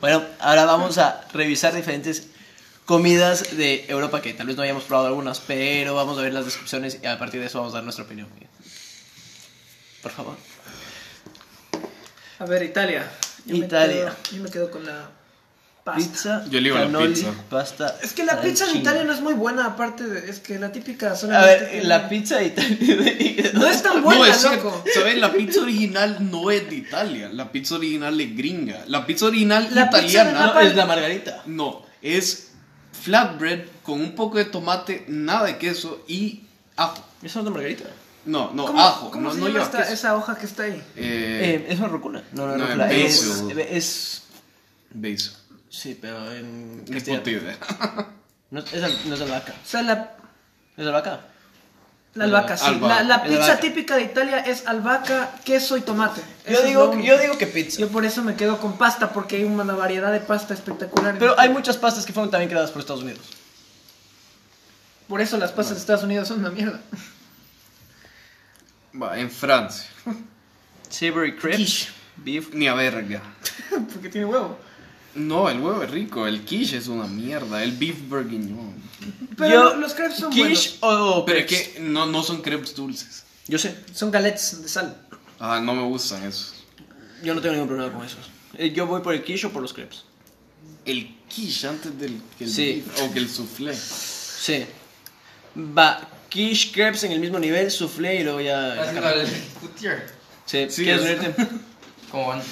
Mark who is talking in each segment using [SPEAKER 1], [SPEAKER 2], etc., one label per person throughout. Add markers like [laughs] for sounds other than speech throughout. [SPEAKER 1] Bueno, ahora vamos a revisar diferentes comidas de Europa que tal vez no hayamos probado algunas, pero vamos a ver las descripciones y a partir de eso vamos a dar nuestra opinión. Por favor.
[SPEAKER 2] A ver, Italia.
[SPEAKER 1] Italia.
[SPEAKER 2] Me quedo, yo me quedo con la pasta.
[SPEAKER 1] Pizza,
[SPEAKER 3] Yo elijo la
[SPEAKER 1] cannoli,
[SPEAKER 3] pizza.
[SPEAKER 1] pasta.
[SPEAKER 2] Es que la pizza en
[SPEAKER 1] arancini.
[SPEAKER 2] Italia no es muy buena, aparte de, es que la típica
[SPEAKER 1] A
[SPEAKER 2] solamente
[SPEAKER 1] ver,
[SPEAKER 2] tiene-
[SPEAKER 1] la pizza de Italia. [laughs]
[SPEAKER 2] no es tan buena,
[SPEAKER 3] no, es cierto.
[SPEAKER 2] loco.
[SPEAKER 3] ¿Sabes? La pizza original no es de Italia. La pizza original es gringa. La pizza original
[SPEAKER 2] La pizza
[SPEAKER 3] italiana.
[SPEAKER 2] de
[SPEAKER 1] No, es la margarita.
[SPEAKER 3] No, es flatbread con un poco de tomate, nada de queso y ajo.
[SPEAKER 1] Eso no es la margarita.
[SPEAKER 3] No, no,
[SPEAKER 2] ¿Cómo,
[SPEAKER 3] ajo.
[SPEAKER 2] cómo
[SPEAKER 3] no,
[SPEAKER 2] se
[SPEAKER 3] no
[SPEAKER 2] llama
[SPEAKER 3] lleva
[SPEAKER 2] esta-
[SPEAKER 3] queso.
[SPEAKER 2] esa hoja que está ahí?
[SPEAKER 3] Eh,
[SPEAKER 1] Eh, es una rúcula. No, no,
[SPEAKER 3] No,
[SPEAKER 1] no.
[SPEAKER 3] en
[SPEAKER 1] la- Es,
[SPEAKER 3] basil.
[SPEAKER 1] es-
[SPEAKER 3] basil.
[SPEAKER 1] Sí, pero en.
[SPEAKER 3] Ni
[SPEAKER 1] Castilla-
[SPEAKER 3] puta idea.
[SPEAKER 1] No, es, al- no es albahaca.
[SPEAKER 2] O sea, la,
[SPEAKER 1] ¿Es albahaca?
[SPEAKER 2] la albahaca, sí. La,
[SPEAKER 3] Albahaca.
[SPEAKER 2] la pizza
[SPEAKER 1] Albahaca.
[SPEAKER 2] típica de Italia es albahaca, queso y tomate.
[SPEAKER 1] Yo
[SPEAKER 2] Eso es lo
[SPEAKER 1] digo,
[SPEAKER 2] único.
[SPEAKER 1] yo digo que pizza.
[SPEAKER 2] Yo por eso me quedo con pasta, porque hay una variedad de pasta espectacular. en
[SPEAKER 1] Pero
[SPEAKER 2] Italia.
[SPEAKER 1] hay muchas pastas que fueron también creadas por Estados Unidos.
[SPEAKER 2] Por eso las pastas de Estados Unidos son una mierda.
[SPEAKER 3] [laughs]
[SPEAKER 2] [laughs]
[SPEAKER 3] Va, en Francia. [laughs]
[SPEAKER 1] Savory
[SPEAKER 3] Quiche.
[SPEAKER 1] beef.
[SPEAKER 3] Ni a verga.
[SPEAKER 2] porque tiene huevo.
[SPEAKER 3] No, el huevo es rico. El quiche es una mierda. El beef bourguignon.
[SPEAKER 2] Pero
[SPEAKER 1] Yo-
[SPEAKER 2] lo- los crepes son buenos.
[SPEAKER 1] Quiche o
[SPEAKER 3] Pero es
[SPEAKER 1] crepes.
[SPEAKER 3] que no, no son crepes dulces.
[SPEAKER 1] Yo sé.
[SPEAKER 2] Son galettes de sal.
[SPEAKER 3] Ah, no me gustan esos.
[SPEAKER 1] Yo no tengo ningún problema con esos. Eh, Yo voy por el quiche o por los crepes.
[SPEAKER 3] El quiche antes del que el
[SPEAKER 1] Sí.
[SPEAKER 3] beef, o que el soufflé.
[SPEAKER 1] Sí. Va quiche, crepes en el mismo nivel, soufflé y luego ya. la
[SPEAKER 4] Haciendo
[SPEAKER 1] carne.
[SPEAKER 4] el [laughs] cutier.
[SPEAKER 1] Sí,
[SPEAKER 3] Sí,
[SPEAKER 1] ¿quieres
[SPEAKER 3] es-
[SPEAKER 1] unirte?
[SPEAKER 4] ¿Cómo van?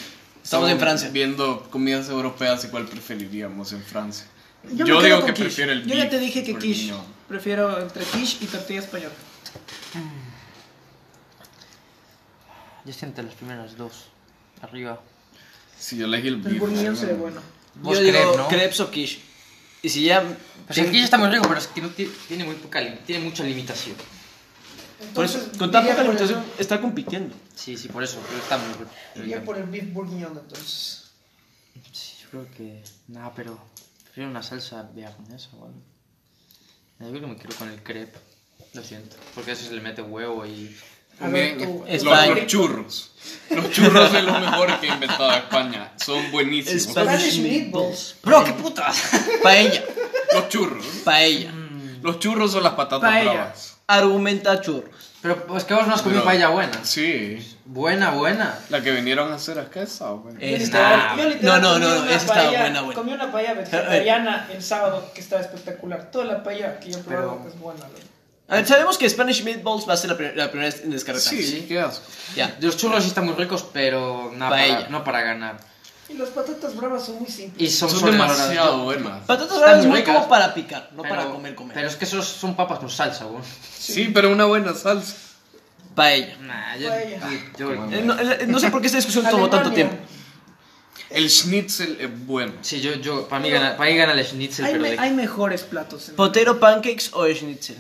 [SPEAKER 1] Estamos en Francia.
[SPEAKER 3] Viendo comidas europeas y cuál preferiríamos en Francia.
[SPEAKER 2] Yo,
[SPEAKER 3] Yo,
[SPEAKER 2] me quedo
[SPEAKER 3] digo
[SPEAKER 2] con
[SPEAKER 3] que
[SPEAKER 2] quiche.
[SPEAKER 3] prefiero el
[SPEAKER 2] Yo
[SPEAKER 3] beef
[SPEAKER 2] ya te dije que quiche.
[SPEAKER 3] bourguignon.
[SPEAKER 2] Prefiero entre quiche y tortilla española.
[SPEAKER 4] Yo siento las primeras dos. Arriba.
[SPEAKER 3] Si yo elegí el
[SPEAKER 2] El
[SPEAKER 3] beef.
[SPEAKER 2] bourguignon
[SPEAKER 3] bueno.
[SPEAKER 2] se ve bueno.
[SPEAKER 4] Vos
[SPEAKER 1] Yo digo
[SPEAKER 4] crees, ¿no?
[SPEAKER 1] crepes o quiche. Y si ya.
[SPEAKER 4] Pues el quiche está muy rico, pero es que no ti- tiene muy poca lim- tiene mucha limitación.
[SPEAKER 1] Por eso,
[SPEAKER 2] Entonces,
[SPEAKER 1] con tan
[SPEAKER 2] iría
[SPEAKER 1] poca
[SPEAKER 2] por el-
[SPEAKER 1] alimentación, está compitiendo.
[SPEAKER 4] Sí, sí, por eso, pero está muy rico.
[SPEAKER 2] Iría por el beef bourguignon entonces.
[SPEAKER 4] Sí, yo creo que. Nada, pero. Prefiero una salsa viagonesa o algo. Yo creo que me quiero con el crepe. Lo siento. Porque eso se le mete huevo y.
[SPEAKER 2] A ver,
[SPEAKER 3] Miren,
[SPEAKER 2] tú-
[SPEAKER 3] los,
[SPEAKER 1] España.
[SPEAKER 3] los churros. Los churros es lo mejor que ha inventado España. Son buenísimos.
[SPEAKER 2] Spanish meatballs.
[SPEAKER 1] Bro, qué putas. Paella.
[SPEAKER 3] Los churros.
[SPEAKER 1] [laughs] Paella.
[SPEAKER 4] Mm.
[SPEAKER 3] Los churros son las patatas
[SPEAKER 2] Paella.
[SPEAKER 3] bravas.
[SPEAKER 1] Argumenta churros.
[SPEAKER 4] Pero es que vos no has comido
[SPEAKER 3] Pero-
[SPEAKER 4] paella buena.
[SPEAKER 3] Sí.
[SPEAKER 4] Buena, buena.
[SPEAKER 3] La que vinieron a hacer acá es pues. sábado.
[SPEAKER 1] Eh,
[SPEAKER 2] Literal,
[SPEAKER 4] nah.
[SPEAKER 2] yo
[SPEAKER 1] No,
[SPEAKER 2] literal
[SPEAKER 1] no,
[SPEAKER 2] comí
[SPEAKER 1] no,
[SPEAKER 2] una
[SPEAKER 1] esa estaba
[SPEAKER 2] paella-
[SPEAKER 1] buena, buena.
[SPEAKER 2] Comí una paella vegetariana el sábado que estaba espectacular. Toda la paella que yo he probado
[SPEAKER 4] Pero-
[SPEAKER 2] es buena. loco.
[SPEAKER 1] A ver, sabemos que Spanish Meatballs va a ser la, pri- la primera vez en descartar.
[SPEAKER 3] Sí, qué asco.
[SPEAKER 1] Ya.
[SPEAKER 4] Los churros sí están muy ricos, pero nada
[SPEAKER 1] Paella.
[SPEAKER 4] para, no para ganar.
[SPEAKER 2] Y las patatas bravas son muy simples.
[SPEAKER 4] Y son,
[SPEAKER 3] Son,
[SPEAKER 4] sobrevaloradas.
[SPEAKER 3] demasiado buenas.
[SPEAKER 1] Patatas
[SPEAKER 4] Están
[SPEAKER 1] bravas es
[SPEAKER 4] muy
[SPEAKER 1] muy
[SPEAKER 4] ricas.
[SPEAKER 1] como para picar, no
[SPEAKER 4] Pero-
[SPEAKER 1] para comer, comer.
[SPEAKER 4] Pero es que esos son papas con salsa, güey.
[SPEAKER 3] Sí, pero una buena salsa.
[SPEAKER 1] Paella.
[SPEAKER 4] Nah, yo,
[SPEAKER 1] Pues
[SPEAKER 2] Paella.
[SPEAKER 4] yo- yo-
[SPEAKER 3] Bueno.
[SPEAKER 1] Eh, no, eh, no sé por qué esta
[SPEAKER 4] [laughs]
[SPEAKER 1] discusión tomó tanto
[SPEAKER 2] Alemania.
[SPEAKER 1] tiempo.
[SPEAKER 3] El schnitzel es bueno.
[SPEAKER 4] Sí, yo, yo, para mí gana, para mí gana el schnitzel,
[SPEAKER 2] Hay,
[SPEAKER 4] pero
[SPEAKER 2] me-
[SPEAKER 4] de-
[SPEAKER 2] hay mejores platos. en-
[SPEAKER 1] Potero pancakes o schnitzel.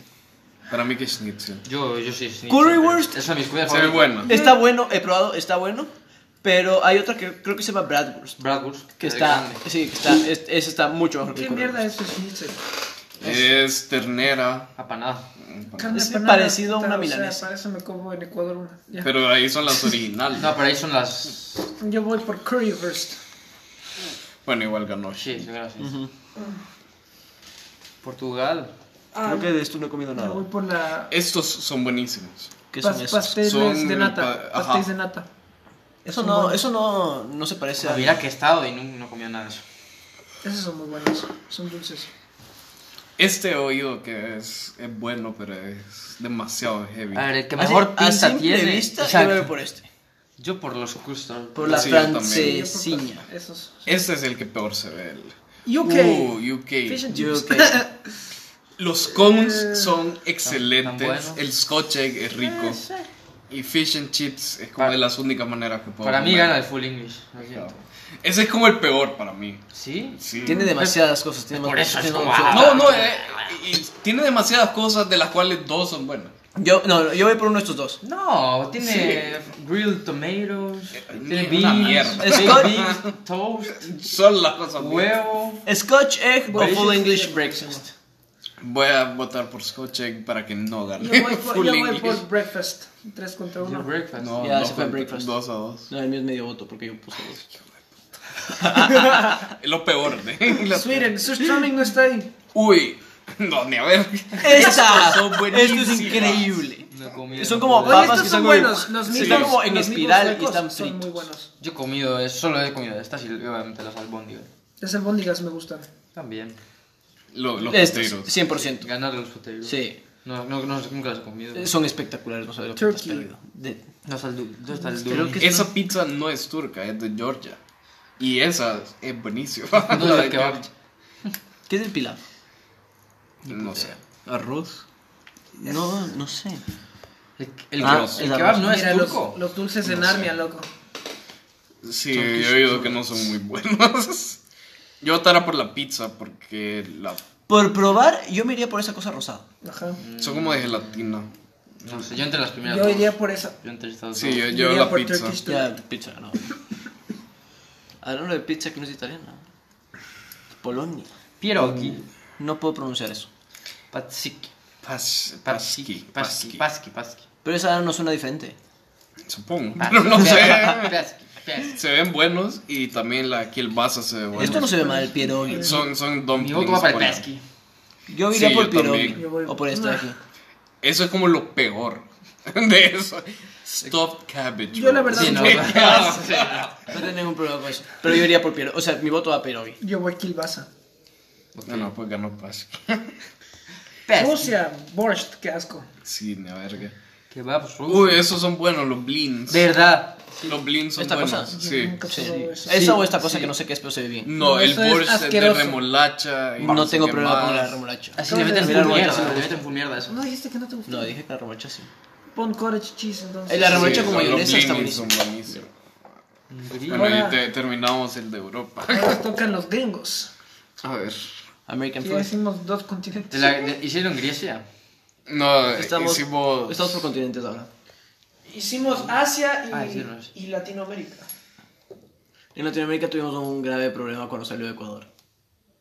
[SPEAKER 3] Para mí que schnitzel.
[SPEAKER 4] yo, yo sí schnitzel.
[SPEAKER 1] Currywurst.
[SPEAKER 4] pero Eso es mi comida
[SPEAKER 3] Se ve
[SPEAKER 4] favorita.
[SPEAKER 3] bueno.
[SPEAKER 1] Está bueno, he probado, está bueno. Pero hay otra que creo que se llama Bradwurst.
[SPEAKER 4] Bradwurst.
[SPEAKER 1] Que
[SPEAKER 4] es
[SPEAKER 1] está,
[SPEAKER 4] grande.
[SPEAKER 1] sí, que está, es- esa está mucho mejor que el
[SPEAKER 2] ¿Qué
[SPEAKER 1] currywurst.
[SPEAKER 2] mierda es eso, schnitzel?
[SPEAKER 3] Es ternera.
[SPEAKER 4] Apanada.
[SPEAKER 2] Carne
[SPEAKER 1] Es
[SPEAKER 2] panada,
[SPEAKER 1] parecido a
[SPEAKER 2] puta,
[SPEAKER 1] una
[SPEAKER 2] o sea,
[SPEAKER 1] milanesa.
[SPEAKER 2] Para eso me como en Ecuador una. Ya.
[SPEAKER 3] Pero ahí son las originales.
[SPEAKER 4] No, pero ahí son las...
[SPEAKER 2] Yo voy por currywurst.
[SPEAKER 3] Bueno, igual ganó.
[SPEAKER 4] Sí, sí, gracias. Portugal.
[SPEAKER 2] Ah,
[SPEAKER 1] Creo que de esto no he comido
[SPEAKER 2] yo voy
[SPEAKER 1] nada.
[SPEAKER 2] por la
[SPEAKER 3] Estos son buenísimos.
[SPEAKER 1] ¿Qué
[SPEAKER 2] pas-
[SPEAKER 1] son esos?
[SPEAKER 2] pasteles
[SPEAKER 3] Son
[SPEAKER 2] de
[SPEAKER 3] el
[SPEAKER 2] nata.
[SPEAKER 3] pa- ajá.
[SPEAKER 2] Pasteles de nata.
[SPEAKER 1] Eso
[SPEAKER 2] son
[SPEAKER 1] no,
[SPEAKER 2] buenos.
[SPEAKER 1] eso no, no se parece a...
[SPEAKER 4] Mira que he estado y no, no comía nada de eso.
[SPEAKER 2] Esos son muy buenos. Son dulces.
[SPEAKER 3] Este oído que es, es bueno, pero es demasiado heavy.
[SPEAKER 4] A ver, el que
[SPEAKER 1] A si-
[SPEAKER 4] mejor
[SPEAKER 1] a
[SPEAKER 4] pizza
[SPEAKER 1] simple
[SPEAKER 4] tiene...
[SPEAKER 1] vista,
[SPEAKER 4] Exacto.
[SPEAKER 1] yo me voy por este.
[SPEAKER 4] Yo por los custards.
[SPEAKER 1] Por la
[SPEAKER 3] Sí, yo también.
[SPEAKER 1] francesiña.
[SPEAKER 2] Esos.
[SPEAKER 3] Este es el que peor se ve. el-
[SPEAKER 2] UK.
[SPEAKER 3] Uh,
[SPEAKER 2] Fish
[SPEAKER 3] UK.
[SPEAKER 2] and chips.
[SPEAKER 1] UK. [laughs]
[SPEAKER 3] Los cones son excelentes.
[SPEAKER 4] buenos.
[SPEAKER 3] El scotch egg
[SPEAKER 2] [laughs]
[SPEAKER 3] es
[SPEAKER 2] Eh,
[SPEAKER 3] rico. Y fish and chips es como
[SPEAKER 4] Para-
[SPEAKER 3] de las únicas maneras que puedo
[SPEAKER 4] Ah. Para mí
[SPEAKER 3] comer.
[SPEAKER 4] gana el full English, lo siento.
[SPEAKER 3] Ese es como el peor para mí.
[SPEAKER 4] ¿Sí?
[SPEAKER 3] Sí.
[SPEAKER 1] Tiene demasiadas cosas. Tiene
[SPEAKER 4] Por
[SPEAKER 1] más-
[SPEAKER 4] eso es
[SPEAKER 1] tiene
[SPEAKER 4] como,
[SPEAKER 1] más opciones.
[SPEAKER 3] No, no, eh, y- y tiene demasiadas cosas de las cuales dos son buenas.
[SPEAKER 1] Yo, no, no, yo voy por uno de estos dos.
[SPEAKER 4] No, tiene grilled tomatoes, tiene
[SPEAKER 3] Eh, una
[SPEAKER 4] beans,
[SPEAKER 3] mierda.
[SPEAKER 4] baked
[SPEAKER 1] Scott-
[SPEAKER 4] beans, toast,
[SPEAKER 3] Son las cosas buenas.
[SPEAKER 4] huevo.
[SPEAKER 1] Scotch egg o
[SPEAKER 4] British
[SPEAKER 1] full English breakfast.
[SPEAKER 3] Voy a votar por Scotch Egg para que no gane.
[SPEAKER 2] Yo voy por,
[SPEAKER 3] Full
[SPEAKER 2] yo voy
[SPEAKER 3] English.
[SPEAKER 2] por breakfast. 3 contra
[SPEAKER 4] Your
[SPEAKER 2] 1.
[SPEAKER 4] breakfast.
[SPEAKER 3] No,
[SPEAKER 1] Ya,
[SPEAKER 3] no
[SPEAKER 1] se fue
[SPEAKER 3] con-
[SPEAKER 1] breakfast.
[SPEAKER 3] Dos a dos.
[SPEAKER 1] No, el mío es medio voto porque yo puse dos.
[SPEAKER 3] Es lo peor, ¿eh? [laughs] Lo-
[SPEAKER 2] Sweden, Sustroming no está ahí.
[SPEAKER 3] Uy, no, ni a ver.
[SPEAKER 1] Esta,
[SPEAKER 3] son
[SPEAKER 1] esto
[SPEAKER 3] buenísimas.
[SPEAKER 1] es increíble.
[SPEAKER 4] No he comido.
[SPEAKER 1] Son como
[SPEAKER 2] Oye,
[SPEAKER 1] Papas
[SPEAKER 2] estos
[SPEAKER 1] que
[SPEAKER 2] son
[SPEAKER 1] son
[SPEAKER 2] buenos.
[SPEAKER 1] como-
[SPEAKER 2] Los
[SPEAKER 1] sí,
[SPEAKER 2] micos,
[SPEAKER 1] están como en
[SPEAKER 2] los micos
[SPEAKER 1] espiral y
[SPEAKER 2] suecos
[SPEAKER 1] están
[SPEAKER 2] Son muy
[SPEAKER 1] fritos.
[SPEAKER 2] buenos.
[SPEAKER 4] Yo he comido, eh, solo he comido estas y obviamente las albóndigas.
[SPEAKER 2] Las albóndigas me gustan.
[SPEAKER 4] También.
[SPEAKER 3] Lo- los
[SPEAKER 1] Estos,
[SPEAKER 3] potatoes.
[SPEAKER 1] 100%.
[SPEAKER 4] Ganar los potatoes.
[SPEAKER 1] Sí,
[SPEAKER 4] No, no, no, nunca las he comido.
[SPEAKER 1] eh, son espectaculares, no sé lo que te has
[SPEAKER 2] Turkey.
[SPEAKER 1] perdido. De-
[SPEAKER 4] No está el du- no está el
[SPEAKER 1] Creo
[SPEAKER 4] duro.
[SPEAKER 1] que-
[SPEAKER 3] Esa pizza no es turca, es de Georgia. Y esa es buenísima. [laughs]
[SPEAKER 4] No,
[SPEAKER 3] La de
[SPEAKER 4] el kebab.
[SPEAKER 3] Georgia.
[SPEAKER 1] ¿Qué es el pilaf?
[SPEAKER 3] No sé.
[SPEAKER 1] ¿Arroz? No, no sé.
[SPEAKER 4] El, el
[SPEAKER 1] Ah,
[SPEAKER 4] kebab- el
[SPEAKER 1] el
[SPEAKER 4] kebab
[SPEAKER 1] arroz.
[SPEAKER 4] no es
[SPEAKER 2] Mira, los,
[SPEAKER 4] turco.
[SPEAKER 2] los dulces en
[SPEAKER 3] No sé.
[SPEAKER 2] Narnia, loco.
[SPEAKER 3] Sí, yo he oído que no son muy buenos. [laughs] Yo optara por la pizza porque la...
[SPEAKER 1] Por probar, yo me iría por esa cosa rosada.
[SPEAKER 2] Ajá.
[SPEAKER 3] son como de gelatina.
[SPEAKER 4] No sé, yo entre las primeras.
[SPEAKER 2] Yo
[SPEAKER 4] dos.
[SPEAKER 2] iría por esa.
[SPEAKER 4] Yo entre estas
[SPEAKER 3] Sí,
[SPEAKER 4] dos.
[SPEAKER 3] yo,
[SPEAKER 2] Yo
[SPEAKER 3] yo
[SPEAKER 2] iría
[SPEAKER 3] la
[SPEAKER 2] por
[SPEAKER 3] pizza.
[SPEAKER 2] Turkish
[SPEAKER 1] Ya, pizza, no. Hablando de pizza que no es italiana. Polonia.
[SPEAKER 4] Pierogi.
[SPEAKER 1] Mm. No puedo pronunciar eso.
[SPEAKER 4] Patsiki.
[SPEAKER 3] Pas-
[SPEAKER 4] Patsiki.
[SPEAKER 3] pasqui,
[SPEAKER 4] Patsiki.
[SPEAKER 3] pasqui.
[SPEAKER 4] Patsiki. Patsiki.
[SPEAKER 1] Pero esa no suena diferente.
[SPEAKER 3] Supongo. Pero [laughs] no sé.
[SPEAKER 4] Patsiki. Patsiki.
[SPEAKER 3] Se ven buenos y también la Kielbasa se ve buena.
[SPEAKER 1] Esto no se ve mal, pierogi.
[SPEAKER 3] Son, son
[SPEAKER 4] Mi
[SPEAKER 3] dumplings.
[SPEAKER 4] voto va para el
[SPEAKER 3] coreanos.
[SPEAKER 4] Patsiki.
[SPEAKER 1] Yo iría
[SPEAKER 3] Sí,
[SPEAKER 1] por
[SPEAKER 3] yo
[SPEAKER 1] pierogi.
[SPEAKER 3] también.
[SPEAKER 2] Yo voy-
[SPEAKER 1] O por esta de aquí.
[SPEAKER 3] Eso es como lo peor [laughs] de eso. Stuffed cabbage.
[SPEAKER 2] Yo la
[SPEAKER 3] bro.
[SPEAKER 2] verdad-
[SPEAKER 4] Sí, no.
[SPEAKER 3] [laughs]
[SPEAKER 2] Qué
[SPEAKER 4] sí,
[SPEAKER 1] [laughs] No tengo ningún problema con eso. Pero yo iría por pierogi. O sea, mi voto va a pierogi.
[SPEAKER 2] Yo voy Kilbasa.
[SPEAKER 4] no.
[SPEAKER 3] No, no, pues ganó Pasqui.
[SPEAKER 4] Patsiki.
[SPEAKER 2] Rusia, Borscht, qué asco.
[SPEAKER 3] Sí, ni verga.
[SPEAKER 4] Kebabs rusos.
[SPEAKER 3] Uy, esos son buenos, los blins.
[SPEAKER 4] pues, uh. ¿Verdad?
[SPEAKER 3] Los blins son
[SPEAKER 1] ¿Esta
[SPEAKER 3] buenos.
[SPEAKER 1] cosa?
[SPEAKER 3] Sí.
[SPEAKER 2] Nunca he
[SPEAKER 1] Sí.
[SPEAKER 2] probado eso.
[SPEAKER 1] Esa o esta
[SPEAKER 4] Sí,
[SPEAKER 1] cosa
[SPEAKER 4] sí.
[SPEAKER 1] que no sé qué es, pero se ve bien.
[SPEAKER 3] No,
[SPEAKER 2] No,
[SPEAKER 3] el
[SPEAKER 2] eso es
[SPEAKER 3] borscht es de
[SPEAKER 2] asqueroso.
[SPEAKER 3] remolacha. y
[SPEAKER 1] No,
[SPEAKER 3] sé
[SPEAKER 1] tengo
[SPEAKER 3] qué
[SPEAKER 1] problema con la
[SPEAKER 3] más.
[SPEAKER 1] remolacha.
[SPEAKER 4] Así le meten
[SPEAKER 2] Entonces,
[SPEAKER 4] full
[SPEAKER 1] la
[SPEAKER 4] mierda,
[SPEAKER 1] remolacha.
[SPEAKER 4] así le meten full mierda a eso.
[SPEAKER 2] No dijiste que no te gustó.
[SPEAKER 1] No, dije que la remolacha sí.
[SPEAKER 2] Pon cottage cheese entonces.
[SPEAKER 1] Eh, la remolacha
[SPEAKER 3] Sí,
[SPEAKER 1] con
[SPEAKER 3] los
[SPEAKER 1] mayonesa está
[SPEAKER 3] blins son
[SPEAKER 1] buenísima.
[SPEAKER 3] buenísimos.
[SPEAKER 4] Hungría.
[SPEAKER 3] Bueno,
[SPEAKER 2] Ahora-
[SPEAKER 3] y te- terminamos el de Europa.
[SPEAKER 2] Ahora tocan los gringos.
[SPEAKER 3] A ver.
[SPEAKER 1] American
[SPEAKER 2] Ya
[SPEAKER 1] Food.
[SPEAKER 2] hicimos dos
[SPEAKER 4] De
[SPEAKER 2] continentes.
[SPEAKER 4] la- de- ¿Hicieron Grecia?
[SPEAKER 3] No,
[SPEAKER 1] Estamos,
[SPEAKER 3] hicimos.
[SPEAKER 1] estamos por continentes ahora.
[SPEAKER 2] Hicimos Asia y,
[SPEAKER 4] Ah, hicieron Asia.
[SPEAKER 2] y Latinoamérica.
[SPEAKER 1] En Latinoamérica tuvimos un grave problema cuando salió de Ecuador.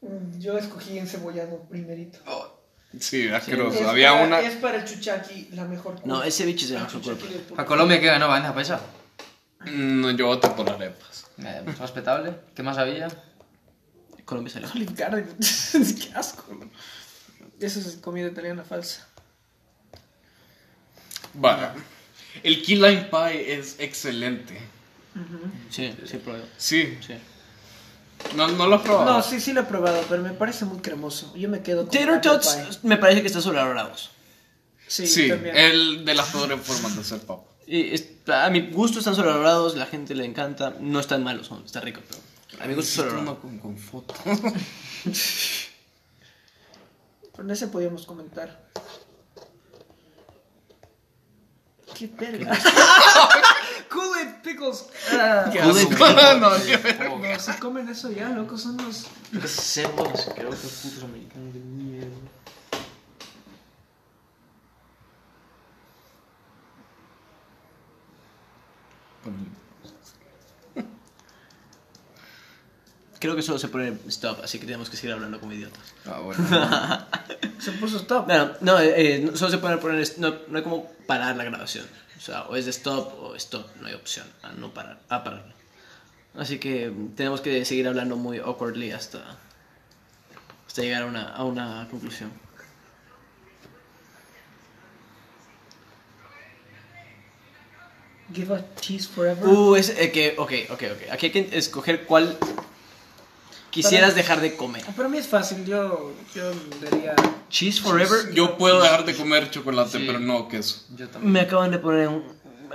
[SPEAKER 2] Mm, Yo escogí encebollado primerito.
[SPEAKER 3] Oh, Sí, asqueroso.
[SPEAKER 2] Es
[SPEAKER 3] Pues Había
[SPEAKER 2] para-
[SPEAKER 3] una.
[SPEAKER 2] Es para el chuchaki la mejor.
[SPEAKER 1] No, ese bicho es de
[SPEAKER 2] El
[SPEAKER 1] la mejor
[SPEAKER 2] chuchaki
[SPEAKER 1] culpa.
[SPEAKER 2] de
[SPEAKER 4] ¿A
[SPEAKER 2] pulpo.
[SPEAKER 4] Colombia qué ganó bandeja paisa?
[SPEAKER 3] No, Mm, yo voté por arepas.
[SPEAKER 4] Eh, Respetable. ¿Qué
[SPEAKER 3] [laughs]
[SPEAKER 4] más había?
[SPEAKER 1] Colombia salió.
[SPEAKER 2] [laughs] Olive Garden. Qué asco. Eso es comida italiana falsa.
[SPEAKER 3] Va. El key lime pie es excelente.
[SPEAKER 1] Sí, sí, probé.
[SPEAKER 3] Sí.
[SPEAKER 1] Sí.
[SPEAKER 3] No, no lo has probado.
[SPEAKER 2] No, sí, sí lo he probado, pero me parece muy cremoso. Yo me quedo con
[SPEAKER 1] Tater
[SPEAKER 2] apple pie.
[SPEAKER 1] Tots me parece que está sobrevalorados.
[SPEAKER 2] Sí,
[SPEAKER 3] Sí, eh.
[SPEAKER 2] también.
[SPEAKER 3] el de las peores formas de hacer papa.
[SPEAKER 1] Y es- a mi gusto están sobrevalorados, la gente le encanta. No están malos, son, está rico, pero a mi gusto
[SPEAKER 3] Necesito
[SPEAKER 1] está sobrevalorado.
[SPEAKER 3] uno con, con
[SPEAKER 4] [laughs]
[SPEAKER 3] foto.
[SPEAKER 4] Ah,
[SPEAKER 2] Con ese podíamos comentar. Qué [laughs] verga. cool it pickles. Ah,
[SPEAKER 1] Cool It
[SPEAKER 3] No, no, qué verga.
[SPEAKER 4] Oh,
[SPEAKER 2] no, se comen eso ya, loco, son los.
[SPEAKER 4] Qué cerdos, creo que putos americanos de mierda.
[SPEAKER 1] Creo que solo se pone stop, así que tenemos que seguir hablando como idiotas.
[SPEAKER 3] Ah, bueno.
[SPEAKER 2] Se puso stop.
[SPEAKER 1] No, no, no, eh, eh, no, solo se puede poner, es- no, no hay como parar la grabación. O sea, o es de stop o stop, no hay opción a no parar, a parar. Así que mm, tenemos que seguir hablando muy awkwardly hasta, hasta llegar a una, a una conclusión.
[SPEAKER 2] Give us cheese forever.
[SPEAKER 1] Uh, es eh, que, ok, ok, ok. Aquí hay que escoger cuál quisieras
[SPEAKER 2] Para-
[SPEAKER 1] dejar de comer.
[SPEAKER 2] Ah, Para mí es fácil, yo, yo diría.
[SPEAKER 1] Cheese forever.
[SPEAKER 3] [laughs] Yo puedo dejar de comer chocolate,
[SPEAKER 4] Sí.
[SPEAKER 3] pero no queso.
[SPEAKER 4] Yo también.
[SPEAKER 1] Me acaban de poner un...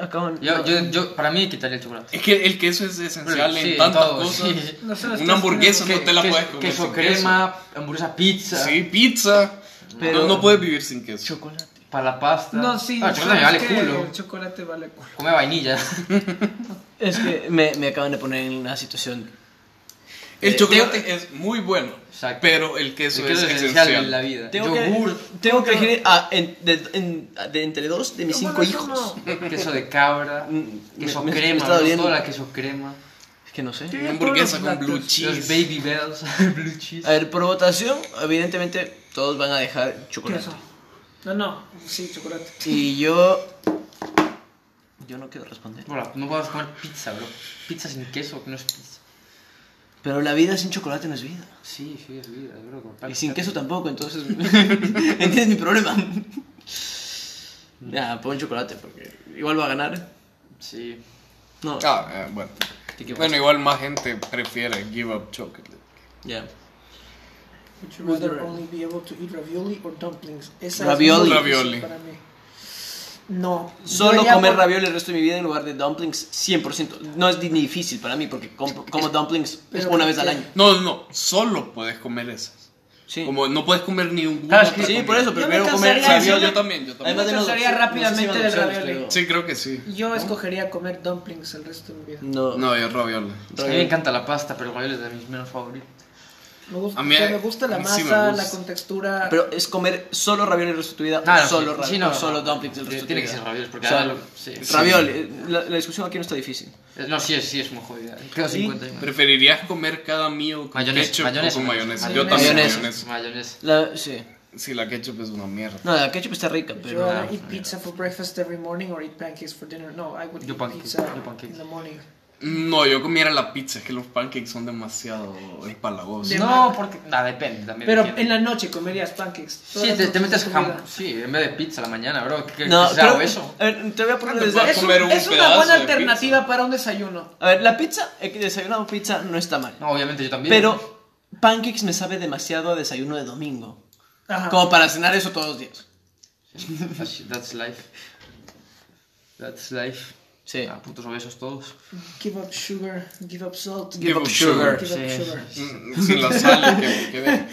[SPEAKER 1] Acaban...
[SPEAKER 4] Yo, yo, yo, para mí quitaría el chocolate.
[SPEAKER 3] Es que el queso es esencial
[SPEAKER 4] Sí,
[SPEAKER 3] en
[SPEAKER 4] en
[SPEAKER 3] tantas
[SPEAKER 4] todo,
[SPEAKER 3] cosas.
[SPEAKER 4] sí.
[SPEAKER 2] No sé, ustedes
[SPEAKER 3] Una hamburguesa
[SPEAKER 4] Que-
[SPEAKER 3] no te la
[SPEAKER 4] que-
[SPEAKER 3] puedes comer.
[SPEAKER 4] Queso
[SPEAKER 3] sin
[SPEAKER 4] crema, hamburguesa, pizza.
[SPEAKER 3] queso. Sí, pizza.
[SPEAKER 1] Pero-
[SPEAKER 3] No, no puedes vivir sin queso.
[SPEAKER 1] Chocolate.
[SPEAKER 4] Para la pasta.
[SPEAKER 2] No, sí,
[SPEAKER 4] Ah, el chocolate me vale
[SPEAKER 2] ¿sabes qué?
[SPEAKER 4] culo.
[SPEAKER 2] El chocolate vale culo.
[SPEAKER 4] Come vainilla.
[SPEAKER 1] Es que me, me acaban de poner en una situación...
[SPEAKER 3] El
[SPEAKER 1] Eh,
[SPEAKER 3] chocolate es muy bueno,
[SPEAKER 4] Exacto.
[SPEAKER 3] pero el queso
[SPEAKER 4] El queso
[SPEAKER 3] es
[SPEAKER 4] es
[SPEAKER 3] esencial.
[SPEAKER 4] esencial en la vida.
[SPEAKER 1] Tengo
[SPEAKER 4] Yogur.
[SPEAKER 1] que, tengo que elegir a- en- de, en- de entre dos de mis
[SPEAKER 2] No,
[SPEAKER 1] cinco
[SPEAKER 2] bueno,
[SPEAKER 1] hijos.
[SPEAKER 2] no.
[SPEAKER 4] Queso de cabra.
[SPEAKER 1] Mm,
[SPEAKER 4] Queso
[SPEAKER 1] me- me- me
[SPEAKER 4] crema.
[SPEAKER 1] está
[SPEAKER 4] Me
[SPEAKER 1] doliendo.
[SPEAKER 4] gustó la queso crema.
[SPEAKER 1] Es que no sé.
[SPEAKER 2] Sí.
[SPEAKER 3] Una hamburguesa
[SPEAKER 2] Todos
[SPEAKER 3] con
[SPEAKER 2] los
[SPEAKER 3] blue
[SPEAKER 2] lácteos.
[SPEAKER 3] cheese.
[SPEAKER 4] Los baby bells. [laughs] Blue cheese.
[SPEAKER 1] A ver, por votación, evidentemente todos van a dejar chocolate.
[SPEAKER 2] Queso. No, no, sí, chocolate.
[SPEAKER 1] Y yo. Yo no quiero responder.
[SPEAKER 4] Bro, no puedes comer pizza, bro. Pizza sin queso, que no es pizza.
[SPEAKER 1] Pero la vida sin chocolate no es vida.
[SPEAKER 4] Sí, sí, es vida, es verdad.
[SPEAKER 1] Y sin queso tampoco, entonces. [laughs] ¿Entiendes mi problema? Ya, pon chocolate porque igual va a ganar.
[SPEAKER 4] Sí.
[SPEAKER 1] No.
[SPEAKER 3] Ah, eh, bueno.
[SPEAKER 1] te equivocas.
[SPEAKER 3] Bueno, igual más gente prefiere give up chocolate.
[SPEAKER 1] Ya.
[SPEAKER 2] Would you rather only be able to eat ravioli or dumplings? Esa es
[SPEAKER 1] Ravioli.
[SPEAKER 2] muy difícil
[SPEAKER 3] Ravioli.
[SPEAKER 2] Para mí. No. yo
[SPEAKER 1] Solo
[SPEAKER 2] haría
[SPEAKER 1] comer
[SPEAKER 2] por-
[SPEAKER 1] ravioli el resto de mi vida en lugar de dumplings, 100%. No es ni difícil para mí porque com- como dumplings
[SPEAKER 2] Pero
[SPEAKER 1] una vez
[SPEAKER 2] ¿por
[SPEAKER 1] al
[SPEAKER 2] qué?
[SPEAKER 1] año.
[SPEAKER 3] No, no, no, solo puedes comer esas.
[SPEAKER 1] Sí.
[SPEAKER 3] Como no puedes comer ni un
[SPEAKER 1] Ah, sí, por eso, pero
[SPEAKER 2] Yo me
[SPEAKER 1] prefiero comer
[SPEAKER 2] cansaría de
[SPEAKER 1] ravioli.
[SPEAKER 3] yo también, yo también.
[SPEAKER 1] Además de no-
[SPEAKER 2] Pensaría
[SPEAKER 1] no sé si
[SPEAKER 2] rápidamente
[SPEAKER 1] van
[SPEAKER 2] del
[SPEAKER 1] opciones,
[SPEAKER 2] ravioli.
[SPEAKER 1] pero-
[SPEAKER 3] Sí, creo que sí.
[SPEAKER 2] Yo escogería comer dumplings el resto de mi vida.
[SPEAKER 1] No.
[SPEAKER 3] No, yo ravioli.
[SPEAKER 4] A mí me encanta la pasta, pero el ravioli es de mis menos favoritos.
[SPEAKER 2] Me gusta,
[SPEAKER 3] A mí-
[SPEAKER 2] o sea, me gusta la
[SPEAKER 3] a mí
[SPEAKER 2] masa,
[SPEAKER 3] sí me gusta.
[SPEAKER 2] la contextura.
[SPEAKER 1] Pero es comer solo ravioli el resto de tu vida,
[SPEAKER 4] Ah,
[SPEAKER 1] o solo, ra- o solo dumplings el resto de tu vida.
[SPEAKER 4] Tiene que ser ravioli, porque
[SPEAKER 1] O sea,
[SPEAKER 4] ahora lo- sí.
[SPEAKER 1] Ravioli, eh, la, la discusión aquí no está difícil.
[SPEAKER 4] Eh, No, sí, es, sí, es muy jodida. Quedo
[SPEAKER 1] Sí,
[SPEAKER 4] 50 y más.
[SPEAKER 3] ¿Preferirías comer cada meal con
[SPEAKER 4] Mayonesa,
[SPEAKER 3] ketchup
[SPEAKER 4] mayonesa,
[SPEAKER 3] o con
[SPEAKER 4] mayonesa.
[SPEAKER 3] mayonesa? Yo también
[SPEAKER 1] Mayonesa.
[SPEAKER 3] mayonesa.
[SPEAKER 4] Mayonesa.
[SPEAKER 1] La, sí.
[SPEAKER 3] Sí, la ketchup es una mierda.
[SPEAKER 1] No, la ketchup está rica,
[SPEAKER 2] Would you
[SPEAKER 1] pero...
[SPEAKER 2] rather eat pizza for breakfast every morning or eat pancakes for dinner? No, I would
[SPEAKER 4] Yo
[SPEAKER 2] eat
[SPEAKER 4] pancake,
[SPEAKER 2] pizza
[SPEAKER 4] yo pancake.
[SPEAKER 2] in the morning.
[SPEAKER 3] No, yo comiera la pizza, es que los pancakes son demasiado espalagosos.
[SPEAKER 2] De-
[SPEAKER 4] No, porque. Nada, depende también.
[SPEAKER 2] Pero
[SPEAKER 4] depende.
[SPEAKER 2] en la noche comerías pancakes. todas
[SPEAKER 4] Sí,
[SPEAKER 2] las
[SPEAKER 4] te, te
[SPEAKER 2] noches de
[SPEAKER 4] metes
[SPEAKER 2] tu vida.
[SPEAKER 4] jamón. Sí, en vez de pizza a la mañana, bro. ¿Qué, qué,
[SPEAKER 1] No,
[SPEAKER 4] qué se
[SPEAKER 1] creo
[SPEAKER 4] hago
[SPEAKER 1] que-
[SPEAKER 4] eso?
[SPEAKER 1] eh, te voy a poner
[SPEAKER 3] Ah, te
[SPEAKER 1] desde-
[SPEAKER 3] puedo
[SPEAKER 2] Es, un-
[SPEAKER 3] comer un
[SPEAKER 2] es una
[SPEAKER 3] pedazo
[SPEAKER 2] buena
[SPEAKER 3] de
[SPEAKER 2] alternativa para un desayuno.
[SPEAKER 1] A ver, la pizza, el que desayunado pizza no está mal.
[SPEAKER 4] No, obviamente yo también.
[SPEAKER 1] Pero pancakes me sabe demasiado a desayuno de domingo.
[SPEAKER 2] Ajá.
[SPEAKER 1] Como para cenar eso todos los días.
[SPEAKER 4] Así, [laughs] That's life. That's life.
[SPEAKER 1] Sí.
[SPEAKER 4] Ah, putos obesos todos.
[SPEAKER 2] Give up sugar, give up salt,
[SPEAKER 3] Give up sugar.
[SPEAKER 2] give up sugar.
[SPEAKER 3] Mm, Sin la sal, que, que ve.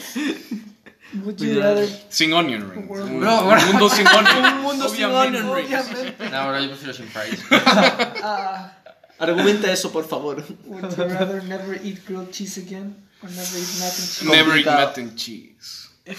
[SPEAKER 2] Would you rather...
[SPEAKER 3] Sin onion rings. Un,
[SPEAKER 4] Bro,
[SPEAKER 3] un
[SPEAKER 4] bro.
[SPEAKER 3] mundo sin onion
[SPEAKER 1] [laughs] Un mundo sin
[SPEAKER 3] obviamente.
[SPEAKER 1] onion rings.
[SPEAKER 2] Obviamente.
[SPEAKER 4] No, bro, yo prefiero
[SPEAKER 1] [laughs]
[SPEAKER 4] sin fries.
[SPEAKER 2] Ah,
[SPEAKER 1] Argumenta eso, por favor.
[SPEAKER 2] [laughs] would you rather never eat grilled cheese again or never eat mac and cheese?
[SPEAKER 3] Never eat
[SPEAKER 1] Complicado.
[SPEAKER 3] mac and cheese.
[SPEAKER 1] Sí,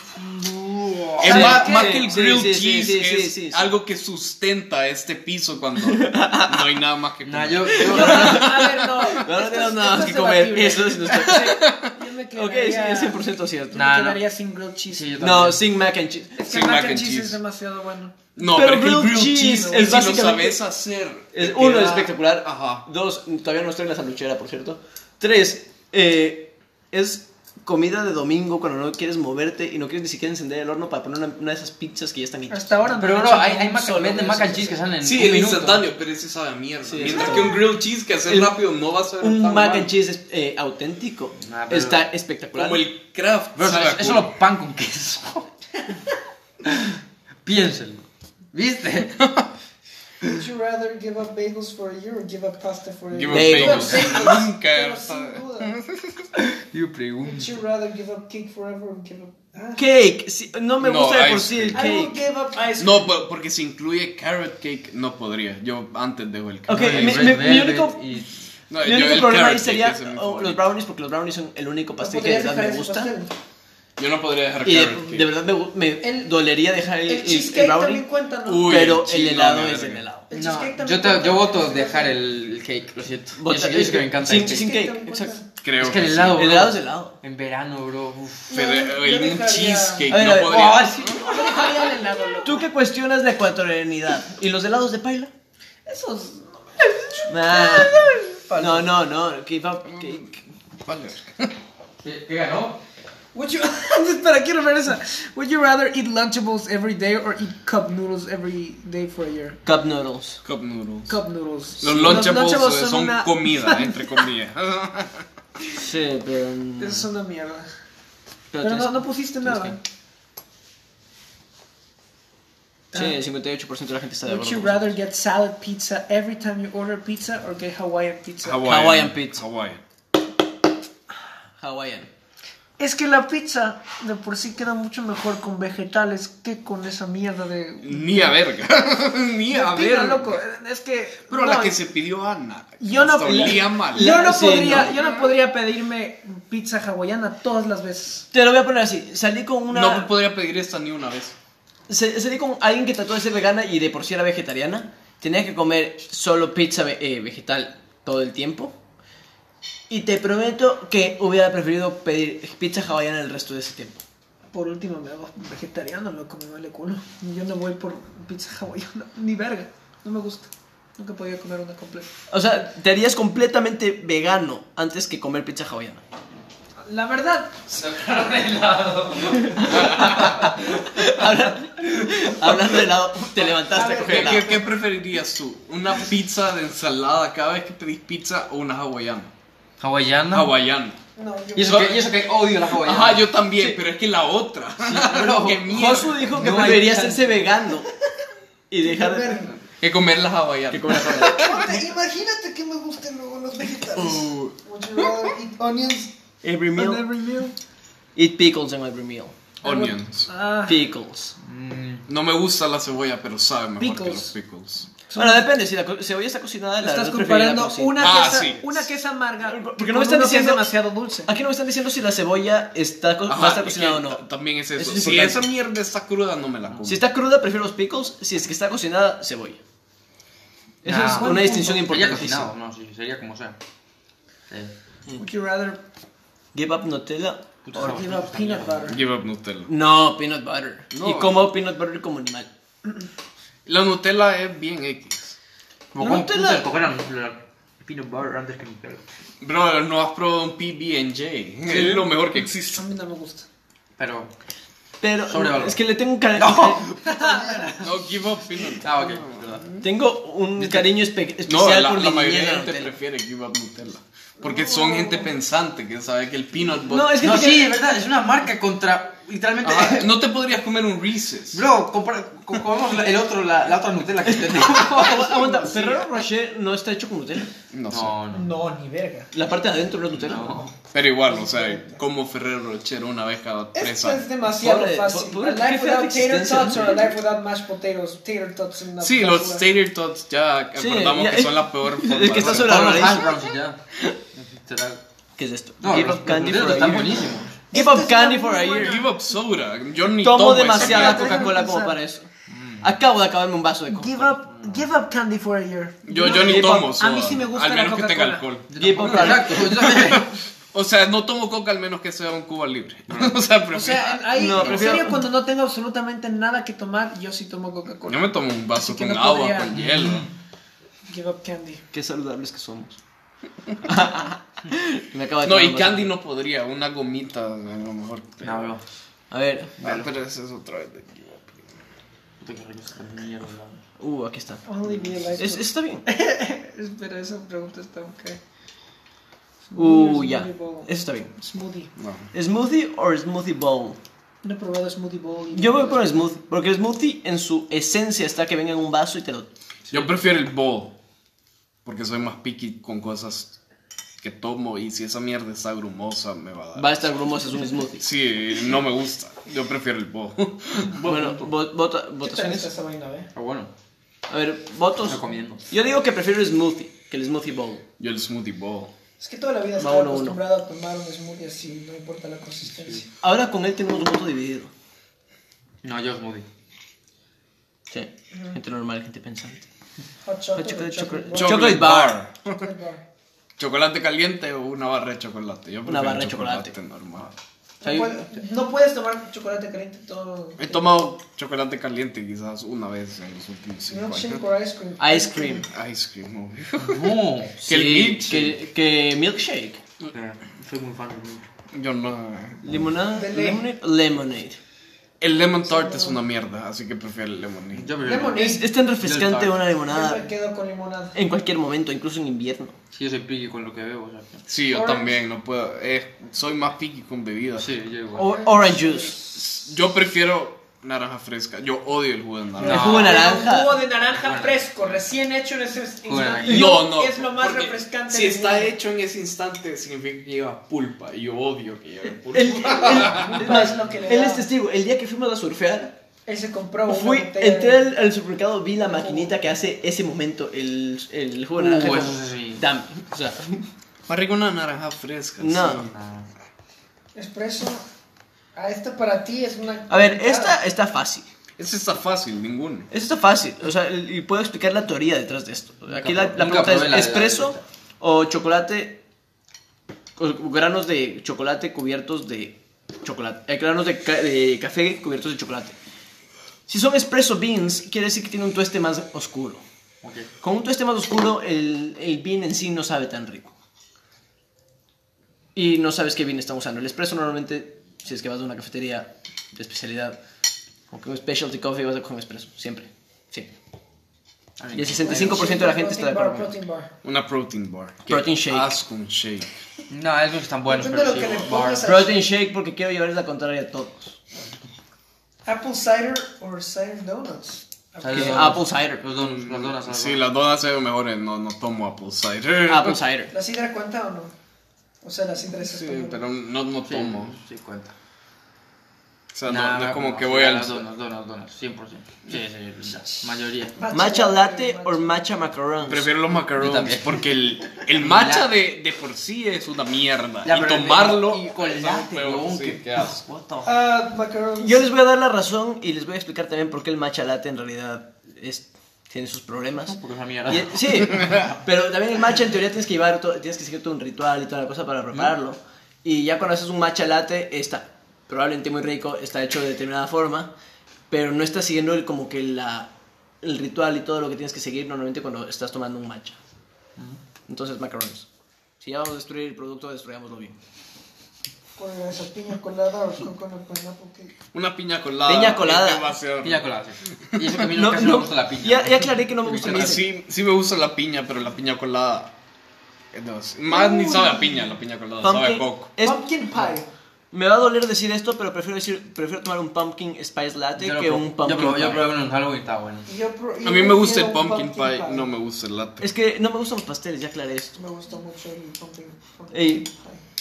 [SPEAKER 3] Es más,
[SPEAKER 1] sí,
[SPEAKER 3] más que el
[SPEAKER 1] sí,
[SPEAKER 3] grilled
[SPEAKER 1] sí, sí,
[SPEAKER 3] cheese
[SPEAKER 1] sí,
[SPEAKER 3] es
[SPEAKER 1] sí, sí, sí.
[SPEAKER 3] algo que sustenta este
[SPEAKER 1] [laughs]
[SPEAKER 3] piso cuando no hay nada más que comer.
[SPEAKER 4] No, yo.
[SPEAKER 2] [laughs]
[SPEAKER 4] yo
[SPEAKER 2] A ver, no.
[SPEAKER 1] No, no
[SPEAKER 2] Esto
[SPEAKER 1] tenemos
[SPEAKER 2] es-
[SPEAKER 1] nada
[SPEAKER 2] esto
[SPEAKER 1] más
[SPEAKER 2] es
[SPEAKER 1] que comer.
[SPEAKER 2] debatible.
[SPEAKER 1] Eso es nuestra...
[SPEAKER 2] [laughs] Yo
[SPEAKER 1] [laughs]
[SPEAKER 2] me
[SPEAKER 1] Ok, sí,
[SPEAKER 2] quedaría,
[SPEAKER 1] es 100% cierto.
[SPEAKER 4] Nah,
[SPEAKER 2] me
[SPEAKER 4] no.
[SPEAKER 2] quedaría sin grilled cheese.
[SPEAKER 4] sí, yo también.
[SPEAKER 1] No, sin mac and cheese.
[SPEAKER 2] es que
[SPEAKER 3] sin
[SPEAKER 2] mac
[SPEAKER 3] mac
[SPEAKER 2] and
[SPEAKER 3] and
[SPEAKER 2] cheese, es
[SPEAKER 3] cheese.
[SPEAKER 2] demasiero bueno.
[SPEAKER 3] No,
[SPEAKER 1] Pero
[SPEAKER 3] pero, es que el grilled cheese,
[SPEAKER 1] es
[SPEAKER 3] si lo
[SPEAKER 1] básicamente-
[SPEAKER 3] sabes hacer.
[SPEAKER 1] Es-
[SPEAKER 3] te
[SPEAKER 1] Eh, uno,
[SPEAKER 3] queda-
[SPEAKER 1] es espectacular.
[SPEAKER 3] ah, Ajá.
[SPEAKER 1] Dos, todavía no estoy en la sandwichera, por cierto. Tres, eh, es comida de domingo cuando no quieres moverte y no quieres ni siquiera encender el horno para poner una, una de esas pizzas que ya están hechas.
[SPEAKER 2] Hasta ahora no
[SPEAKER 4] Pero,
[SPEAKER 2] he
[SPEAKER 4] bro,
[SPEAKER 2] hecho
[SPEAKER 4] hay,
[SPEAKER 2] ni
[SPEAKER 4] hay
[SPEAKER 2] un
[SPEAKER 4] mac,
[SPEAKER 2] solo
[SPEAKER 4] venden
[SPEAKER 2] de
[SPEAKER 4] mac and
[SPEAKER 2] esos.
[SPEAKER 4] cheese que salen en.
[SPEAKER 3] Sí,
[SPEAKER 4] un
[SPEAKER 3] el
[SPEAKER 4] minuto.
[SPEAKER 3] instantáneo, pero ese sabe a mierda.
[SPEAKER 1] Sí,
[SPEAKER 3] Mientras
[SPEAKER 1] exacto.
[SPEAKER 3] que un grilled cheese que hacer
[SPEAKER 1] El-
[SPEAKER 3] rápido no va a ser
[SPEAKER 1] Un
[SPEAKER 3] tan
[SPEAKER 1] mac
[SPEAKER 3] mal.
[SPEAKER 1] and cheese es, eh, auténtico.
[SPEAKER 4] Nah, pero-
[SPEAKER 1] Está espectacular.
[SPEAKER 3] Como el craft.
[SPEAKER 4] Bro,
[SPEAKER 3] sabe
[SPEAKER 4] es,
[SPEAKER 3] a
[SPEAKER 4] es
[SPEAKER 3] culo.
[SPEAKER 4] solo pan con queso. [laughs] Piénselo. ¿Viste? [laughs]
[SPEAKER 2] Would you rather give up bagels for a year or give up pasta for a year?
[SPEAKER 3] Give
[SPEAKER 1] up Bagels.
[SPEAKER 3] bagels. [laughs] Nunca.
[SPEAKER 2] Pero sin duda.
[SPEAKER 4] Yo
[SPEAKER 2] Would
[SPEAKER 4] pregunto.
[SPEAKER 2] you rather give up cake forever or give up... Ah.
[SPEAKER 1] Cake, sí, no me
[SPEAKER 3] No,
[SPEAKER 1] gusta de por
[SPEAKER 3] ice
[SPEAKER 1] sí el
[SPEAKER 2] I will
[SPEAKER 1] cake.
[SPEAKER 2] give up ice
[SPEAKER 3] No, po- porque si incluye carrot cake, no podría. Yo antes dejo el carrot
[SPEAKER 1] Ok,
[SPEAKER 4] Y
[SPEAKER 1] mi-
[SPEAKER 4] Red
[SPEAKER 1] mi- mi
[SPEAKER 4] Velvet
[SPEAKER 1] único-
[SPEAKER 4] y-
[SPEAKER 3] No,
[SPEAKER 1] Mi
[SPEAKER 3] yo
[SPEAKER 1] único
[SPEAKER 3] el
[SPEAKER 1] problema ahí
[SPEAKER 3] carrot cake
[SPEAKER 1] sería
[SPEAKER 3] es mi
[SPEAKER 1] oh,
[SPEAKER 3] favorito.
[SPEAKER 1] los brownies, porque los brownies son el único pastel que de
[SPEAKER 2] podrías
[SPEAKER 1] verdad
[SPEAKER 2] dejar
[SPEAKER 1] me
[SPEAKER 2] ese
[SPEAKER 1] gusta.
[SPEAKER 2] pastel.
[SPEAKER 3] Yo no podría dejar
[SPEAKER 1] Y de,
[SPEAKER 3] Ah, carrot
[SPEAKER 1] de
[SPEAKER 3] cake.
[SPEAKER 1] verdad me, gu- me
[SPEAKER 2] El-
[SPEAKER 1] dolería dejar el,
[SPEAKER 2] El
[SPEAKER 1] el- el Uh,
[SPEAKER 2] cheesecake
[SPEAKER 1] brownie,
[SPEAKER 2] también cuenta, ¿no?
[SPEAKER 3] Uy,
[SPEAKER 1] pero
[SPEAKER 3] el
[SPEAKER 1] el
[SPEAKER 3] chino,
[SPEAKER 1] helado
[SPEAKER 3] me
[SPEAKER 1] es el
[SPEAKER 3] verga.
[SPEAKER 1] helado.
[SPEAKER 2] El cheesecake
[SPEAKER 4] No,
[SPEAKER 2] también
[SPEAKER 4] yo, te,
[SPEAKER 2] cuenta.
[SPEAKER 4] yo voto dejar el, el cake, lo siento.
[SPEAKER 1] Bota-
[SPEAKER 4] Yo sé- yo sé que me encanta el
[SPEAKER 1] sin,
[SPEAKER 4] cake.
[SPEAKER 1] sin
[SPEAKER 2] Cheesecake
[SPEAKER 1] cake,
[SPEAKER 2] también
[SPEAKER 1] exacto.
[SPEAKER 2] cuenta.
[SPEAKER 3] Creo
[SPEAKER 4] es que el
[SPEAKER 3] sí.
[SPEAKER 4] helado,
[SPEAKER 1] El
[SPEAKER 4] bro,
[SPEAKER 1] helado es helado.
[SPEAKER 4] En verano, bro. Uf.
[SPEAKER 3] Fede-
[SPEAKER 2] No, yo
[SPEAKER 3] el- un
[SPEAKER 2] dejaría-
[SPEAKER 3] cheesecake
[SPEAKER 1] A ver, a ver.
[SPEAKER 3] no podría.
[SPEAKER 2] Yo dejaría el helado, loco.
[SPEAKER 1] ¿Tú qué cuestionas la ecuatorianidad? ¿Y los helados de paila?
[SPEAKER 2] Esos...
[SPEAKER 1] Ah, no, no, no. que iba- que- que-
[SPEAKER 3] Vale.
[SPEAKER 4] ¿Qué, qué ganó?
[SPEAKER 2] Would [laughs] you... Espera, quiero ver esa. Would you rather eat Lunchables every day or eat cup noodles every day for a year?
[SPEAKER 1] Cup noodles.
[SPEAKER 3] Cup noodles.
[SPEAKER 2] Cup noodles.
[SPEAKER 3] Los lunchables
[SPEAKER 2] Lunchables
[SPEAKER 3] eh, son
[SPEAKER 2] una...
[SPEAKER 3] comida,
[SPEAKER 1] [laughs]
[SPEAKER 3] entre comillas.
[SPEAKER 1] Sí, pero.
[SPEAKER 2] Es una mierda.
[SPEAKER 1] pero
[SPEAKER 2] Pero
[SPEAKER 1] tienes-
[SPEAKER 2] no, no pusiste
[SPEAKER 1] tienes
[SPEAKER 2] nada.
[SPEAKER 1] Sí,
[SPEAKER 2] ah.
[SPEAKER 1] el 58% de la gente está de
[SPEAKER 2] Would you
[SPEAKER 1] acuerdo.
[SPEAKER 2] rather get salad pizza every time you order pizza or get Hawaiian pizza?
[SPEAKER 3] Hawaiian,
[SPEAKER 1] Hawaiian pizza.
[SPEAKER 3] Hawaiian.
[SPEAKER 1] Hawaiian.
[SPEAKER 2] Es que la pizza de por sí queda mucho mejor con vegetales que con esa mierda de...
[SPEAKER 3] Ni a verga. [laughs] Ni
[SPEAKER 2] Pina,
[SPEAKER 3] a verga.
[SPEAKER 2] loco, es que...
[SPEAKER 3] Pero
[SPEAKER 2] no,
[SPEAKER 3] la que se pidió Ana.
[SPEAKER 2] Yo no,
[SPEAKER 3] hasta olía mal.
[SPEAKER 2] yo, no
[SPEAKER 1] Sí,
[SPEAKER 2] podría,
[SPEAKER 1] no.
[SPEAKER 2] yo no podría pedirme pizza hawaiana todas las veces.
[SPEAKER 1] Te lo voy a poner así. Salí con una.
[SPEAKER 3] No podría pedir esta ni una vez.
[SPEAKER 1] se- salí con alguien que trató de ser vegana y de por sí era vegetariana. Tenía que comer solo pizza ve- eh, vegetal todo el tiempo. Y te prometo que hubiera preferido pedir pizza hawaiana el resto de ese tiempo.
[SPEAKER 2] Por último, me hago vegetariano, loco, me vale culo. Yo no voy por pizza hawaiana, [laughs] ni verga. No me gusta. Nunca podía comer una completa.
[SPEAKER 1] O sea, te harías completamente vegano antes que comer pizza hawaiana.
[SPEAKER 2] la verdad,
[SPEAKER 4] Sacar de helado.
[SPEAKER 1] Habla- Hablando de helado, te levantaste a
[SPEAKER 2] A ver,
[SPEAKER 1] coger
[SPEAKER 3] ¿Qué, qué,
[SPEAKER 1] helado.
[SPEAKER 3] qué preferirías tú? ¿Una pizza de ensalada cada vez que pedís pizza o una hawaiana?
[SPEAKER 4] Hawaiana.
[SPEAKER 3] Hawaiana.
[SPEAKER 2] no, yo...
[SPEAKER 4] Y eso, que, y eso que odio la hawaiana.
[SPEAKER 3] Ajá, yo también, pero es que la otra. [laughs]
[SPEAKER 1] Bro,
[SPEAKER 3] ¡Qué
[SPEAKER 1] Josu
[SPEAKER 3] mierda!
[SPEAKER 1] dijo que
[SPEAKER 4] No hay
[SPEAKER 1] preferiría
[SPEAKER 4] chance.
[SPEAKER 1] hacerse vegano y dejar de
[SPEAKER 2] Verga.
[SPEAKER 3] Que comer las
[SPEAKER 1] que
[SPEAKER 3] hawaianas.
[SPEAKER 1] comer hawaiana.
[SPEAKER 2] Puta, Imagínate que me gusten luego los vegetales.
[SPEAKER 3] Uh.
[SPEAKER 2] Would you rather eat onions
[SPEAKER 1] Every
[SPEAKER 2] on
[SPEAKER 1] meal,
[SPEAKER 2] every meal?
[SPEAKER 1] eat pickles in every meal.
[SPEAKER 3] Onions.
[SPEAKER 2] Ah,
[SPEAKER 1] Pickles.
[SPEAKER 4] Mm,
[SPEAKER 3] No me gusta la cebolla, pero sabe mejor que los
[SPEAKER 2] Pickles.
[SPEAKER 3] pickles.
[SPEAKER 1] Bueno, depende, si la co- cebolla está cocinada, la
[SPEAKER 2] estás
[SPEAKER 1] verdad preferiría la
[SPEAKER 2] comparando
[SPEAKER 1] cocina.
[SPEAKER 2] una
[SPEAKER 3] Ah,
[SPEAKER 2] que, es,
[SPEAKER 3] sí.
[SPEAKER 2] una que es amarga
[SPEAKER 1] Porque no
[SPEAKER 2] con
[SPEAKER 1] me están
[SPEAKER 2] una que es
[SPEAKER 1] diciendo-
[SPEAKER 2] demasiado dulce.
[SPEAKER 1] Aquí no me están diciendo si la cebolla está, co- va a estar
[SPEAKER 3] es que
[SPEAKER 1] cocinada o
[SPEAKER 3] ta-
[SPEAKER 1] no.
[SPEAKER 3] También es eso.
[SPEAKER 1] Eso es
[SPEAKER 3] si
[SPEAKER 1] importante.
[SPEAKER 3] esa mierda está cruda, no me la como.
[SPEAKER 1] Si está cruda, prefiero los pickles. Si es que está cocinada, cebolla. Esa
[SPEAKER 4] Nah.
[SPEAKER 1] es
[SPEAKER 4] Buen
[SPEAKER 1] una distinción
[SPEAKER 4] sería
[SPEAKER 1] importante.
[SPEAKER 4] cocinado, no, sí, sería como sea. Eh,
[SPEAKER 2] Mm. Would you rather
[SPEAKER 1] Give up Nutella.
[SPEAKER 4] puta,
[SPEAKER 2] or
[SPEAKER 4] esa
[SPEAKER 2] give
[SPEAKER 4] hojita
[SPEAKER 2] up
[SPEAKER 4] está
[SPEAKER 2] peanut
[SPEAKER 4] mierda.
[SPEAKER 2] butter?
[SPEAKER 3] Give up Nutella.
[SPEAKER 1] No, peanut butter.
[SPEAKER 3] No.
[SPEAKER 1] Y como peanut butter como animal.
[SPEAKER 3] La Nutella es bien X.
[SPEAKER 4] Como
[SPEAKER 1] No,
[SPEAKER 4] con
[SPEAKER 1] te
[SPEAKER 4] puta
[SPEAKER 1] la-
[SPEAKER 4] de coger a la peanut butter antes que Nutella.
[SPEAKER 3] Bro, no has probado un PB&J. Es lo mejor que
[SPEAKER 2] A
[SPEAKER 3] existe.
[SPEAKER 2] mí no me gusta.
[SPEAKER 4] Pero.
[SPEAKER 1] Pero
[SPEAKER 4] Sobrevalorado.
[SPEAKER 1] es que le tengo un cariño.
[SPEAKER 3] No, give up peanut.
[SPEAKER 4] Ah, ok, verdad.
[SPEAKER 1] Tengo un cariño espe-
[SPEAKER 3] No,
[SPEAKER 1] especial
[SPEAKER 3] la,
[SPEAKER 1] por
[SPEAKER 3] la
[SPEAKER 1] la,
[SPEAKER 3] mayoría de
[SPEAKER 1] niñera
[SPEAKER 3] gente
[SPEAKER 1] Nutella.
[SPEAKER 3] prefiere give up Nutella. Porque son gente pensante que sabe que el peanut butter...
[SPEAKER 1] No, es que
[SPEAKER 4] No,
[SPEAKER 1] te-
[SPEAKER 4] sí, es verdad, es una marca contra. Literalmente. [laughs]
[SPEAKER 3] Ajá, no te podrías comer un Reese's.
[SPEAKER 4] Bro, compra, co- comamos la- el otro, la, la otra Nutella [laughs] que tenemos.
[SPEAKER 1] Agu- [laughs] Aguanta, Ferrero Rocher no está hecho con Nutella.
[SPEAKER 3] No, sé.
[SPEAKER 4] No, no.
[SPEAKER 2] No, ni verga.
[SPEAKER 1] La parte de adentro no es Nutella.
[SPEAKER 4] No.
[SPEAKER 3] Pero igual, o sea, como Ferrero Rocher una vez cada tres
[SPEAKER 2] Esto es
[SPEAKER 3] años.
[SPEAKER 2] demasiado
[SPEAKER 1] Pobre-
[SPEAKER 2] fácil.
[SPEAKER 1] pobre-
[SPEAKER 2] a life
[SPEAKER 1] qué
[SPEAKER 2] without
[SPEAKER 1] fea
[SPEAKER 2] tater
[SPEAKER 1] existencia,
[SPEAKER 2] tots
[SPEAKER 1] ¿no?
[SPEAKER 2] or a life without mashed potatoes. Tater tots en la
[SPEAKER 3] Sí, los
[SPEAKER 2] basura.
[SPEAKER 3] tater tots ya
[SPEAKER 1] Sí,
[SPEAKER 3] acordamos
[SPEAKER 1] ya-
[SPEAKER 3] que son la peor forma.
[SPEAKER 1] Es que está
[SPEAKER 3] de-
[SPEAKER 1] sobre-
[SPEAKER 4] Pon los
[SPEAKER 1] valoración.
[SPEAKER 4] hash browns y ya. Literal.
[SPEAKER 1] ¿Qué es esto?
[SPEAKER 4] No,
[SPEAKER 1] Give
[SPEAKER 4] los
[SPEAKER 1] up candy
[SPEAKER 4] los
[SPEAKER 1] for a
[SPEAKER 4] están
[SPEAKER 1] year.
[SPEAKER 4] buenísimos.
[SPEAKER 1] Give
[SPEAKER 2] Esta
[SPEAKER 1] up
[SPEAKER 2] es
[SPEAKER 1] candy
[SPEAKER 2] una
[SPEAKER 1] for a
[SPEAKER 2] muy
[SPEAKER 1] year.
[SPEAKER 2] buena.
[SPEAKER 3] Give up soda. Yo ni
[SPEAKER 1] Tomo
[SPEAKER 3] esa
[SPEAKER 1] demasiada
[SPEAKER 3] mierda.
[SPEAKER 2] déjame
[SPEAKER 1] Coca-Cola como
[SPEAKER 2] pensar.
[SPEAKER 1] para eso. Acabo de acabarme un vaso de
[SPEAKER 2] Give
[SPEAKER 1] Coca-Cola.
[SPEAKER 2] up, give up candy for a year.
[SPEAKER 3] Yo, yo ni
[SPEAKER 1] Give up.
[SPEAKER 3] tomo soda.
[SPEAKER 2] A mí sí me gusta
[SPEAKER 3] Al
[SPEAKER 2] la
[SPEAKER 3] menos que tenga
[SPEAKER 2] Coca-Cola.
[SPEAKER 3] alcohol.
[SPEAKER 1] Give up
[SPEAKER 4] Exacto.
[SPEAKER 1] candy.
[SPEAKER 3] O sea, no tomo coca al menos que sea un Cuba libre. [laughs] o sea, prefiero...
[SPEAKER 2] O sea, ahí,
[SPEAKER 1] No,
[SPEAKER 2] en
[SPEAKER 1] prefiero-
[SPEAKER 2] serio, cuando no tengo absolutamente nada que tomar, yo sí tomo
[SPEAKER 3] yo
[SPEAKER 2] Coca-Cola.
[SPEAKER 3] me tomo un vaso
[SPEAKER 2] que
[SPEAKER 3] con
[SPEAKER 2] no
[SPEAKER 3] agua,
[SPEAKER 2] podría.
[SPEAKER 3] con hielo.
[SPEAKER 2] Give up candy.
[SPEAKER 1] Qué saludables que somos. [laughs] Me acabo de
[SPEAKER 3] No,
[SPEAKER 1] tomar
[SPEAKER 3] y
[SPEAKER 1] un vaso.
[SPEAKER 3] candy no podría. Una gomita a lo mejor.
[SPEAKER 4] No, bro.
[SPEAKER 1] A ver.
[SPEAKER 3] Ah, pero ese es otra vez de Give up.
[SPEAKER 4] Puta que rico esta mierda.
[SPEAKER 1] Uh, aquí está.
[SPEAKER 2] Only be alive.
[SPEAKER 1] Es, está bien.
[SPEAKER 2] [laughs] Espera, esa pregunta está ok.
[SPEAKER 1] Uh,
[SPEAKER 2] Smoothie
[SPEAKER 1] ya.
[SPEAKER 2] or smoothie bowl.
[SPEAKER 1] Eso está bien.
[SPEAKER 2] Smoothie.
[SPEAKER 3] No.
[SPEAKER 1] ¿Smoothie o smoothie bowl?
[SPEAKER 2] No he probado smoothie bowl. y-
[SPEAKER 1] Yo voy por smoothie, porque el smoothie en su esencia está que venga en un vaso y te lo...
[SPEAKER 3] Yo prefiero el bowl. Porque soy más picky con cosas que tomo. Y si esa mierda está grumosa, me va a dar.
[SPEAKER 1] Va a estar grumoso, es un smoothie.
[SPEAKER 3] Sí, no me gusta. Yo prefiero el bowl.
[SPEAKER 1] Bueno, vo- vota-
[SPEAKER 2] ¿Qué tal está
[SPEAKER 1] votaciones.
[SPEAKER 2] esa vaina, eh?
[SPEAKER 4] Pero Ah, bueno,
[SPEAKER 1] A ver, votos.
[SPEAKER 4] recomiendo.
[SPEAKER 1] Yo digo que prefiero el smoothie que el smoothie bowl.
[SPEAKER 3] Yo el smoothie bowl.
[SPEAKER 2] Es que toda la vida
[SPEAKER 1] Va
[SPEAKER 2] estaba
[SPEAKER 1] uno a uno.
[SPEAKER 2] acostumbrado a tomar un smoothie así, no importa la consistencia.
[SPEAKER 1] Ahora con él tenemos un voto dividido.
[SPEAKER 4] No, yo smoothie.
[SPEAKER 1] Sí, gente normal, gente pensante.
[SPEAKER 2] Hot chocolate,
[SPEAKER 1] Hot chocolate,
[SPEAKER 2] o
[SPEAKER 1] chocolate.
[SPEAKER 2] bar.
[SPEAKER 1] Chocolate bar.
[SPEAKER 2] Chocolate bar.
[SPEAKER 3] ¿Chocolate caliente o una barra de chocolate? Yo prefiero
[SPEAKER 1] barra de
[SPEAKER 3] chocolate,
[SPEAKER 1] chocolate.
[SPEAKER 3] normal.
[SPEAKER 1] O sea,
[SPEAKER 2] No,
[SPEAKER 1] yo-
[SPEAKER 2] puede- no puedes tomar chocolate caliente todo.
[SPEAKER 3] He tomado chocolate caliente quizás una vez en los últimos cinco
[SPEAKER 2] Milkshake
[SPEAKER 3] años.
[SPEAKER 2] or ice cream.
[SPEAKER 1] Ice cream.
[SPEAKER 3] Ice cream, obvio.
[SPEAKER 4] [laughs] No. Eh,
[SPEAKER 1] Sí,
[SPEAKER 3] el
[SPEAKER 1] Que,
[SPEAKER 3] milkshake.
[SPEAKER 1] que milkshake.
[SPEAKER 4] Soy muy fan del milk.
[SPEAKER 3] Yo no. eh.
[SPEAKER 1] Limonada.
[SPEAKER 2] De ley.
[SPEAKER 1] Lemonade. Lemonade.
[SPEAKER 3] El lemon tart es una mierda, así que prefiero el lemonade.
[SPEAKER 4] Yo prefiero
[SPEAKER 2] Lemonade.
[SPEAKER 1] Es, es tan refrescante
[SPEAKER 4] Del
[SPEAKER 1] una
[SPEAKER 2] Yo me
[SPEAKER 1] limonada
[SPEAKER 2] quedo con limonada.
[SPEAKER 1] en cualquier momento, incluso en invierno.
[SPEAKER 4] Sí, yo soy picky con lo que bebo. O sea, que-
[SPEAKER 3] Sí, yo
[SPEAKER 2] Orange.
[SPEAKER 3] también, no puedo. eh, soy más picky con bebidas.
[SPEAKER 4] sí, yo igual.
[SPEAKER 1] O- orange juice.
[SPEAKER 3] Yo prefiero naranja fresca. Yo odio el jugo de naranja.
[SPEAKER 1] El jugo de naranja.
[SPEAKER 2] Un jugo de naranja fresco, recién hecho en ese instante.
[SPEAKER 3] No, no.
[SPEAKER 2] Es lo más
[SPEAKER 3] porque
[SPEAKER 2] refrescante.
[SPEAKER 3] Si
[SPEAKER 2] del
[SPEAKER 3] está
[SPEAKER 2] mundo.
[SPEAKER 3] hecho en ese instante, significa que lleva pulpa. Y yo odio que lleve pulpa.
[SPEAKER 1] El- el- es más,
[SPEAKER 2] Es lo que le
[SPEAKER 1] él
[SPEAKER 2] da.
[SPEAKER 1] es testigo. El día que fuimos a surfear,
[SPEAKER 2] Él se compró una
[SPEAKER 1] fui,
[SPEAKER 2] botella
[SPEAKER 1] entré
[SPEAKER 2] de-
[SPEAKER 1] al, al supermercado, vi la maquinita que hace ese momento el, el jugo de
[SPEAKER 4] Uh,
[SPEAKER 1] naranja.
[SPEAKER 4] eso sí.
[SPEAKER 1] Dame. O sea,
[SPEAKER 3] Más rico una naranja fresca.
[SPEAKER 1] no.
[SPEAKER 4] Ah.
[SPEAKER 2] Espresso. Ah, esta para ti es una.
[SPEAKER 1] A ver, esta está fácil.
[SPEAKER 3] Ese está fácil, ninguno.
[SPEAKER 1] Esto está fácil, o sea, el- y puedo explicar la teoría detrás de esto. Aquí la, la
[SPEAKER 4] nunca
[SPEAKER 1] pregunta es,
[SPEAKER 4] probé la de la
[SPEAKER 1] ¿espresso
[SPEAKER 4] galleta.
[SPEAKER 1] o chocolate, o granos de chocolate cubiertos de chocolate, eh, granos de, ca- de café cubiertos de chocolate? Si son espresso beans, quiere decir que tiene un tueste más oscuro.
[SPEAKER 4] Ok.
[SPEAKER 1] Con un tueste más oscuro, el, el bean en sí no sabe tan rico. Y no sabes qué vino están usando. El espresso normalmente, si es que vas a una cafetería de especialidad, o que un specialty coffee, vas a comer espresso. Siempre. Siempre. Y el 65% de la gente está de acuerdo.
[SPEAKER 2] bar,
[SPEAKER 1] conmigo.
[SPEAKER 2] protein bar.
[SPEAKER 3] Una protein bar. Qué
[SPEAKER 1] Protein shake.
[SPEAKER 3] Asco un shake.
[SPEAKER 4] No, hay algunos que están buenos,
[SPEAKER 2] Depende
[SPEAKER 4] pero
[SPEAKER 2] de
[SPEAKER 4] sí.
[SPEAKER 2] lo que le
[SPEAKER 4] bar.
[SPEAKER 2] pongas a-
[SPEAKER 1] Protein shake porque quiero llevarles la contraria a todos.
[SPEAKER 2] Apple cider or cider donuts.
[SPEAKER 4] Cider
[SPEAKER 1] Que
[SPEAKER 4] donuts.
[SPEAKER 1] Apple cider. pues.
[SPEAKER 4] Los donuts, las donas. son
[SPEAKER 3] Sí,
[SPEAKER 4] buenas.
[SPEAKER 3] las donas se ven mejores. No, no tomo apple cider.
[SPEAKER 1] Apple cider.
[SPEAKER 2] ¿La sidra cuenta o no? O sea, la sidra es
[SPEAKER 3] Sí,
[SPEAKER 2] española.
[SPEAKER 3] pero no, no
[SPEAKER 4] Sí,
[SPEAKER 3] tomo.
[SPEAKER 4] Sí, cuenta.
[SPEAKER 3] O sea, no-
[SPEAKER 4] Nah,
[SPEAKER 3] no, es como que
[SPEAKER 4] sí,
[SPEAKER 3] voy
[SPEAKER 4] Las
[SPEAKER 3] al...
[SPEAKER 4] donas, donas, donas, 100%. Sí, sí, mayoría.
[SPEAKER 1] Matcha latte o matcha macarons.
[SPEAKER 3] Prefiero los
[SPEAKER 4] Yo
[SPEAKER 3] macarons
[SPEAKER 4] también.
[SPEAKER 3] porque el, el matcha de, de por sí es una mierda.
[SPEAKER 4] Ya,
[SPEAKER 3] y
[SPEAKER 4] pero el de-
[SPEAKER 3] tomarlo
[SPEAKER 4] y con
[SPEAKER 3] es
[SPEAKER 4] latte,
[SPEAKER 3] peor,
[SPEAKER 4] huevón,
[SPEAKER 3] sí,
[SPEAKER 4] qué-
[SPEAKER 3] qué asco.
[SPEAKER 4] What the fuck.
[SPEAKER 2] Ah, macarons.
[SPEAKER 1] Yo les voy a dar la razón y les voy a explicar también por qué el matcha latte en realidad es, tiene sus problemas.
[SPEAKER 4] Porque es una mierda.
[SPEAKER 1] Y-
[SPEAKER 4] [laughs]
[SPEAKER 1] sí, pero también el matcha en teoría tienes que llevar, todo- tienes que seguir todo un ritual y toda la cosa para prepararlo. Y ya cuando haces un matcha latte, está probablemente muy rico, está hecho de determinada forma, pero no estás siguiendo el, como que la, el ritual y todo lo que tienes que seguir normalmente cuando estás tomando un matcha. Entonces, macarons. Si ya vamos a destruir el producto, destruyámoslo bien.
[SPEAKER 2] Con esa piña colada o con, con el pineapple cake.
[SPEAKER 3] Una piña colada.
[SPEAKER 1] Piña colada.
[SPEAKER 3] ¿qué va a ser?
[SPEAKER 4] Piña colada, sí. Y eso que
[SPEAKER 1] [laughs]
[SPEAKER 4] a mí no, casi no me gusta la piña.
[SPEAKER 1] Ya, ya aclaré que no me gusta
[SPEAKER 3] O
[SPEAKER 1] ni
[SPEAKER 3] sea,
[SPEAKER 1] ese-
[SPEAKER 3] Sí, sí me gusta la piña, pero la piña colada... eh, no, sí. más ni sabe a piña la piña colada, sabe a
[SPEAKER 1] Pumpkin-
[SPEAKER 3] coco.
[SPEAKER 1] es-
[SPEAKER 2] Pumpkin pie.
[SPEAKER 1] me va a doler decir esto, pero prefiero decir, prefiero tomar un pumpkin spice latte
[SPEAKER 4] Yo lo
[SPEAKER 1] que
[SPEAKER 4] probé.
[SPEAKER 1] un pumpkin.
[SPEAKER 4] Yo probé, yo
[SPEAKER 1] pie.
[SPEAKER 4] probé uno en Halloween y estaba bueno.
[SPEAKER 2] Y yo pro- y
[SPEAKER 3] A mí
[SPEAKER 2] yo
[SPEAKER 3] me gusta el
[SPEAKER 2] prefiero un
[SPEAKER 3] pumpkin pie, no me gusta el latte.
[SPEAKER 1] Es que no me gustan los pasteles, ya aclaré esto.
[SPEAKER 2] Me gusta mucho el pumpkin, pumpkin
[SPEAKER 1] Ey.
[SPEAKER 2] pie.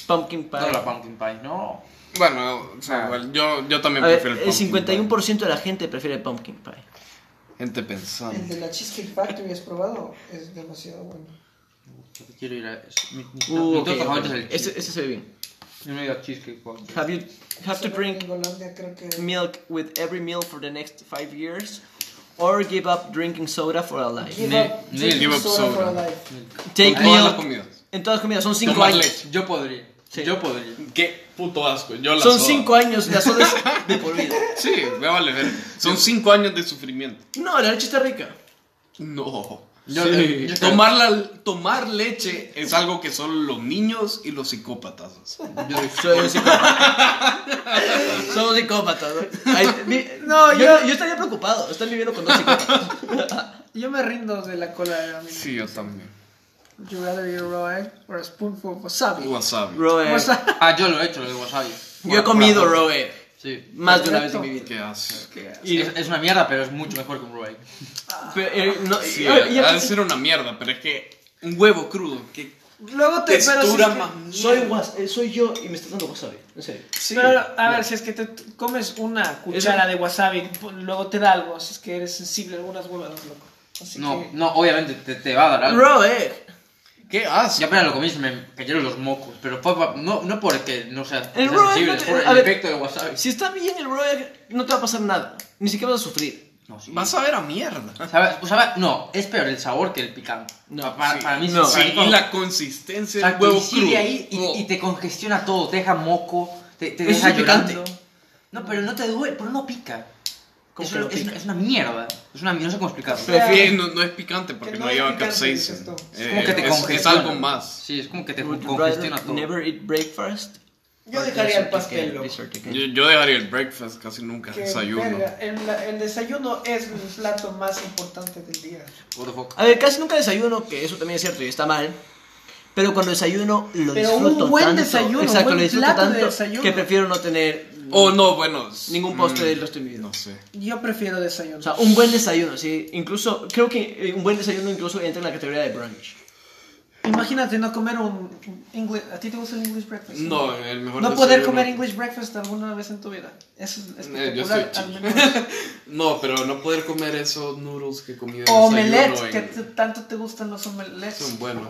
[SPEAKER 1] Pumpkin pie.
[SPEAKER 4] No la pumpkin pie, no.
[SPEAKER 3] Bueno, o sea, igual, yo, yo
[SPEAKER 1] A
[SPEAKER 3] también
[SPEAKER 1] ver,
[SPEAKER 3] prefiero el
[SPEAKER 1] el
[SPEAKER 3] pumpkin
[SPEAKER 1] 51% de la gente prefiere el pumpkin pie.
[SPEAKER 3] pie. Gente
[SPEAKER 2] El
[SPEAKER 3] pensando.
[SPEAKER 2] de la Cheesecake Factory, ¿has probado? Es demasiado bueno.
[SPEAKER 4] Yo quiero ir a. Mi, mi,
[SPEAKER 1] Uh,
[SPEAKER 4] mi
[SPEAKER 1] ok,
[SPEAKER 4] torta
[SPEAKER 1] ok.
[SPEAKER 4] favorita es el
[SPEAKER 1] Este,
[SPEAKER 4] cheesecake.
[SPEAKER 1] este se ve bien.
[SPEAKER 4] Yo no he ido a cheesecake. Factory.
[SPEAKER 1] Have you have to
[SPEAKER 2] Solo
[SPEAKER 1] drink
[SPEAKER 2] En Holanda creo que...
[SPEAKER 1] milk with every meal for the next five years, or give up drinking soda for a life.
[SPEAKER 2] Give
[SPEAKER 4] Ni-
[SPEAKER 2] up,
[SPEAKER 4] ni-
[SPEAKER 2] drink
[SPEAKER 3] give up
[SPEAKER 2] soda for
[SPEAKER 3] soda.
[SPEAKER 2] a life.
[SPEAKER 1] Take
[SPEAKER 3] Con todas las
[SPEAKER 1] milk
[SPEAKER 3] comidas.
[SPEAKER 1] en todas las comidas. Son cinco
[SPEAKER 3] Tomar
[SPEAKER 1] años.
[SPEAKER 3] leche.
[SPEAKER 4] Yo podría.
[SPEAKER 1] Sí.
[SPEAKER 4] Yo podría.
[SPEAKER 3] Qué puto asco. Yo la
[SPEAKER 1] Son
[SPEAKER 3] soda.
[SPEAKER 1] cinco años. La soda [laughs] es de por vida.
[SPEAKER 3] Sí, me vale ver. Son cinco años de sufrimiento.
[SPEAKER 1] No, la leche está rica.
[SPEAKER 3] No.
[SPEAKER 4] Yo- yo- yo-
[SPEAKER 3] tomar, la- tomar leche es algo que solo los niños y los psicópatas. hacen.
[SPEAKER 4] Yo soy
[SPEAKER 1] Soy un psicópata. [laughs] Somos psicópatas, ¿no? Ay, mi- no, yo, yo estaría preocupado. Están viviendo con dos psicópatas.
[SPEAKER 2] Yo me rindo de la cola de la mina.
[SPEAKER 3] Sí, yo también.
[SPEAKER 2] Would you rather eat a raw egg or a spoonful of wasabi?
[SPEAKER 3] Wasabi.
[SPEAKER 1] Bro, eh,
[SPEAKER 2] Wasabi.
[SPEAKER 4] Ah, yo lo he hecho, lo de wasabi.
[SPEAKER 1] yo he comido roe
[SPEAKER 4] Sí.
[SPEAKER 1] más de una vez en mi vida.
[SPEAKER 3] ¿Qué haces?
[SPEAKER 4] Y es, es una mierda, pero es mucho mejor que un Roy.
[SPEAKER 1] Pero, eh, no,
[SPEAKER 3] Sí,
[SPEAKER 1] y- y- y-
[SPEAKER 3] ha de ser una mierda, pero es que un huevo crudo. Que
[SPEAKER 2] Luego te pero si es
[SPEAKER 3] textura
[SPEAKER 2] que-
[SPEAKER 3] más
[SPEAKER 1] soy, was- eh, soy yo y me estás dando wasabi. En serio.
[SPEAKER 2] Pero, a ver, si es que te t- comes una cuchara de wasabi, p- luego te da algo, si es que eres sensible a algunas huevas, loco. Así
[SPEAKER 4] No,
[SPEAKER 2] que...
[SPEAKER 4] no, obviamente te, te va a dar algo.
[SPEAKER 1] Raw egg.
[SPEAKER 3] ¿Qué haces?
[SPEAKER 4] Yo apenas lo comí y se me cayeron los mocos, pero fue pa- no, no porque no sea,
[SPEAKER 1] El
[SPEAKER 4] sea
[SPEAKER 1] Roy,
[SPEAKER 4] sensible,
[SPEAKER 1] no te-
[SPEAKER 4] es por
[SPEAKER 1] a
[SPEAKER 4] el
[SPEAKER 1] ver.
[SPEAKER 4] efecto del wasabi.
[SPEAKER 1] Si está bien el raw egg, no te va a pasar nada. Ni siquiera vas a sufrir.
[SPEAKER 4] No, sí.
[SPEAKER 3] Vas a ver a mierda.
[SPEAKER 4] Sabe- pues, sabe- no, es peor el sabor que el picante.
[SPEAKER 1] No,
[SPEAKER 4] Pa- para,
[SPEAKER 3] sí.
[SPEAKER 4] para mí
[SPEAKER 1] No.
[SPEAKER 4] sí.
[SPEAKER 3] Sí,
[SPEAKER 4] Para mí
[SPEAKER 3] y
[SPEAKER 4] cuando-
[SPEAKER 3] la consistencia
[SPEAKER 4] o sea,
[SPEAKER 3] del huevo
[SPEAKER 4] coincide
[SPEAKER 3] crudo.
[SPEAKER 4] ahí y,
[SPEAKER 3] Oh.
[SPEAKER 4] y te congestiona todo, te deja moco, te, te
[SPEAKER 1] Eso es
[SPEAKER 4] deja
[SPEAKER 1] picante.
[SPEAKER 4] llorando. No, pero no te duele, pero no pica.
[SPEAKER 1] ¿Cómo
[SPEAKER 4] Es,
[SPEAKER 1] que no
[SPEAKER 4] una- es
[SPEAKER 1] pica?
[SPEAKER 4] una- es una mierda. Es una, no sé cómo explicarlo.
[SPEAKER 2] Pero-
[SPEAKER 3] Que no, no es picante porque
[SPEAKER 2] Que
[SPEAKER 3] no,
[SPEAKER 2] no
[SPEAKER 3] lleva
[SPEAKER 2] es picante,
[SPEAKER 3] capsaicin. Eh,
[SPEAKER 2] dices tú.
[SPEAKER 4] Es como que te
[SPEAKER 3] es- es,
[SPEAKER 4] congestiona.
[SPEAKER 3] algo más.
[SPEAKER 4] Sí, es como que te
[SPEAKER 1] Would you
[SPEAKER 4] congestiona
[SPEAKER 1] rather
[SPEAKER 4] todo.
[SPEAKER 1] Never eat breakfast.
[SPEAKER 2] Yo
[SPEAKER 1] Or
[SPEAKER 2] dejaría el
[SPEAKER 1] dessert
[SPEAKER 2] pastel,
[SPEAKER 1] again,
[SPEAKER 2] loco.
[SPEAKER 1] dessert again.
[SPEAKER 3] Yo, yo dejaría el breakfast, casi nunca
[SPEAKER 2] Que
[SPEAKER 3] desayuno.
[SPEAKER 2] verga, el, el desayuno es el plato más importante del día.
[SPEAKER 4] What the fuck.
[SPEAKER 1] A ver, casi nunca desayuno, que eso también es cierto y está mal. Pero cuando desayuno lo
[SPEAKER 2] Pero un
[SPEAKER 1] disfruto
[SPEAKER 2] buen
[SPEAKER 1] tanto.
[SPEAKER 2] desayuno,
[SPEAKER 1] exacto,
[SPEAKER 2] buen
[SPEAKER 1] lo disfruto
[SPEAKER 2] plato de
[SPEAKER 1] tanto
[SPEAKER 2] desayuno.
[SPEAKER 1] que prefiero no tener
[SPEAKER 3] O Oh, no, bueno. s-
[SPEAKER 1] ningún
[SPEAKER 3] mm,
[SPEAKER 1] postre del resto de mi vida.
[SPEAKER 3] No sé.
[SPEAKER 2] Yo prefiero desayuno.
[SPEAKER 1] O sea, un buen desayuno, sí. Incluso, creo que eh, un buen desayuno incluso entra en la categoría de brunch.
[SPEAKER 2] Imagínate no comer un un English... ¿A ti te gusta el English breakfast?
[SPEAKER 3] No, el mejor
[SPEAKER 2] No poder
[SPEAKER 3] desayuno-
[SPEAKER 2] comer English breakfast alguna vez en tu vida. Eso es
[SPEAKER 3] Eh, yo
[SPEAKER 2] espectacular.
[SPEAKER 3] soy
[SPEAKER 2] al
[SPEAKER 3] chino.
[SPEAKER 2] menos.
[SPEAKER 3] No, pero no poder comer esos noodles que comí de
[SPEAKER 2] O
[SPEAKER 3] desayuno
[SPEAKER 2] omelette,
[SPEAKER 3] en-
[SPEAKER 2] que t- tanto te gustan los omelettes.
[SPEAKER 3] Son buenos.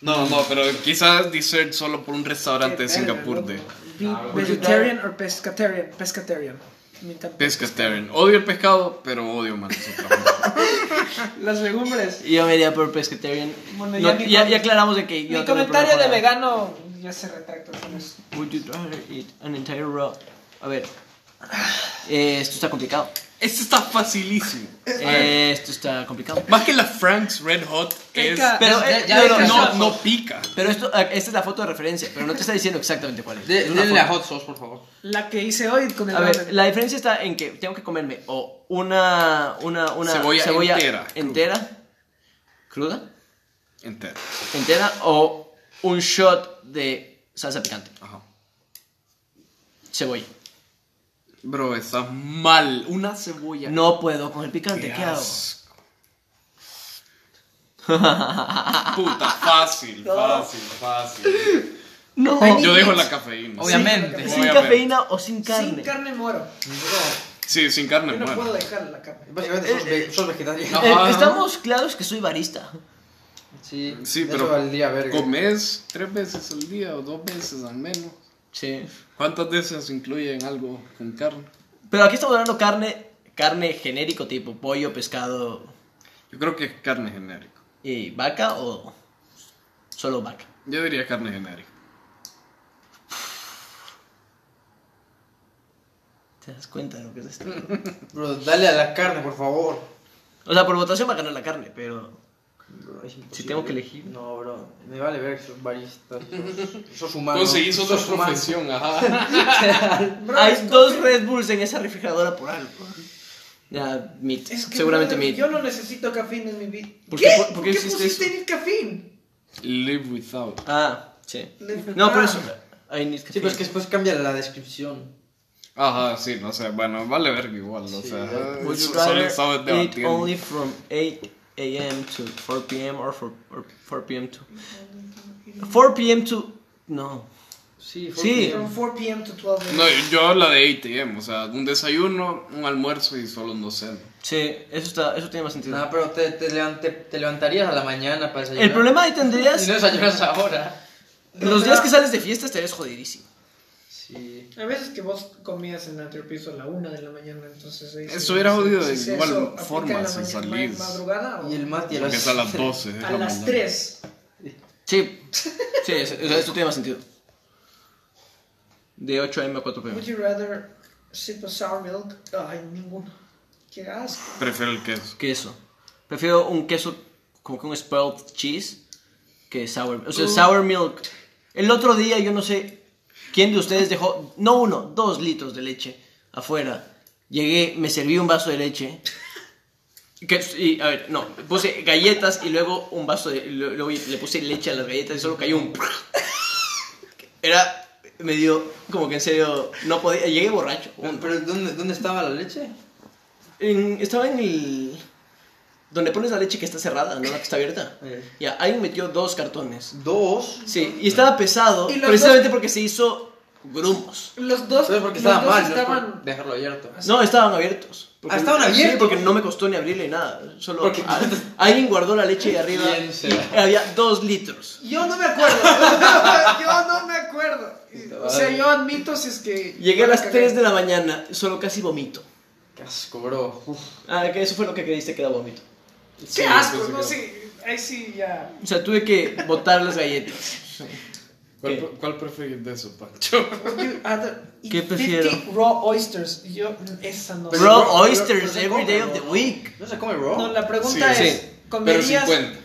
[SPEAKER 3] No, no, pero quizás dessert solo por un restaurante de
[SPEAKER 2] Qué verga,
[SPEAKER 3] Singapur de
[SPEAKER 2] loco.
[SPEAKER 1] Ah,
[SPEAKER 2] Ve- Vegetarian or pescatarian? Pescatarian. Me encanta.
[SPEAKER 3] pescatarian. Odio el pescado, pero odio más los [laughs] otros.
[SPEAKER 2] Ah, Las legumbres.
[SPEAKER 1] Y yo me iría por pescatarian. No,
[SPEAKER 2] Bueno, ya
[SPEAKER 1] ya,
[SPEAKER 2] mi
[SPEAKER 1] ya
[SPEAKER 2] com-
[SPEAKER 1] aclaramos de que yo
[SPEAKER 2] Mi
[SPEAKER 1] tengo el
[SPEAKER 2] comentario de
[SPEAKER 1] problema con la-
[SPEAKER 2] vegano ya se retracta. ¿sabes?
[SPEAKER 1] Would you rather eat an entire raw? A ver. eh, esto está complicado.
[SPEAKER 3] Este está facilísimo.
[SPEAKER 1] Eh, esto está complicado.
[SPEAKER 3] Más que la Frank's Red Hot es...
[SPEAKER 2] Pica.
[SPEAKER 1] Pero,
[SPEAKER 2] Ya-
[SPEAKER 1] eh,
[SPEAKER 2] ya
[SPEAKER 1] no,
[SPEAKER 2] hay
[SPEAKER 1] no,
[SPEAKER 2] que
[SPEAKER 1] no,
[SPEAKER 3] No,
[SPEAKER 2] hacer-
[SPEAKER 1] no.
[SPEAKER 3] no pica.
[SPEAKER 1] Pero esto, ah, esta es la foto de referencia, pero no te está diciendo exactamente cuál es.
[SPEAKER 4] De-
[SPEAKER 1] Es una
[SPEAKER 4] Denle la
[SPEAKER 1] foto.
[SPEAKER 4] hot sauce, por favor.
[SPEAKER 2] La que hice hoy con el
[SPEAKER 1] A ver,
[SPEAKER 2] ramen.
[SPEAKER 1] la diferencia está en que tengo que comerme o una, una, una
[SPEAKER 3] Cebolla entera,
[SPEAKER 1] entera, cruda,
[SPEAKER 3] Entero.
[SPEAKER 1] entera, o un shot de salsa picante,
[SPEAKER 3] Ajá.
[SPEAKER 1] cebolla.
[SPEAKER 3] Bro, estás mal. Una cebolla.
[SPEAKER 1] No puedo con el picante, ¿qué hago?
[SPEAKER 3] asco. Puta,
[SPEAKER 2] [laughs]
[SPEAKER 3] fácil, fácil, fácil.
[SPEAKER 1] No,
[SPEAKER 2] Ay,
[SPEAKER 3] Yo dejo la cafeína.
[SPEAKER 4] Obviamente.
[SPEAKER 1] sin
[SPEAKER 3] obviamente.
[SPEAKER 1] cafeína o sin carne.
[SPEAKER 2] Sin carne muero.
[SPEAKER 3] Sí, sin carne,
[SPEAKER 2] Yo no
[SPEAKER 3] bueno.
[SPEAKER 2] puedo dejar la carne.
[SPEAKER 4] Básicamente sos, ve- sos vegetariano.
[SPEAKER 1] Eh,
[SPEAKER 3] Ajá.
[SPEAKER 1] estamos claros que soy barista.
[SPEAKER 4] Sí,
[SPEAKER 3] Sí,
[SPEAKER 4] de
[SPEAKER 3] pero
[SPEAKER 4] hecho, al día, verga.
[SPEAKER 3] ¿Comes tres veces al día o dos veces al menos?
[SPEAKER 1] Sí.
[SPEAKER 3] ¿Cuántas veces incluyen algo con carne?
[SPEAKER 1] Pero aquí estamos hablando carne, carne genérico tipo pollo, pescado
[SPEAKER 3] Yo creo que es carne genérica.
[SPEAKER 1] y vaca o solo vaca.
[SPEAKER 3] Yo diría carne genérica.
[SPEAKER 1] ¿Te das cuenta de lo que es esto?
[SPEAKER 4] Bro, dale a la carne, por favor.
[SPEAKER 1] O sea, por votación va a ganar la carne, pero
[SPEAKER 4] Bro, es imposible.
[SPEAKER 1] Si tengo que elegir.
[SPEAKER 4] No, bro. Me vale ver que sos barista. Sos, sos humano.
[SPEAKER 3] Conseguís otra
[SPEAKER 4] sos humano.
[SPEAKER 3] profesión, ajá.
[SPEAKER 2] Bro,
[SPEAKER 1] hay
[SPEAKER 2] es
[SPEAKER 1] dos Red Bulls en esa refrigeradora por algo. Ya, meat.
[SPEAKER 2] Es que,
[SPEAKER 1] Seguramente
[SPEAKER 2] brother,
[SPEAKER 1] meat.
[SPEAKER 2] Yo no necesito cafeína en mi vida.
[SPEAKER 1] ¿Por
[SPEAKER 2] ¿Qué?
[SPEAKER 1] qué- por- por
[SPEAKER 2] ¿Por
[SPEAKER 1] qué
[SPEAKER 2] qué,
[SPEAKER 1] hiciste
[SPEAKER 2] pusiste
[SPEAKER 1] eso?
[SPEAKER 2] en el cafeín?
[SPEAKER 3] Live without.
[SPEAKER 1] Ah, sí.
[SPEAKER 2] Le-
[SPEAKER 1] No, pero
[SPEAKER 2] Ah.
[SPEAKER 1] eso. I need
[SPEAKER 4] [laughs] Sí, pero es que
[SPEAKER 1] caffeine.
[SPEAKER 4] después cambia la descripción.
[SPEAKER 3] Ajá, sí, no sé, bueno, vale verga igual, o
[SPEAKER 4] Sí,
[SPEAKER 3] sea, eh,
[SPEAKER 4] vale.
[SPEAKER 1] eh, Would you
[SPEAKER 3] so- solo
[SPEAKER 1] rather
[SPEAKER 3] sabes
[SPEAKER 1] eat
[SPEAKER 3] debatiendo.
[SPEAKER 1] only from 8 a.m. to 4 p.m. or 4, or 4 p.m. to 4 p.m. to no.
[SPEAKER 4] Sí,
[SPEAKER 1] fue Sí.
[SPEAKER 2] From 4 p.m. to 12 a.m.
[SPEAKER 3] No, yo hablo de ATM, o sea, un desayuno, un almuerzo y solo un doceno.
[SPEAKER 1] Sí, eso está, eso tiene más sentido.
[SPEAKER 4] Nada, pero te, te, levan- te- te levantarías a la mañana para desayunar.
[SPEAKER 1] El problema ahí
[SPEAKER 4] Y no
[SPEAKER 1] tendrías
[SPEAKER 4] desayunas ahora.
[SPEAKER 1] los días que sales de fiesta estarías jodidísimo.
[SPEAKER 4] Sí.
[SPEAKER 2] A veces que vos comías en el entrepiso a la 1 de la mañana, entonces... ahí
[SPEAKER 3] Eso
[SPEAKER 2] sí,
[SPEAKER 3] hubiera
[SPEAKER 2] sí,
[SPEAKER 3] jodido de
[SPEAKER 2] sí, sí,
[SPEAKER 3] igual
[SPEAKER 2] eso aplica
[SPEAKER 3] forma,
[SPEAKER 2] en la
[SPEAKER 3] sin
[SPEAKER 2] mañana,
[SPEAKER 3] salir.
[SPEAKER 2] madrugada o
[SPEAKER 4] Y el mate a las...
[SPEAKER 3] Empieza a las 12. de
[SPEAKER 2] a
[SPEAKER 3] la
[SPEAKER 2] las
[SPEAKER 3] mañana.
[SPEAKER 2] 3.
[SPEAKER 1] Sí. Sí, eso, eso- eso tiene más sentido. De 8 a.m. a 4 p.m.
[SPEAKER 2] Would you rather sip a sour milk? Ay, ninguno. Qué asco.
[SPEAKER 3] Prefiero el queso.
[SPEAKER 1] Queso. Prefiero un queso como que un spelt cheese que sour. O sea, sour milk. El otro día yo no sé quién de ustedes dejó, no uno, dos litros de leche afuera. Llegué, me serví un vaso de leche. Que- y, a ver, no, puse galletas y luego un vaso de. y lo- Luego le puse leche a las galletas y solo cayó un. Era medio. Como que en serio. No podía. Llegué borracho.
[SPEAKER 4] [laughs] Pero, pero ¿dónde, ¿dónde estaba la leche?
[SPEAKER 1] En- estaba en el. Donde pones la leche que está cerrada, no la que está abierta.
[SPEAKER 4] Eh.
[SPEAKER 1] Ya, alguien metió dos cartones.
[SPEAKER 4] Dos.
[SPEAKER 1] Sí, y estaba pesado
[SPEAKER 2] Y los
[SPEAKER 1] precisamente porque se hizo grumos.
[SPEAKER 2] Los dos,
[SPEAKER 4] Eso es porque
[SPEAKER 2] los
[SPEAKER 4] estaba
[SPEAKER 2] dos
[SPEAKER 4] mal, no es por
[SPEAKER 2] estaban...
[SPEAKER 4] dejarlo abierto.
[SPEAKER 1] No, estaban abiertos.
[SPEAKER 4] Ah, estaban abiertos.
[SPEAKER 1] Sí, porque no me costó ni abrirle nada. Solo
[SPEAKER 4] Porque-
[SPEAKER 1] [laughs] a- alguien guardó la leche ahí arriba
[SPEAKER 4] ¿Quién será?
[SPEAKER 1] y había dos litros.
[SPEAKER 2] Yo no me acuerdo. [laughs] yo no me acuerdo. O sea, yo admito si es que...
[SPEAKER 1] Llegué a
[SPEAKER 2] la
[SPEAKER 1] las
[SPEAKER 2] cagué.
[SPEAKER 1] 3 de la mañana, solo casi vomito.
[SPEAKER 4] Qué asco, bro. Uf. pues,
[SPEAKER 1] Ah, que eso fue lo que creíste que era vómito.
[SPEAKER 2] Qué
[SPEAKER 3] Sí,
[SPEAKER 2] asco,
[SPEAKER 3] entonces
[SPEAKER 2] no
[SPEAKER 3] quedó.
[SPEAKER 2] sé. Ahí sí ya...
[SPEAKER 1] O sea, tuve que botar las galletas.
[SPEAKER 3] ¿Cuál,
[SPEAKER 1] ¿Qué?
[SPEAKER 3] pre- cuál prefieres de eso, Pancho?
[SPEAKER 2] Would you rather eat
[SPEAKER 1] ¿Qué prefiero?
[SPEAKER 2] 50 raw oysters. Yo, esa no.
[SPEAKER 4] Pero-
[SPEAKER 1] Raw
[SPEAKER 4] bro,
[SPEAKER 1] oysters
[SPEAKER 4] pero se
[SPEAKER 1] every day of
[SPEAKER 4] come,
[SPEAKER 1] the
[SPEAKER 4] bro.
[SPEAKER 1] week.
[SPEAKER 4] ¿No se come, bro?
[SPEAKER 2] No, la
[SPEAKER 3] Sí,
[SPEAKER 2] pregunta es:
[SPEAKER 1] sí.
[SPEAKER 3] Pero
[SPEAKER 2] ¿comerías,
[SPEAKER 3] 50.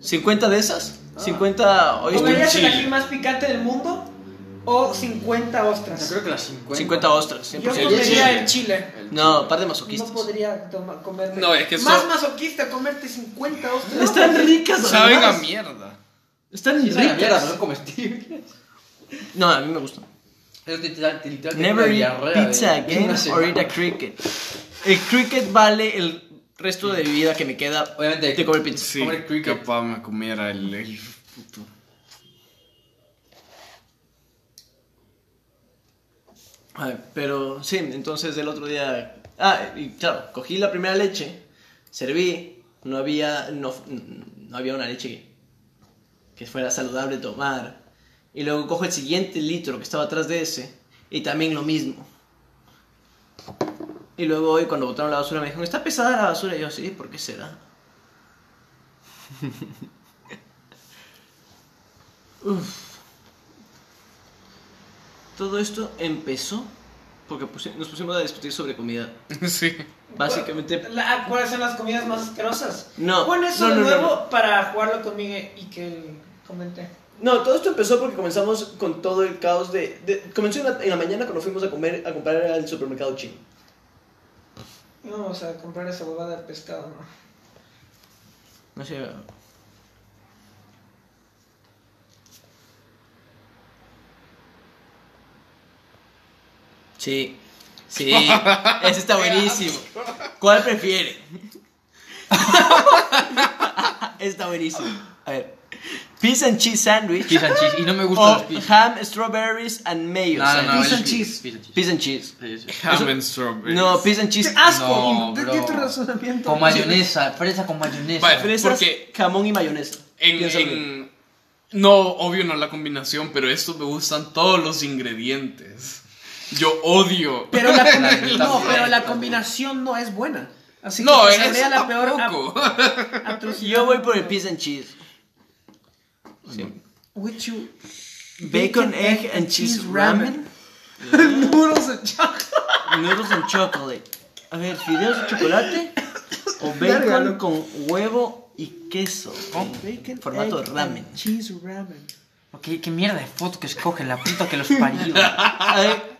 [SPEAKER 1] 50 de esas,
[SPEAKER 2] Ah.
[SPEAKER 1] 50 oysters,
[SPEAKER 2] ¿comerías el
[SPEAKER 3] chile.
[SPEAKER 2] ají más picante del mundo o 50
[SPEAKER 4] Yo
[SPEAKER 2] ostras?
[SPEAKER 4] creo que las 50.
[SPEAKER 1] 50 ostras,
[SPEAKER 2] Yo
[SPEAKER 1] 100%.
[SPEAKER 2] comería
[SPEAKER 3] chile.
[SPEAKER 2] el chile.
[SPEAKER 1] No, par de
[SPEAKER 2] No
[SPEAKER 1] masoquistas.
[SPEAKER 2] podría toma- comerme.
[SPEAKER 3] No, es que
[SPEAKER 2] Más
[SPEAKER 3] so-
[SPEAKER 2] masoquista comerte 50 ostras.
[SPEAKER 1] Están ricas,
[SPEAKER 3] Saben a
[SPEAKER 1] además.
[SPEAKER 3] mierda.
[SPEAKER 1] Están
[SPEAKER 4] Es una mierda,
[SPEAKER 1] ricas.
[SPEAKER 4] son comestibles.
[SPEAKER 1] No, a mí me gustan.
[SPEAKER 4] Eso te- te- te- te- te-
[SPEAKER 1] Never
[SPEAKER 4] te-
[SPEAKER 1] eat
[SPEAKER 4] diarrea
[SPEAKER 2] ¿eh?
[SPEAKER 4] de-
[SPEAKER 1] pizza
[SPEAKER 4] en
[SPEAKER 1] again
[SPEAKER 4] una
[SPEAKER 1] or
[SPEAKER 4] semana.
[SPEAKER 1] eat a cricket. El cricket vale el resto de mi vida que me queda
[SPEAKER 4] Obviamente.
[SPEAKER 1] de comer pizza.
[SPEAKER 3] Sí,
[SPEAKER 4] Hombre, cricket.
[SPEAKER 3] capaz me comiera el, el puto.
[SPEAKER 1] A ver, pero sí, entonces el otro día. Ah, y claro, cogí la primera leche, serví, no había, no, no había una leche que fuera saludable tomar. Y luego cojo el siguiente litro que estaba atrás de ese, y también lo mismo. Y luego hoy, cuando botaron la basura, me dijeron: ¿Está pesada la basura? Y yo, sí, ¿por qué será? Todo esto empezó porque pusi- nos pusimos a discutir sobre comida.
[SPEAKER 3] [laughs] Sí.
[SPEAKER 1] Básicamente,
[SPEAKER 2] La- ¿Cuáles son las comidas más asquerosas?
[SPEAKER 1] No,
[SPEAKER 2] Pon eso
[SPEAKER 1] no,
[SPEAKER 2] de
[SPEAKER 1] no,
[SPEAKER 2] nuevo
[SPEAKER 1] no,
[SPEAKER 2] para jugarlo conmigo y que él comente.
[SPEAKER 1] No, todo esto empezó porque comenzamos con todo el caos de... de- comenzó en la, en la mañana cuando fuimos a comer a comprar al supermercado chino.
[SPEAKER 2] No, o sea, comprar esa bobada de pescado, ¿no?
[SPEAKER 1] No sé... eh. Sí,
[SPEAKER 4] [laughs]
[SPEAKER 1] sí, ese está buenísimo. ¿Cuál prefiere? [laughs] está buenísimo. A ver, peas and cheese sandwich
[SPEAKER 4] Cheese and cheese. Y no me gustan
[SPEAKER 1] o
[SPEAKER 4] los pis.
[SPEAKER 1] ham, strawberries and mayo
[SPEAKER 4] No, no, no.
[SPEAKER 1] sandwich.
[SPEAKER 2] Peas and
[SPEAKER 4] el pi-
[SPEAKER 2] cheese.
[SPEAKER 4] Peas and cheese.
[SPEAKER 1] Peas and cheese.
[SPEAKER 4] Sí, sí.
[SPEAKER 3] Ham and strawberries.
[SPEAKER 1] No, peas and cheese.
[SPEAKER 2] ¡Qué asco!
[SPEAKER 4] No,
[SPEAKER 2] ¿De
[SPEAKER 4] bro.
[SPEAKER 2] qué tu razonamiento?
[SPEAKER 4] Con mayonesa, fresa con mayonesa.
[SPEAKER 3] Vale.
[SPEAKER 1] Fresas,
[SPEAKER 3] Porque-
[SPEAKER 1] jamón y mayonesa.
[SPEAKER 3] En,
[SPEAKER 1] Piénsalo
[SPEAKER 3] en-
[SPEAKER 1] bien.
[SPEAKER 3] No, obvio no la combinación, pero estos me gustan todos los ingredientes. Yo odio.
[SPEAKER 2] Pero la, combi-
[SPEAKER 4] También,
[SPEAKER 2] no,
[SPEAKER 4] también,
[SPEAKER 2] pero la
[SPEAKER 4] también.
[SPEAKER 2] combinación no es buena. Así que
[SPEAKER 3] no,
[SPEAKER 2] que
[SPEAKER 3] es
[SPEAKER 2] se vea la peor a-
[SPEAKER 3] tampoco.
[SPEAKER 2] [laughs] atrocidad.
[SPEAKER 1] [laughs] Yo voy por el peas and cheese.
[SPEAKER 2] With you.
[SPEAKER 1] Bacon, egg and cheese ramen.
[SPEAKER 2] Muros de chaja.
[SPEAKER 1] Noodles and chocolate. A ver, fideos de chocolate
[SPEAKER 2] [laughs]
[SPEAKER 1] o bacon
[SPEAKER 2] Verga, loco.
[SPEAKER 1] con huevo y queso. En formato de
[SPEAKER 2] [laughs]
[SPEAKER 1] ramen.
[SPEAKER 2] Cheese ramen.
[SPEAKER 4] Oh, ¿Qué, qué mierda de foto que escogen, la puta que los [laughs] parió.
[SPEAKER 2] Ah,
[SPEAKER 1] A ver,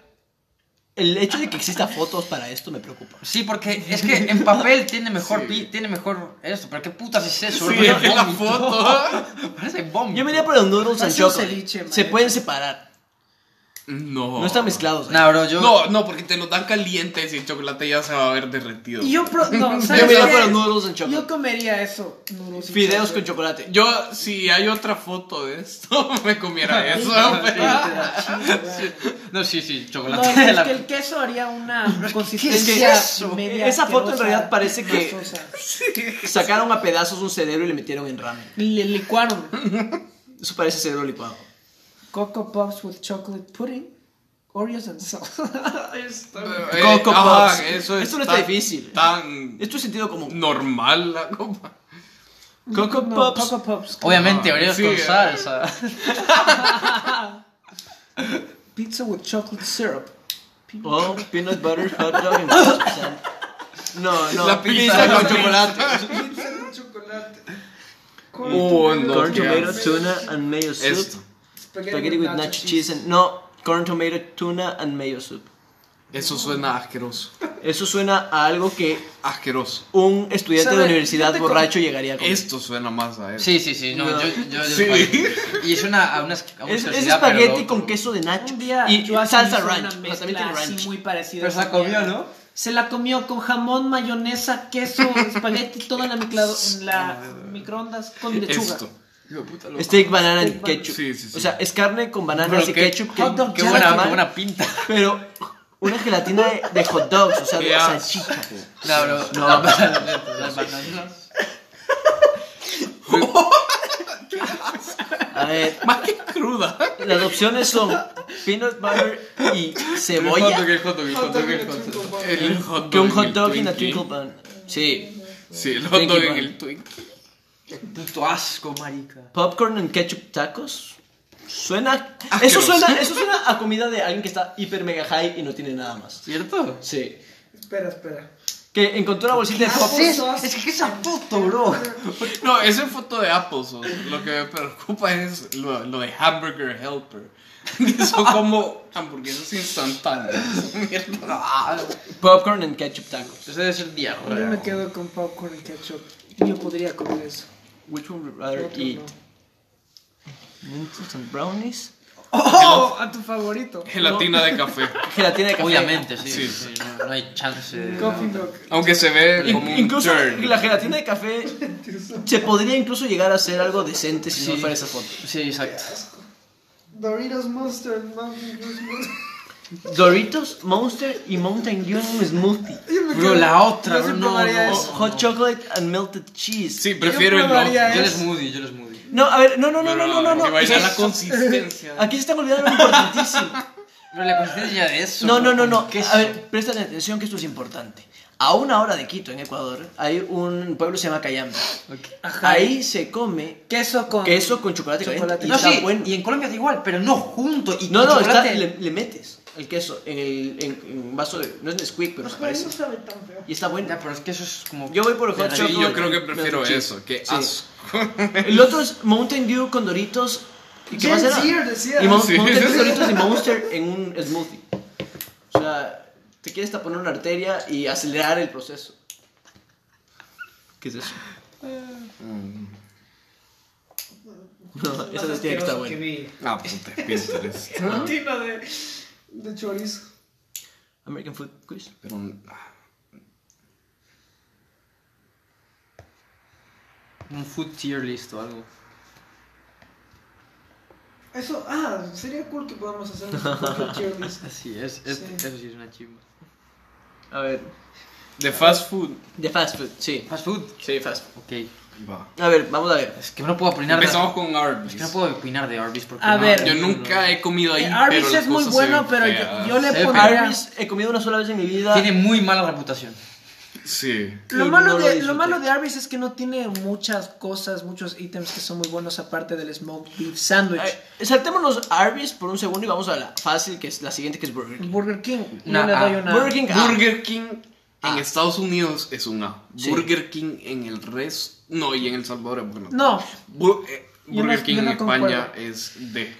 [SPEAKER 1] el hecho de que exista fotos para esto me preocupa.
[SPEAKER 4] Sí, porque es que en papel tiene mejor
[SPEAKER 3] Sí.
[SPEAKER 4] pi- tiene mejor esto, pero qué putas es eso,
[SPEAKER 3] Sí,
[SPEAKER 4] Parece
[SPEAKER 3] es la
[SPEAKER 4] vómito.
[SPEAKER 3] foto.
[SPEAKER 4] [laughs]
[SPEAKER 2] [laughs]
[SPEAKER 4] Parece bomba.
[SPEAKER 1] Yo me iría por los noodles and
[SPEAKER 2] Parece un
[SPEAKER 1] chocolate.
[SPEAKER 2] ceviche, man.
[SPEAKER 1] Se pueden separar.
[SPEAKER 3] No.
[SPEAKER 1] No están mezclados.
[SPEAKER 4] No, bro, yo
[SPEAKER 3] No, no, porque te lo dan calientes y el chocolate ya se va a ver derretido.
[SPEAKER 2] Y yo, pro-
[SPEAKER 1] [laughs]
[SPEAKER 2] no, ¿sabes
[SPEAKER 1] Yo me iría
[SPEAKER 2] qué?
[SPEAKER 1] por los noodles and
[SPEAKER 2] Yo
[SPEAKER 1] chocolate.
[SPEAKER 2] comería eso. noodles y
[SPEAKER 1] Fideos con
[SPEAKER 2] chocolate.
[SPEAKER 1] chocolate.
[SPEAKER 3] Yo, si hay otra foto de esto, [laughs]
[SPEAKER 2] [laughs]
[SPEAKER 3] me comiera eso.
[SPEAKER 2] Ah,
[SPEAKER 3] pero-
[SPEAKER 1] [laughs]
[SPEAKER 2] Cheese ramen.
[SPEAKER 4] No, sí,
[SPEAKER 2] Ah,
[SPEAKER 4] sí,
[SPEAKER 2] No,
[SPEAKER 4] chocolate de
[SPEAKER 2] [laughs] es
[SPEAKER 4] la
[SPEAKER 2] que el queso haría una
[SPEAKER 1] [laughs] ¿Qué
[SPEAKER 2] consistencia
[SPEAKER 1] es eso?
[SPEAKER 2] media
[SPEAKER 1] Esa foto en
[SPEAKER 2] asquerosa,
[SPEAKER 1] realidad parece que-
[SPEAKER 2] grasosa.
[SPEAKER 1] Sacaron a pedazos un cerebro y le metieron en ramen.
[SPEAKER 2] Le licuaron
[SPEAKER 1] Eso parece cerebro licuado.
[SPEAKER 2] Coco Pops with chocolate pudding, Oreos
[SPEAKER 1] [laughs]
[SPEAKER 2] and salt.
[SPEAKER 3] Eh,
[SPEAKER 1] Coco
[SPEAKER 3] ajá,
[SPEAKER 1] Pops.
[SPEAKER 3] Eso es
[SPEAKER 1] Esto no
[SPEAKER 3] tan-
[SPEAKER 1] está difícil.
[SPEAKER 3] Tan
[SPEAKER 1] Esto es sentido común.
[SPEAKER 3] normal la copa.
[SPEAKER 1] Coco
[SPEAKER 2] Mm, No,
[SPEAKER 1] Pops.
[SPEAKER 2] Coco Pops.
[SPEAKER 4] Obviamente,
[SPEAKER 3] Ah,
[SPEAKER 4] Oreos
[SPEAKER 3] sí,
[SPEAKER 4] con
[SPEAKER 3] eh.
[SPEAKER 4] salsa.
[SPEAKER 2] Pizza with chocolate syrup.
[SPEAKER 1] Oh, peanut
[SPEAKER 2] [laughs]
[SPEAKER 1] butter, hot dog and crisp sandwich. No, no.
[SPEAKER 3] La pizza con
[SPEAKER 1] chocolate.
[SPEAKER 2] Pizza con chocolate. Corn
[SPEAKER 3] Oh, no,
[SPEAKER 1] Corn,
[SPEAKER 3] qué
[SPEAKER 1] tomato,
[SPEAKER 3] asco.
[SPEAKER 1] tuna and mayo soup.
[SPEAKER 3] Esto.
[SPEAKER 1] Spaghetti with nacho cheese and... No, corn, tomato, tuna and mayo soup.
[SPEAKER 3] Eso suena asqueroso.
[SPEAKER 1] Eso suena a algo que
[SPEAKER 3] Asqueroso.
[SPEAKER 1] un estudiante de
[SPEAKER 2] ¿Sabe?
[SPEAKER 1] universidad
[SPEAKER 2] Fíjate cómo-
[SPEAKER 1] borracho llegaría a comer.
[SPEAKER 3] Esto suena más a eso.
[SPEAKER 4] Sí, sí, sí, no,
[SPEAKER 1] No.
[SPEAKER 4] yo, yo, yo-
[SPEAKER 3] Sí.
[SPEAKER 4] Y es una, a una, a una
[SPEAKER 1] Es, es
[SPEAKER 4] asquerosidad, pero
[SPEAKER 1] espagueti
[SPEAKER 4] loco.
[SPEAKER 1] con queso de nacho
[SPEAKER 2] Un día
[SPEAKER 1] y
[SPEAKER 2] Joaquín
[SPEAKER 1] salsa
[SPEAKER 2] hizo
[SPEAKER 1] ranch.
[SPEAKER 2] una
[SPEAKER 1] O sea, también tiene
[SPEAKER 2] mezcla así
[SPEAKER 1] ranch.
[SPEAKER 2] muy parecida.
[SPEAKER 4] Pero
[SPEAKER 2] a
[SPEAKER 4] se la
[SPEAKER 2] esa
[SPEAKER 4] comió,
[SPEAKER 2] mierda.
[SPEAKER 4] ¿no?
[SPEAKER 2] Se la comió con jamón, mayonesa,
[SPEAKER 1] [laughs]
[SPEAKER 2] queso, espagueti, todo en la, miclado- en la
[SPEAKER 1] Ah,
[SPEAKER 2] microondas con lechuga.
[SPEAKER 3] Esto.
[SPEAKER 1] Steak, banana and
[SPEAKER 2] Steak,
[SPEAKER 1] ketchup.
[SPEAKER 3] banana. Sí, sí, sí.
[SPEAKER 1] O sea, es carne con bananas
[SPEAKER 4] Pero
[SPEAKER 1] y
[SPEAKER 4] qué-
[SPEAKER 1] ketchup.
[SPEAKER 2] hot dog,
[SPEAKER 4] Qué
[SPEAKER 2] Ya
[SPEAKER 4] buena,
[SPEAKER 2] la
[SPEAKER 4] qué
[SPEAKER 1] tamal, [laughs]
[SPEAKER 4] buena pinta.
[SPEAKER 1] Pero una gelatina de, de hot dogs, o sea, de
[SPEAKER 3] Qué asco.
[SPEAKER 1] salchicha.
[SPEAKER 4] No, bro,
[SPEAKER 1] No.
[SPEAKER 4] las bananas, las bananas.
[SPEAKER 1] A ver,
[SPEAKER 3] [laughs] Más que cruda.
[SPEAKER 1] las opciones son peanut butter y cebolla.
[SPEAKER 3] El hot dog, el hot dog, el hot dog. El hot dog.
[SPEAKER 1] Que un
[SPEAKER 3] en
[SPEAKER 1] hot
[SPEAKER 3] el
[SPEAKER 1] dog y una
[SPEAKER 3] Twinkie.
[SPEAKER 1] twinkle bun. Sí.
[SPEAKER 3] Sí, el hot
[SPEAKER 1] Twinkie
[SPEAKER 3] dog en
[SPEAKER 1] bun.
[SPEAKER 3] el Twinkie.
[SPEAKER 4] Puto asco, marica.
[SPEAKER 1] Popcorn and ketchup tacos. Suena. Eso
[SPEAKER 3] Asqueroso.
[SPEAKER 1] suena, eso suena a comida de alguien que está hiper mega high y no tiene nada más.
[SPEAKER 4] ¿Cierto?
[SPEAKER 1] Sí.
[SPEAKER 2] Espera, espera.
[SPEAKER 1] Que encontró una bolsita de popcorn.
[SPEAKER 4] Es que esa foto, bro.
[SPEAKER 3] No, esa es foto de Apples. Lo que me preocupa es lo, lo de Hamburger Helper. [laughs] Que son como hamburguesas instantáneas. Mierda.
[SPEAKER 1] Popcorn and ketchup tacos.
[SPEAKER 4] Eso debe ser
[SPEAKER 2] Yo me
[SPEAKER 4] diarrea.
[SPEAKER 2] quedo con popcorn y ketchup. Yo podría comer eso.
[SPEAKER 1] Which one would you rather
[SPEAKER 2] Otro
[SPEAKER 1] eat? [laughs]
[SPEAKER 2] no.
[SPEAKER 1] Mincemeat and brownies.
[SPEAKER 2] ¡Oh! A tu favorito.
[SPEAKER 3] Gelatina de café.
[SPEAKER 1] Gelatina de café.
[SPEAKER 4] Obviamente, sí.
[SPEAKER 3] Sí.
[SPEAKER 4] sí, no, no hay chance. de-
[SPEAKER 2] Coffee milk.
[SPEAKER 3] Aunque se ve
[SPEAKER 1] In-
[SPEAKER 3] como un
[SPEAKER 1] incluso
[SPEAKER 3] turd.
[SPEAKER 1] la gelatina de café se podría incluso llegar a ser algo decente si no
[SPEAKER 4] Sí.
[SPEAKER 1] fuera esa foto.
[SPEAKER 4] Sí, exacto.
[SPEAKER 2] Doritos Monster, Mountain Dew Smoothie.
[SPEAKER 1] Doritos, Monster y Mountain Dew en un smoothie.
[SPEAKER 2] [laughs] Yo me
[SPEAKER 4] Bro,
[SPEAKER 2] quedo-
[SPEAKER 4] la otra,
[SPEAKER 2] Yo sí
[SPEAKER 4] bro, no,
[SPEAKER 2] probaría
[SPEAKER 4] no.
[SPEAKER 1] O
[SPEAKER 2] eso.
[SPEAKER 1] hot chocolate and melted cheese.
[SPEAKER 3] Sí, prefiero el
[SPEAKER 2] probaría
[SPEAKER 3] no.
[SPEAKER 4] Yo
[SPEAKER 2] es-
[SPEAKER 4] el smoothie, yo el smoothie.
[SPEAKER 1] No, a ver, no, no, no, no, no, no, no.
[SPEAKER 3] Que vaya
[SPEAKER 1] Eso
[SPEAKER 3] la
[SPEAKER 1] es-
[SPEAKER 2] [laughs]
[SPEAKER 3] consistencia.
[SPEAKER 1] Aquí se están olvidando algo importantísimo.
[SPEAKER 4] Pero la consistencia de eso.
[SPEAKER 1] No, no,
[SPEAKER 4] bro,
[SPEAKER 1] no,
[SPEAKER 4] con
[SPEAKER 1] no.
[SPEAKER 4] queso.
[SPEAKER 1] A ver, presten atención que esto es importante. A una hora de Quito, en Ecuador, hay un pueblo que se llama Cayamba.
[SPEAKER 2] Ajá.
[SPEAKER 1] Ahí se come
[SPEAKER 2] Queso con.
[SPEAKER 1] queso con chocolate, caliente.
[SPEAKER 2] Chocolate.
[SPEAKER 1] Y
[SPEAKER 4] No,
[SPEAKER 1] está
[SPEAKER 4] sí,
[SPEAKER 1] bueno.
[SPEAKER 4] y en Colombia es igual, pero no junto. Y
[SPEAKER 1] No,
[SPEAKER 4] con
[SPEAKER 1] no, está-
[SPEAKER 4] chocolate-
[SPEAKER 1] le, le metes. el queso en el en, en vaso de. No es Nesquik, pero
[SPEAKER 2] Los
[SPEAKER 1] se
[SPEAKER 2] cuales
[SPEAKER 1] parece.
[SPEAKER 2] no sabe tan feo.
[SPEAKER 1] Y está
[SPEAKER 4] Ya,
[SPEAKER 1] buena.
[SPEAKER 4] pero es que eso es como.
[SPEAKER 1] Yo voy por el hot
[SPEAKER 4] Sí,
[SPEAKER 1] chocolate.
[SPEAKER 3] yo creo que prefiero
[SPEAKER 1] Melted Cheese.
[SPEAKER 3] eso. Qué
[SPEAKER 1] Sí.
[SPEAKER 3] asco.
[SPEAKER 1] El otro es Mountain Dew con Doritos. ¿Y qué más
[SPEAKER 2] Gen
[SPEAKER 1] era?
[SPEAKER 2] Z'er, decía.
[SPEAKER 1] Y Mon-
[SPEAKER 3] Sí.
[SPEAKER 1] Mountain Dew, Doritos y Monster en un smoothie. O sea, te quieres tapar una arteria y acelerar el proceso. ¿Qué es eso? No, esa
[SPEAKER 5] Más
[SPEAKER 1] no tiene que estar
[SPEAKER 5] asqueroso
[SPEAKER 1] buena.
[SPEAKER 5] vi.
[SPEAKER 3] Ah, puta, Pinterest.
[SPEAKER 2] [laughs] Rutina de, de chorizo.
[SPEAKER 1] American Food Quiz.
[SPEAKER 3] Pero. ah,
[SPEAKER 4] Un food tier list o algo.
[SPEAKER 2] Eso, ah, sería cool que podamos hacer un tier list.
[SPEAKER 4] Así es, es-
[SPEAKER 2] Sí.
[SPEAKER 4] eso sí es una chimba.
[SPEAKER 1] A ver,
[SPEAKER 3] De fast food.
[SPEAKER 1] de fast food, sí.
[SPEAKER 4] Fast food.
[SPEAKER 1] Sí, fast food.
[SPEAKER 4] Ok.
[SPEAKER 3] Va.
[SPEAKER 1] A ver, vamos a ver.
[SPEAKER 4] Es que no puedo opinar de.
[SPEAKER 3] Empezamos con Arby's.
[SPEAKER 4] Es que no puedo opinar de Arby's porque.
[SPEAKER 2] A
[SPEAKER 4] no-
[SPEAKER 2] ver.
[SPEAKER 3] Yo nunca he comido ahí.
[SPEAKER 2] Eh, Arby's
[SPEAKER 3] pero las
[SPEAKER 2] es muy
[SPEAKER 3] cosas
[SPEAKER 2] bueno,
[SPEAKER 3] se ven
[SPEAKER 2] pero yo-
[SPEAKER 3] feas.
[SPEAKER 2] yo le
[SPEAKER 4] Se ve
[SPEAKER 2] pondría-
[SPEAKER 4] feo.
[SPEAKER 1] Arby's he comido una sola vez en mi vida.
[SPEAKER 4] Tiene muy mala reputación.
[SPEAKER 3] Sí.
[SPEAKER 2] Lo
[SPEAKER 1] Y
[SPEAKER 2] malo,
[SPEAKER 1] no lo
[SPEAKER 2] de, lo
[SPEAKER 1] disfruté.
[SPEAKER 2] malo de Arby's es que no tiene muchas cosas, muchos ítems que son muy buenos aparte del smoked beef sandwich.
[SPEAKER 1] A ver, saltémonos Arby's por un segundo y vamos a la fácil, que es la siguiente, que es Burger King.
[SPEAKER 2] Burger King, yo
[SPEAKER 4] Nah,
[SPEAKER 2] le doy
[SPEAKER 4] ah,
[SPEAKER 2] una...
[SPEAKER 1] Burger King. ah.
[SPEAKER 3] Burger King en
[SPEAKER 1] Ah.
[SPEAKER 3] Estados Unidos es un A.
[SPEAKER 1] Sí.
[SPEAKER 3] Burger King en el resto. No, y en El Salvador es bueno.
[SPEAKER 2] No,
[SPEAKER 3] Bu- eh,
[SPEAKER 2] Yo no-
[SPEAKER 3] Burger
[SPEAKER 2] yo
[SPEAKER 3] King en
[SPEAKER 2] no
[SPEAKER 3] España
[SPEAKER 2] concuerdo.
[SPEAKER 3] es D.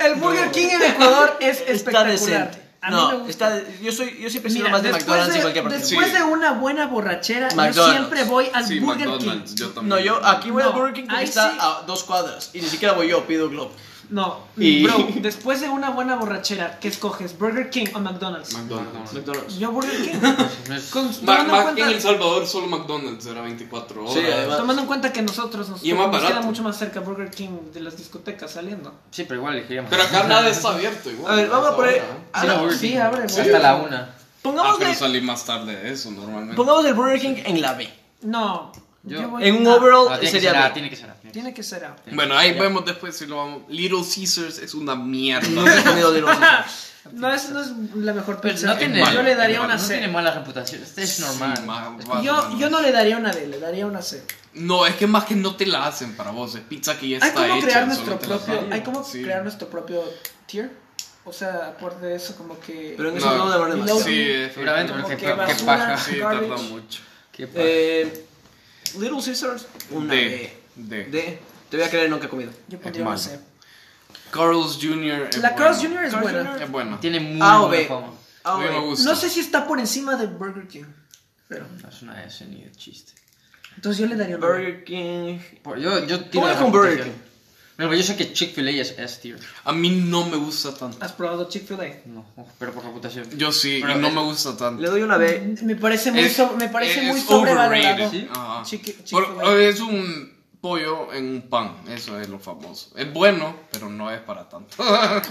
[SPEAKER 2] el Burger King en
[SPEAKER 1] [laughs]
[SPEAKER 2] Ecuador es
[SPEAKER 1] Está
[SPEAKER 2] espectacular.
[SPEAKER 1] decente.
[SPEAKER 2] A mí me
[SPEAKER 1] No,
[SPEAKER 2] gusta.
[SPEAKER 1] está, yo, soy, yo siempre he sido
[SPEAKER 2] Mira,
[SPEAKER 1] más de
[SPEAKER 2] después
[SPEAKER 1] McDonald's
[SPEAKER 2] de-
[SPEAKER 1] en cualquier parte.
[SPEAKER 3] Sí.
[SPEAKER 2] Después de una buena borrachera, yo
[SPEAKER 1] McDonald's.
[SPEAKER 2] siempre voy al
[SPEAKER 3] Sí,
[SPEAKER 2] Burger
[SPEAKER 3] McDonald's,
[SPEAKER 2] King.
[SPEAKER 3] yo también.
[SPEAKER 1] No, yo aquí voy
[SPEAKER 2] No,
[SPEAKER 1] al Burger King porque
[SPEAKER 2] ahí
[SPEAKER 1] está
[SPEAKER 2] sí.
[SPEAKER 1] a dos cuadras y ni siquiera voy yo, pido Globo.
[SPEAKER 2] No,
[SPEAKER 1] Y-
[SPEAKER 2] bro, después de una buena borrachera, ¿qué escoges? ¿Burger King o McDonald's?
[SPEAKER 3] McDonald's.
[SPEAKER 1] McDonald's.
[SPEAKER 2] Yo Burger King.
[SPEAKER 3] [laughs]
[SPEAKER 4] No es-
[SPEAKER 2] Con-
[SPEAKER 3] Ma-
[SPEAKER 2] tomando,
[SPEAKER 3] ma-
[SPEAKER 2] en
[SPEAKER 3] en El
[SPEAKER 2] cuenta,
[SPEAKER 3] Salvador solo McDonald's era 24 horas.
[SPEAKER 1] Sí, además.
[SPEAKER 2] tomando en cuenta que nosotros nos,
[SPEAKER 3] Y es más
[SPEAKER 2] nos queda
[SPEAKER 3] barato.
[SPEAKER 2] mucho más cerca Burger King de las discotecas saliendo.
[SPEAKER 4] Sí, pero igual elegiríamos.
[SPEAKER 3] Pero acá nada está abierto igual.
[SPEAKER 1] A ver, vamos a poner.
[SPEAKER 3] Ahora, ¿eh?
[SPEAKER 1] ah,
[SPEAKER 4] Sí,
[SPEAKER 1] no,
[SPEAKER 4] Burger
[SPEAKER 2] sí,
[SPEAKER 4] King.
[SPEAKER 2] abre, güey.
[SPEAKER 4] Hasta la una.
[SPEAKER 3] Ah,
[SPEAKER 1] Pongamos,
[SPEAKER 3] pero
[SPEAKER 1] el-
[SPEAKER 3] salí más tarde de eso normalmente.
[SPEAKER 1] pongamos el Burger King en la B.
[SPEAKER 2] No,
[SPEAKER 4] Yo-
[SPEAKER 2] yo voy-
[SPEAKER 1] En un
[SPEAKER 2] no,
[SPEAKER 1] overall
[SPEAKER 4] Ah, tiene que
[SPEAKER 1] sería
[SPEAKER 4] ser A,
[SPEAKER 1] B.
[SPEAKER 4] tiene que ser A.
[SPEAKER 2] Tiene que ser A.
[SPEAKER 3] Bueno, ahí
[SPEAKER 4] Ya.
[SPEAKER 3] vemos después si lo vamos. Little Caesars es una mierda. [laughs]
[SPEAKER 1] No he comido de [laughs] los
[SPEAKER 3] Ah,
[SPEAKER 2] No, eso no es la mejor
[SPEAKER 4] Pero
[SPEAKER 2] pizza.
[SPEAKER 4] no tiene,
[SPEAKER 2] yo le daría
[SPEAKER 3] es
[SPEAKER 2] una
[SPEAKER 4] no
[SPEAKER 2] C.
[SPEAKER 4] tiene mala reputación. Este es normal.
[SPEAKER 3] Sí, ma-
[SPEAKER 2] Yo,
[SPEAKER 3] ma-
[SPEAKER 2] yo no le daría una D, le daría una C.
[SPEAKER 3] No, es que más que no te la hacen para vos, es pizza que ya
[SPEAKER 2] Hay
[SPEAKER 3] está
[SPEAKER 2] como
[SPEAKER 3] hecha.
[SPEAKER 2] crear
[SPEAKER 3] solo
[SPEAKER 2] nuestro
[SPEAKER 3] te la
[SPEAKER 2] propio,
[SPEAKER 3] dan.
[SPEAKER 2] hay como
[SPEAKER 3] Sí.
[SPEAKER 2] crear nuestro propio tier. O sea, aparte de eso como que
[SPEAKER 1] Pero en
[SPEAKER 3] No.
[SPEAKER 1] eso no de
[SPEAKER 2] Y
[SPEAKER 1] demasiado.
[SPEAKER 2] luego-
[SPEAKER 3] Sí, eh,
[SPEAKER 4] Seguramente,
[SPEAKER 2] Como
[SPEAKER 4] pero qué,
[SPEAKER 2] que
[SPEAKER 4] qué
[SPEAKER 2] basura.
[SPEAKER 4] paja.
[SPEAKER 3] Sí,
[SPEAKER 2] Garbage.
[SPEAKER 3] tarda mucho.
[SPEAKER 4] Qué paja.
[SPEAKER 1] Eh, Little Caesars, una
[SPEAKER 3] D.
[SPEAKER 1] D.
[SPEAKER 3] D.
[SPEAKER 1] D. Te voy a creer, nunca he comido.
[SPEAKER 2] yo
[SPEAKER 3] es
[SPEAKER 2] pondría una
[SPEAKER 3] malo.
[SPEAKER 2] C.
[SPEAKER 3] Carl's Jr. es
[SPEAKER 2] La
[SPEAKER 3] bueno.
[SPEAKER 2] Carl's Jr. es
[SPEAKER 1] Carl's
[SPEAKER 2] buena.
[SPEAKER 1] Jr.
[SPEAKER 3] es buena.
[SPEAKER 4] Tiene muy
[SPEAKER 1] A o
[SPEAKER 4] buena
[SPEAKER 1] B.
[SPEAKER 4] fama.
[SPEAKER 1] A o
[SPEAKER 3] A mí me
[SPEAKER 1] B.
[SPEAKER 3] gusta.
[SPEAKER 2] No sé si está por encima de Burger King, pero
[SPEAKER 4] No es una S ni de chiste.
[SPEAKER 2] entonces yo le daría una D.
[SPEAKER 1] Burger King.
[SPEAKER 4] Por- Yo, yo tiro
[SPEAKER 1] Ponle
[SPEAKER 4] la
[SPEAKER 1] con Burger
[SPEAKER 4] reputación. No, pero yo sé que Chick-fil-A es S tier.
[SPEAKER 3] A mí no me gusta tanto.
[SPEAKER 2] ¿Has probado Chick-fil-A?
[SPEAKER 3] Eh,
[SPEAKER 4] No, pero por reputación.
[SPEAKER 3] Yo sí,
[SPEAKER 4] Pero
[SPEAKER 3] y no
[SPEAKER 4] es-
[SPEAKER 3] me gusta tanto.
[SPEAKER 1] Le doy una B.
[SPEAKER 2] Me parece muy,
[SPEAKER 3] Es- eh,
[SPEAKER 2] so- me parece
[SPEAKER 3] es
[SPEAKER 2] muy sobrevalorado. Ah.
[SPEAKER 3] overrated. Ajá.
[SPEAKER 2] Chiqui-
[SPEAKER 3] Por-
[SPEAKER 2] Chick-fil-A.
[SPEAKER 3] eh, es un pollo en un pan, eso es lo famoso. Es bueno, pero no es para tanto.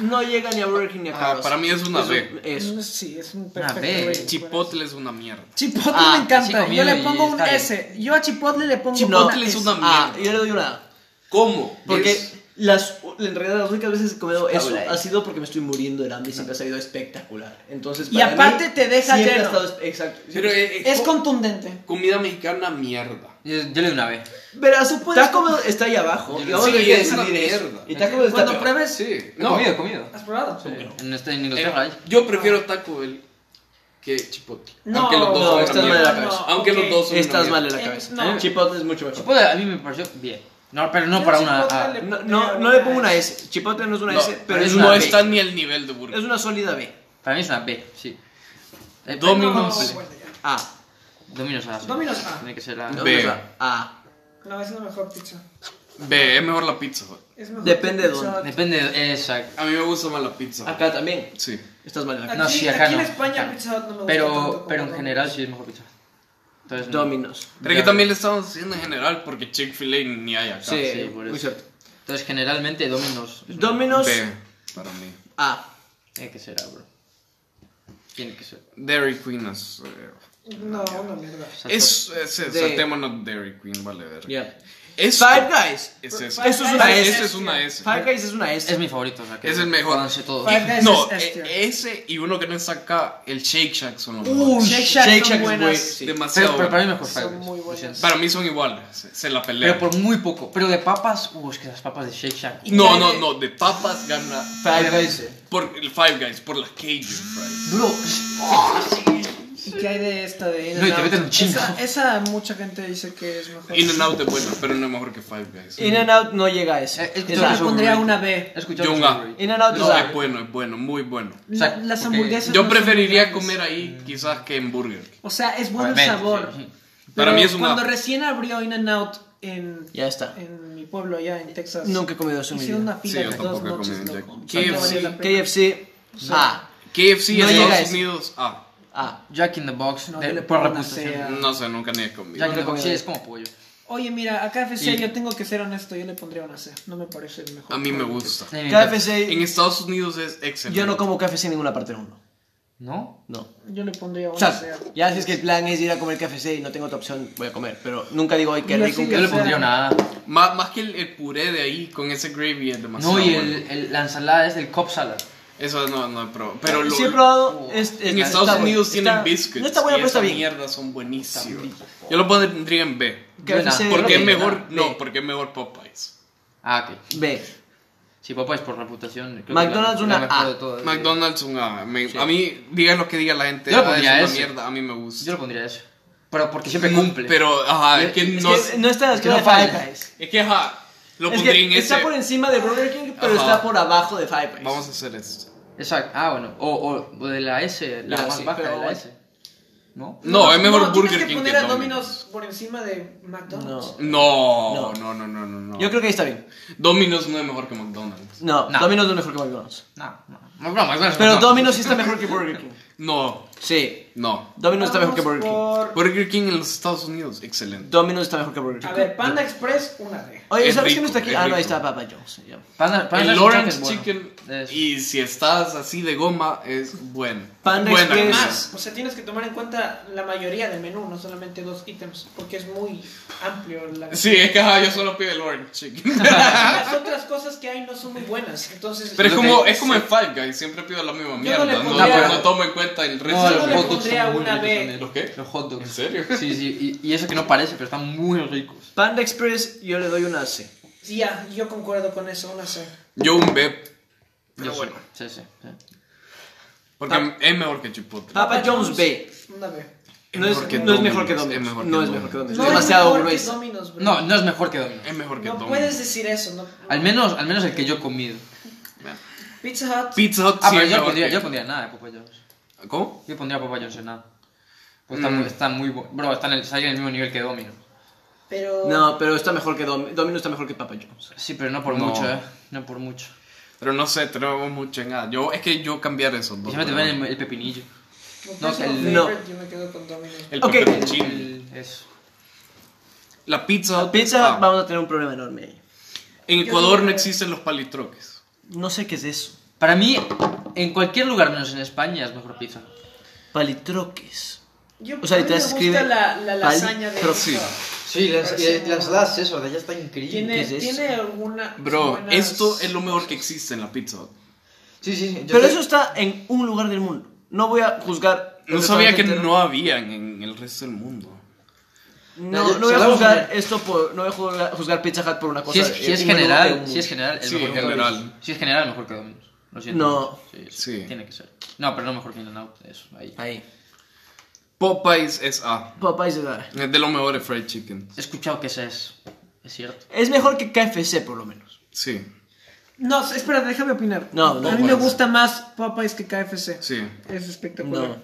[SPEAKER 1] No llega ni a Burger King ni a
[SPEAKER 3] Ah,
[SPEAKER 1] Carlos.
[SPEAKER 3] para mí es una B.
[SPEAKER 1] Eso.
[SPEAKER 2] Sí, es un
[SPEAKER 4] Una
[SPEAKER 2] perfecto.
[SPEAKER 4] B.
[SPEAKER 2] rating.
[SPEAKER 3] Chipotle es una mierda.
[SPEAKER 2] Chipotle
[SPEAKER 4] Ah,
[SPEAKER 2] me
[SPEAKER 4] sí
[SPEAKER 2] encanta.
[SPEAKER 4] comí
[SPEAKER 2] yo le
[SPEAKER 4] y
[SPEAKER 2] pongo un
[SPEAKER 4] está bien.
[SPEAKER 2] S. Yo a Chipotle le pongo
[SPEAKER 3] Chipotle
[SPEAKER 2] una
[SPEAKER 3] es
[SPEAKER 2] S.
[SPEAKER 3] una-
[SPEAKER 1] Ah, yo le doy una A.
[SPEAKER 3] ¿Cómo?
[SPEAKER 1] Porque
[SPEAKER 3] Es-
[SPEAKER 1] las, en realidad las únicas veces que he comido
[SPEAKER 4] Está
[SPEAKER 1] eso
[SPEAKER 4] buena.
[SPEAKER 2] eh.
[SPEAKER 1] ha sido porque me estoy muriendo de hambre y siempre ha salido espectacular. Entonces,
[SPEAKER 2] Y
[SPEAKER 1] para
[SPEAKER 2] aparte
[SPEAKER 1] mí,
[SPEAKER 2] te deja
[SPEAKER 1] siempre
[SPEAKER 2] lleno.
[SPEAKER 1] ha estado es- exacto.
[SPEAKER 3] pero eh,
[SPEAKER 1] Siempre-
[SPEAKER 3] es,
[SPEAKER 2] Es contundente.
[SPEAKER 3] comida mexicana mierda.
[SPEAKER 4] Yo, yo le doy una B.
[SPEAKER 1] Verás, tú puedes... Taco Bell está ahí abajo.
[SPEAKER 3] Sí,
[SPEAKER 1] Y vamos a tener que
[SPEAKER 3] es una
[SPEAKER 1] decidir eso.
[SPEAKER 3] mierda.
[SPEAKER 1] Y Taco Bell está
[SPEAKER 2] Cuando
[SPEAKER 1] peor.
[SPEAKER 2] pruebes.
[SPEAKER 3] Sí. Eh,
[SPEAKER 4] He comido, he comido.
[SPEAKER 2] ¿Has probado?
[SPEAKER 4] En, este, en Inglaterra hay.
[SPEAKER 3] yo prefiero Taco Bell que Chipotle.
[SPEAKER 2] No,
[SPEAKER 3] aunque los dos
[SPEAKER 1] no,
[SPEAKER 3] son una
[SPEAKER 1] estás mal de
[SPEAKER 3] mierda.
[SPEAKER 1] la cabeza.
[SPEAKER 3] aunque
[SPEAKER 2] Ok,
[SPEAKER 3] los dos son una
[SPEAKER 1] Estás
[SPEAKER 3] mierda.
[SPEAKER 1] mal en la
[SPEAKER 2] Eh,
[SPEAKER 1] cabeza.
[SPEAKER 2] no.
[SPEAKER 1] Chipotle es mucho mejor.
[SPEAKER 4] Chipotle a mí me pareció bien. No, pero no
[SPEAKER 2] Yo
[SPEAKER 4] para una
[SPEAKER 2] Chipotle
[SPEAKER 4] A.
[SPEAKER 2] le-
[SPEAKER 1] No, no, no le pongo una S. Chipotle no es una
[SPEAKER 3] No,
[SPEAKER 1] S, pero
[SPEAKER 4] pero
[SPEAKER 1] es
[SPEAKER 4] es
[SPEAKER 1] una
[SPEAKER 3] no
[SPEAKER 1] B.
[SPEAKER 3] está ni al nivel de
[SPEAKER 1] Es
[SPEAKER 3] Burger
[SPEAKER 1] una sólida B.
[SPEAKER 4] Para mí es una B, sí. Eh,
[SPEAKER 3] Domino's.
[SPEAKER 4] pero-
[SPEAKER 2] bueno, ya.
[SPEAKER 1] A.
[SPEAKER 4] Dominos A. sí.
[SPEAKER 2] Domino's A.
[SPEAKER 4] Tiene que ser la.
[SPEAKER 1] No,
[SPEAKER 3] B.
[SPEAKER 1] no es A. A.
[SPEAKER 2] No, es la mejor pizza.
[SPEAKER 3] King. Ve, es mejor la pizza. Hut.
[SPEAKER 2] Es mejor
[SPEAKER 1] Depende
[SPEAKER 2] que
[SPEAKER 1] de
[SPEAKER 2] Pizza
[SPEAKER 1] dónde.
[SPEAKER 2] Hut.
[SPEAKER 4] Depende de. Exacto.
[SPEAKER 3] A mí me gusta más la pizza. Hut.
[SPEAKER 1] Acá también.
[SPEAKER 3] Sí.
[SPEAKER 1] Estás mal en la
[SPEAKER 2] Aquí,
[SPEAKER 1] cabeza.
[SPEAKER 4] No, sí, acá
[SPEAKER 2] aquí en
[SPEAKER 4] no.
[SPEAKER 2] España
[SPEAKER 4] Acá.
[SPEAKER 2] Pizza Hut no me gusta tanto
[SPEAKER 4] Pero,
[SPEAKER 2] como
[SPEAKER 4] pero en
[SPEAKER 2] Domino's.
[SPEAKER 4] general sí es mejor pizza. Entonces, no.
[SPEAKER 1] Dominos.
[SPEAKER 3] Pero que también le estamos haciendo en general porque Chick-fil-A ni hay acá.
[SPEAKER 1] Sí,
[SPEAKER 4] Ah, sí, por
[SPEAKER 1] muy
[SPEAKER 4] eso.
[SPEAKER 1] cierto.
[SPEAKER 4] Entonces, generalmente Dominos.
[SPEAKER 1] Dominos
[SPEAKER 3] Ve, para mí.
[SPEAKER 1] A.
[SPEAKER 4] Tiene que ser A, bro. Tiene que ser.
[SPEAKER 3] Dairy Queen es... eh,
[SPEAKER 2] No, una mierda.
[SPEAKER 4] O sea,
[SPEAKER 3] Es, es, es
[SPEAKER 1] De-
[SPEAKER 3] saltémonos Dairy Queen, vale ver.
[SPEAKER 1] Ya.
[SPEAKER 3] Esto
[SPEAKER 1] Five Guys.
[SPEAKER 3] es eso.
[SPEAKER 1] Esto es una
[SPEAKER 3] Esta
[SPEAKER 1] S.
[SPEAKER 3] es una S.
[SPEAKER 1] Five Guys es una S.
[SPEAKER 4] Es mi favorito, o sea que.
[SPEAKER 3] Es el mejor.
[SPEAKER 4] jódanse todos.
[SPEAKER 2] Five Guys
[SPEAKER 3] No,
[SPEAKER 2] es S tier.
[SPEAKER 3] e- ese y uno que no está acá, el Shake Shack son los
[SPEAKER 1] Uh,
[SPEAKER 3] mejores.
[SPEAKER 1] Shake Shack son
[SPEAKER 3] es
[SPEAKER 1] buenas,
[SPEAKER 3] buen-
[SPEAKER 1] sí.
[SPEAKER 3] demasiado.
[SPEAKER 4] Pero, pero para mí
[SPEAKER 3] bueno.
[SPEAKER 4] mejor Five
[SPEAKER 2] Son
[SPEAKER 4] Guys.
[SPEAKER 2] muy
[SPEAKER 4] lo
[SPEAKER 2] buenas.
[SPEAKER 4] siento.
[SPEAKER 3] Para mí son iguales, se, se la
[SPEAKER 4] Pero
[SPEAKER 3] pelean.
[SPEAKER 4] por muy poco. Pero de papas, uh, es que las papas de Shake Shack.
[SPEAKER 3] No, no, no, de papas gana
[SPEAKER 1] Five Guys.
[SPEAKER 3] por el Five Guys, por la Cajun Fries.
[SPEAKER 4] Duro.
[SPEAKER 2] ¿Y qué hay de esta de In
[SPEAKER 4] No, y te meten un chingo.
[SPEAKER 2] Esa, esa mucha gente dice que es mejor.
[SPEAKER 3] In and Out es bueno, pero no es mejor que Five Guys.
[SPEAKER 1] In and Out no llega a eso.
[SPEAKER 4] Eh, es que
[SPEAKER 2] Yo le
[SPEAKER 4] Esa.
[SPEAKER 2] pondría una B.
[SPEAKER 4] He escuchado
[SPEAKER 3] Yo
[SPEAKER 4] que
[SPEAKER 3] un
[SPEAKER 4] es
[SPEAKER 3] A.
[SPEAKER 4] overrated.
[SPEAKER 1] In and Out
[SPEAKER 3] No,
[SPEAKER 1] es
[SPEAKER 3] es bueno, es bueno, muy bueno.
[SPEAKER 4] O
[SPEAKER 2] La-
[SPEAKER 4] sea,
[SPEAKER 2] las
[SPEAKER 4] porque
[SPEAKER 2] hamburguesas.
[SPEAKER 3] Yo
[SPEAKER 2] no son
[SPEAKER 3] preferiría
[SPEAKER 2] grandes.
[SPEAKER 3] comer ahí quizás que en Burger.
[SPEAKER 2] O sea, es bueno el
[SPEAKER 4] Obviamente,
[SPEAKER 2] sabor.
[SPEAKER 4] sí.
[SPEAKER 3] Para
[SPEAKER 2] Pero
[SPEAKER 3] mí es una-
[SPEAKER 2] Cuando recién abrió In and Out en,
[SPEAKER 1] Ya está.
[SPEAKER 4] Eh,
[SPEAKER 2] en mi pueblo, allá en Texas,
[SPEAKER 1] Nunca he comido eso en mi
[SPEAKER 2] hicieron
[SPEAKER 1] vida.
[SPEAKER 2] una
[SPEAKER 3] Sí,
[SPEAKER 2] fila
[SPEAKER 3] yo
[SPEAKER 2] de dos
[SPEAKER 3] tampoco he
[SPEAKER 2] noches.
[SPEAKER 3] comido
[SPEAKER 2] loco.
[SPEAKER 3] en Jack-
[SPEAKER 2] Tanto valió la pena.
[SPEAKER 1] KFC. Ah.
[SPEAKER 3] KFC
[SPEAKER 1] No llega
[SPEAKER 3] en
[SPEAKER 1] a
[SPEAKER 3] Estados
[SPEAKER 1] eso.
[SPEAKER 3] Unidos, ah,
[SPEAKER 1] Ah.
[SPEAKER 4] Jack in the Box.
[SPEAKER 2] No,
[SPEAKER 4] de-
[SPEAKER 2] yo le
[SPEAKER 4] por
[SPEAKER 2] pongo una
[SPEAKER 4] reputación.
[SPEAKER 2] C.
[SPEAKER 3] no sé, nunca ni he
[SPEAKER 4] Jack
[SPEAKER 3] comido.
[SPEAKER 4] in the Box sí es como pollo.
[SPEAKER 2] Oye, mira, a KFC
[SPEAKER 4] Y-
[SPEAKER 2] yo tengo que ser honesto, yo le pondría una C. No me parece el mejor.
[SPEAKER 3] A mí me gusta. En
[SPEAKER 1] KFC.
[SPEAKER 3] Estados Unidos es excelente.
[SPEAKER 1] Yo no como KFC en ninguna parte del mundo.
[SPEAKER 4] ¿No?
[SPEAKER 1] No.
[SPEAKER 2] Yo le pondría
[SPEAKER 1] O
[SPEAKER 2] una
[SPEAKER 1] sea,
[SPEAKER 2] C.
[SPEAKER 1] ya si es que el plan es ir a comer KFC y no tengo otra opción, voy a comer. Pero nunca digo, ay, qué
[SPEAKER 2] Yo
[SPEAKER 1] rico.
[SPEAKER 2] sí,
[SPEAKER 1] que-
[SPEAKER 4] Yo le
[SPEAKER 2] o
[SPEAKER 4] pondría
[SPEAKER 2] sea-
[SPEAKER 4] una A.
[SPEAKER 3] Má- más que el, el puré de ahí con ese gravy es demasiado.
[SPEAKER 4] No, y
[SPEAKER 3] bueno.
[SPEAKER 4] el, el- la ensalada es del Cobb Salad.
[SPEAKER 3] Eso no, no he probado. Pero lo-
[SPEAKER 1] Sí he probado.
[SPEAKER 4] Oh.
[SPEAKER 1] es- es-
[SPEAKER 3] en
[SPEAKER 1] está
[SPEAKER 3] Estados
[SPEAKER 1] bueno,
[SPEAKER 3] Unidos tienen
[SPEAKER 1] está-
[SPEAKER 3] biscuits.
[SPEAKER 1] No está bueno,
[SPEAKER 3] y
[SPEAKER 1] pero está
[SPEAKER 3] esas
[SPEAKER 1] bien.
[SPEAKER 3] mierdas son buenísimos. Yo lo pondría en B.
[SPEAKER 1] KFC
[SPEAKER 4] Buena.
[SPEAKER 3] Porque
[SPEAKER 1] B,
[SPEAKER 3] es mejor.
[SPEAKER 1] B.
[SPEAKER 3] No, porque es mejor Popeyes.
[SPEAKER 4] Ah, ok.
[SPEAKER 1] B.
[SPEAKER 4] Si papá es por reputación. creo que
[SPEAKER 1] McDonald's
[SPEAKER 4] la- la
[SPEAKER 1] una
[SPEAKER 4] mejor
[SPEAKER 1] A.
[SPEAKER 4] de todas.
[SPEAKER 3] McDonald's un A. Me-
[SPEAKER 4] Sí.
[SPEAKER 3] A mí, digan lo que diga la gente.
[SPEAKER 4] Yo le
[SPEAKER 3] ah, es
[SPEAKER 4] pondría
[SPEAKER 3] una
[SPEAKER 4] ese.
[SPEAKER 3] mierda. A mí me gusta.
[SPEAKER 4] Yo le pondría eso. Pero porque siempre cumple.
[SPEAKER 3] Mm, Pero, ajá, es que
[SPEAKER 1] Es
[SPEAKER 3] no.
[SPEAKER 1] que no está en la
[SPEAKER 4] es que no
[SPEAKER 1] escuela de Five
[SPEAKER 4] falla.
[SPEAKER 1] Guys.
[SPEAKER 3] Es que, ajá, lo
[SPEAKER 1] Es
[SPEAKER 3] pondría
[SPEAKER 1] que
[SPEAKER 3] en
[SPEAKER 1] está
[SPEAKER 3] ese.
[SPEAKER 1] por encima de Burger King, pero
[SPEAKER 3] Ajá.
[SPEAKER 1] está por abajo de Five Guys.
[SPEAKER 3] Vamos a hacer esto.
[SPEAKER 4] Exacto. Ah, bueno. O, o- o de la S, la
[SPEAKER 1] Ya,
[SPEAKER 4] más
[SPEAKER 1] sí,
[SPEAKER 4] baja
[SPEAKER 1] pero
[SPEAKER 4] de la
[SPEAKER 1] bueno.
[SPEAKER 4] S. ¿No?
[SPEAKER 3] No, es mejor
[SPEAKER 2] tienes
[SPEAKER 3] Burger
[SPEAKER 2] que
[SPEAKER 3] King
[SPEAKER 2] poner
[SPEAKER 3] que
[SPEAKER 2] a
[SPEAKER 3] Domino's.
[SPEAKER 2] Domino's por encima de McDonald's.
[SPEAKER 1] No.
[SPEAKER 3] No,
[SPEAKER 1] No.
[SPEAKER 3] no, no, no, no. no.
[SPEAKER 1] Yo creo que ahí está bien.
[SPEAKER 3] Domino's no es mejor que McDonald's.
[SPEAKER 1] No,
[SPEAKER 4] No.
[SPEAKER 1] Domino's es mejor que McDonald's.
[SPEAKER 4] No, no. No, no, McDonald's.
[SPEAKER 1] Pero
[SPEAKER 4] no.
[SPEAKER 1] Domino's sí está mejor que Burger King.
[SPEAKER 3] No,
[SPEAKER 1] Sí,
[SPEAKER 3] no.
[SPEAKER 1] Domino's está mejor que
[SPEAKER 2] Vamos
[SPEAKER 1] Burger King.
[SPEAKER 2] por-
[SPEAKER 3] Burger King en los Estados Unidos, excelente.
[SPEAKER 1] Domino's está mejor que Burger
[SPEAKER 2] A
[SPEAKER 1] King.
[SPEAKER 2] ver, Panda Express, una D.
[SPEAKER 1] Oye,
[SPEAKER 3] Es
[SPEAKER 1] ¿sabes
[SPEAKER 3] rico,
[SPEAKER 1] quién está aquí?
[SPEAKER 3] es
[SPEAKER 1] Ah, no, ahí
[SPEAKER 3] rico.
[SPEAKER 1] está Papa Jones. ya.
[SPEAKER 4] Panda, Panda
[SPEAKER 3] el
[SPEAKER 4] Chicken
[SPEAKER 3] Lawrence
[SPEAKER 4] es bueno.
[SPEAKER 3] Chicken,
[SPEAKER 4] Es-
[SPEAKER 3] y si estás así de goma, es bueno.
[SPEAKER 1] Panda
[SPEAKER 3] Buena
[SPEAKER 1] Express.
[SPEAKER 3] comida.
[SPEAKER 2] Más, o sea, tienes que tomar en cuenta la mayoría del menú, no solamente dos ítems, porque es muy amplio la
[SPEAKER 3] Sí, es que ajá, yo solo pido el Lawrence Chicken.
[SPEAKER 2] [laughs] Las otras cosas que hay no son muy buenas, entonces...
[SPEAKER 3] Pero es
[SPEAKER 4] Lo
[SPEAKER 3] como,
[SPEAKER 4] que-
[SPEAKER 3] es como en Five Guys, siempre pido la misma mierda.
[SPEAKER 2] le
[SPEAKER 3] No,
[SPEAKER 2] pondría-
[SPEAKER 3] no, no tomo en cuenta el resto.
[SPEAKER 4] No,
[SPEAKER 2] Yo
[SPEAKER 4] los
[SPEAKER 2] le
[SPEAKER 4] hot dogs
[SPEAKER 2] pondría
[SPEAKER 4] son muy
[SPEAKER 2] una
[SPEAKER 4] ricos
[SPEAKER 2] B.
[SPEAKER 4] también.
[SPEAKER 3] ¿Los qué?
[SPEAKER 4] Los hot dogs.
[SPEAKER 3] ¿En serio?
[SPEAKER 4] [laughs] Sí, sí. Y, y eso que no parece, pero están muy ricos.
[SPEAKER 1] Panda Express, yo le doy una C.
[SPEAKER 2] Sí, ya, yo concuerdo con eso, una C.
[SPEAKER 3] Yo un B. Pero
[SPEAKER 4] Yo sé.
[SPEAKER 3] bueno,
[SPEAKER 4] Sí, sí. sí.
[SPEAKER 3] porque es mejor que Chipotle.
[SPEAKER 2] Ah.
[SPEAKER 1] Papa Jones B.
[SPEAKER 2] Una B.
[SPEAKER 1] No es,
[SPEAKER 3] mejor que
[SPEAKER 1] no es mejor que
[SPEAKER 3] Domino's, es
[SPEAKER 1] Domino's.
[SPEAKER 3] mejor que
[SPEAKER 1] no es
[SPEAKER 3] Domino's.
[SPEAKER 1] mejor que Domino's.
[SPEAKER 2] No
[SPEAKER 1] es
[SPEAKER 2] demasiado
[SPEAKER 1] demasiado
[SPEAKER 2] es mejor que
[SPEAKER 1] grueso.
[SPEAKER 2] Domino's, bro.
[SPEAKER 4] No, no es mejor que Domino's.
[SPEAKER 3] Es mejor que
[SPEAKER 2] No
[SPEAKER 3] Domino's.
[SPEAKER 2] puedes decir eso, no.
[SPEAKER 4] Al menos, al menos el que yo he comido.
[SPEAKER 2] Pizza Hut.
[SPEAKER 3] Pizza Hut
[SPEAKER 4] Ah,
[SPEAKER 3] sí
[SPEAKER 4] pero
[SPEAKER 3] es
[SPEAKER 4] yo
[SPEAKER 3] mejor
[SPEAKER 4] pondría,
[SPEAKER 3] que-
[SPEAKER 4] yo pondría nada de Papa Jones.
[SPEAKER 3] ¿Cómo?
[SPEAKER 4] Yo pondría Papa Jones en nada. Pues está,
[SPEAKER 3] Mm.
[SPEAKER 4] muy, está muy bueno. Bro, está en, el, está en el mismo nivel que Domino.
[SPEAKER 2] Pero...
[SPEAKER 1] No, pero está mejor que Dom- Domino's está mejor que Papa Jones.
[SPEAKER 4] Sí, pero no por
[SPEAKER 3] No.
[SPEAKER 4] mucho, eh. No por mucho.
[SPEAKER 3] Pero no sé, tenemos mucho en A. Yo, es que yo cambiar esos
[SPEAKER 4] Y
[SPEAKER 3] dos.
[SPEAKER 4] siempre te
[SPEAKER 3] ¿verdad?
[SPEAKER 4] ven el, el pepinillo.
[SPEAKER 2] No,
[SPEAKER 4] No,
[SPEAKER 1] el-
[SPEAKER 2] no. Yo me quedo con Domino's.
[SPEAKER 3] El
[SPEAKER 1] Ok.
[SPEAKER 3] pepperoncini.
[SPEAKER 4] El, eso.
[SPEAKER 3] La pizza Hut.
[SPEAKER 1] Pizza
[SPEAKER 3] ah,
[SPEAKER 1] Hut, vamos a tener un problema enorme ahí.
[SPEAKER 3] En
[SPEAKER 2] Yo
[SPEAKER 3] Ecuador
[SPEAKER 2] digo
[SPEAKER 3] no
[SPEAKER 2] que-
[SPEAKER 3] existen los palitroques.
[SPEAKER 1] No sé qué es eso.
[SPEAKER 4] Para mí, en cualquier lugar menos en España es mejor pizza.
[SPEAKER 1] Palitroques.
[SPEAKER 2] Yo,
[SPEAKER 1] O sea,
[SPEAKER 2] a mí
[SPEAKER 1] te
[SPEAKER 2] me
[SPEAKER 1] has
[SPEAKER 2] gusta
[SPEAKER 1] escrito-
[SPEAKER 2] la, la lasaña de
[SPEAKER 1] Pal-
[SPEAKER 3] Sí.
[SPEAKER 2] Pizza Hut.
[SPEAKER 4] Sí, eh,
[SPEAKER 2] la- y la- la ensalada
[SPEAKER 4] es eso, de allá está increíble.
[SPEAKER 2] ¿Tiene,
[SPEAKER 1] es eso?
[SPEAKER 2] tiene alguna.
[SPEAKER 3] Bro,
[SPEAKER 2] buenas-
[SPEAKER 3] esto es lo mejor que existe en la pizza Hut.
[SPEAKER 4] Sí, sí, sí.
[SPEAKER 1] Pero eso está en un lugar del mundo. No voy a juzgar. el
[SPEAKER 3] No sabía
[SPEAKER 1] restaurante
[SPEAKER 3] que
[SPEAKER 1] entero.
[SPEAKER 3] no habían en el resto del mundo.
[SPEAKER 1] No, no voy a juzgar esto por. No voy a juzgar, juzgar Pizza Hut por una cosa.
[SPEAKER 4] Si es, si es
[SPEAKER 1] un menú de
[SPEAKER 4] general,
[SPEAKER 1] un-
[SPEAKER 4] si es general, el
[SPEAKER 3] Sí,
[SPEAKER 4] mejor que
[SPEAKER 3] general.
[SPEAKER 4] Domino's. Si es general, mejor que Domino's. Lo siento.
[SPEAKER 1] No.
[SPEAKER 4] Sí,
[SPEAKER 3] Sí.
[SPEAKER 4] sí, Tiene que ser. No, pero no mejor que In-N-Out. Eso, ahí.
[SPEAKER 1] Ahí.
[SPEAKER 3] Popeyes es A.
[SPEAKER 1] Papá dice "Ah".
[SPEAKER 3] Es de los mejores fried chicken.
[SPEAKER 4] He escuchado que esa es. Es cierto.
[SPEAKER 1] Es mejor que KFC, por lo menos.
[SPEAKER 3] Sí,
[SPEAKER 2] No, espera, déjame opinar.
[SPEAKER 1] No, no.
[SPEAKER 2] A mí me
[SPEAKER 3] Popeyes.
[SPEAKER 2] gusta más Popeyes que KFC.
[SPEAKER 3] sí.
[SPEAKER 2] Es espectacular.
[SPEAKER 1] No.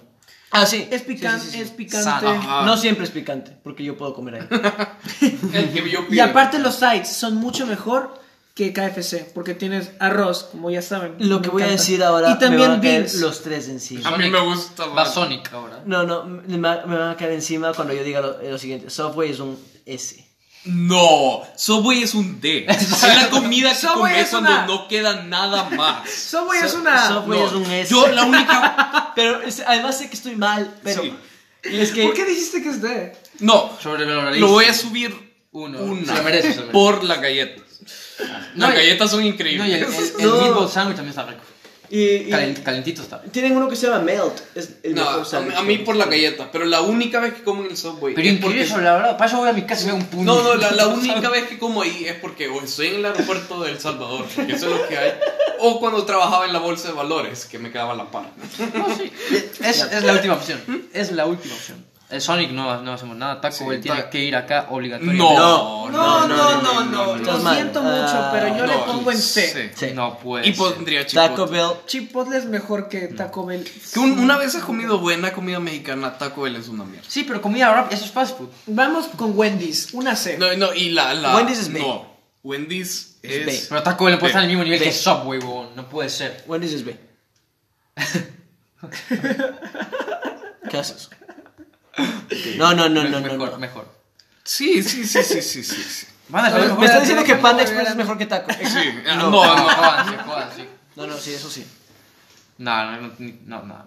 [SPEAKER 1] Ah, sí.
[SPEAKER 2] Es, pican- es picante.
[SPEAKER 4] Sana.
[SPEAKER 3] Ajá.
[SPEAKER 1] No siempre es picante, porque yo puedo comer ahí.
[SPEAKER 3] El que yo
[SPEAKER 2] Y
[SPEAKER 3] pido.
[SPEAKER 2] aparte, los sides son mucho mejor que KFC. Porque tienes arroz, como ya saben.
[SPEAKER 1] Lo que
[SPEAKER 2] Me
[SPEAKER 1] voy a
[SPEAKER 2] encanta.
[SPEAKER 1] decir ahora.
[SPEAKER 2] Y también
[SPEAKER 1] me van a caer
[SPEAKER 2] beans.
[SPEAKER 1] los tres encima.
[SPEAKER 3] A mí me gusta
[SPEAKER 4] Va
[SPEAKER 3] más.
[SPEAKER 4] Sonic ahora.
[SPEAKER 1] No, no, me, va- me van a caer encima cuando yo diga lo, eh, lo siguiente. Subway es un S.
[SPEAKER 3] No, Subway es un D. Es la comida que
[SPEAKER 2] Subway
[SPEAKER 3] comes
[SPEAKER 2] es
[SPEAKER 3] cuando
[SPEAKER 2] una-
[SPEAKER 3] no queda nada más.
[SPEAKER 2] Subway es
[SPEAKER 1] So-
[SPEAKER 2] una.
[SPEAKER 1] Subway
[SPEAKER 3] No,
[SPEAKER 1] es un S.
[SPEAKER 3] Yo la única.
[SPEAKER 1] [laughs] Pero es- además sé que estoy mal, pero
[SPEAKER 3] Sí.
[SPEAKER 1] es que
[SPEAKER 2] ¿Por qué dijiste que es D?
[SPEAKER 3] No,
[SPEAKER 4] Sobre el
[SPEAKER 3] lo voy a subir
[SPEAKER 4] Uno.
[SPEAKER 3] Una.
[SPEAKER 4] Se lo merece, se lo merece.
[SPEAKER 3] Por las galletas.
[SPEAKER 4] No,
[SPEAKER 3] Las
[SPEAKER 4] y-
[SPEAKER 3] galletas son
[SPEAKER 4] No, y el,
[SPEAKER 3] increíbles. [laughs]
[SPEAKER 4] el, el
[SPEAKER 1] No.
[SPEAKER 4] meatball sandwich también está rico.
[SPEAKER 1] Y, y
[SPEAKER 4] Calen- calentito está.
[SPEAKER 1] tienen uno que se llama Melt. Es el
[SPEAKER 3] No,
[SPEAKER 1] mejor
[SPEAKER 3] a,
[SPEAKER 1] sándwich.
[SPEAKER 3] a mí por la galleta, pero la única vez que como en el Subway
[SPEAKER 4] Pero
[SPEAKER 3] es porque...
[SPEAKER 4] increíble eso, la verdad. Para eso voy a mi casa y veo un puño.
[SPEAKER 3] No, no,
[SPEAKER 1] [laughs]
[SPEAKER 3] la, la
[SPEAKER 4] [laughs]
[SPEAKER 3] única vez que como ahí es porque o estoy en el aeropuerto de El Salvador, que eso es lo que hay, o cuando trabajaba en la bolsa de valores, que me quedaba a la par.
[SPEAKER 4] Es, es la última opción. Es la última
[SPEAKER 3] [laughs]
[SPEAKER 4] opción. El Sonic no, no hacemos nada. Taco Bell tiene
[SPEAKER 3] ta-
[SPEAKER 4] que ir acá obligatorio.
[SPEAKER 2] No,
[SPEAKER 3] No,
[SPEAKER 2] no, no, no. Lo
[SPEAKER 1] Estás mal.
[SPEAKER 2] siento
[SPEAKER 1] Ah,
[SPEAKER 2] mucho, pero yo le
[SPEAKER 3] no,
[SPEAKER 2] pongo en C.
[SPEAKER 3] sí.
[SPEAKER 1] Sí.
[SPEAKER 4] No puede.
[SPEAKER 3] Y
[SPEAKER 4] ser.
[SPEAKER 3] pondría
[SPEAKER 1] Taco
[SPEAKER 3] chipotle.
[SPEAKER 1] Bell.
[SPEAKER 2] Chipotle es mejor que Taco Bell.
[SPEAKER 3] Que un- una vez has comido buena comida mexicana, Taco Bell es una mierda.
[SPEAKER 4] Sí, pero comida rap, eso es fast food.
[SPEAKER 2] Vamos con Wendy's, una C.
[SPEAKER 3] No, no, y la... la
[SPEAKER 1] Wendy's es B.
[SPEAKER 3] No, Wendy's
[SPEAKER 1] Es
[SPEAKER 3] es...
[SPEAKER 4] Pero Taco Bell puede
[SPEAKER 3] Ve,
[SPEAKER 4] estar al mismo nivel
[SPEAKER 1] ve.
[SPEAKER 4] que Subway, huevón. No puede ser.
[SPEAKER 1] Wendy's es
[SPEAKER 2] [laughs]
[SPEAKER 1] B. ¿Qué haces? No, no, no, no, no.
[SPEAKER 4] mejor,
[SPEAKER 1] no.
[SPEAKER 4] mejor.
[SPEAKER 3] Sí, sí, sí, sí, sí, sí. sí.
[SPEAKER 4] Van a
[SPEAKER 1] A
[SPEAKER 4] saber
[SPEAKER 1] ver,
[SPEAKER 4] mejor.
[SPEAKER 1] Me
[SPEAKER 4] de-
[SPEAKER 1] están diciendo que Panda Express
[SPEAKER 2] Mira,
[SPEAKER 1] es mejor que Taco.
[SPEAKER 3] Sí, ah,
[SPEAKER 1] No.
[SPEAKER 3] no, no,
[SPEAKER 4] No, jodan, sí, jodan, sí.
[SPEAKER 1] No, no, sí, eso sí.
[SPEAKER 4] No, no, no, ni- no, no, no.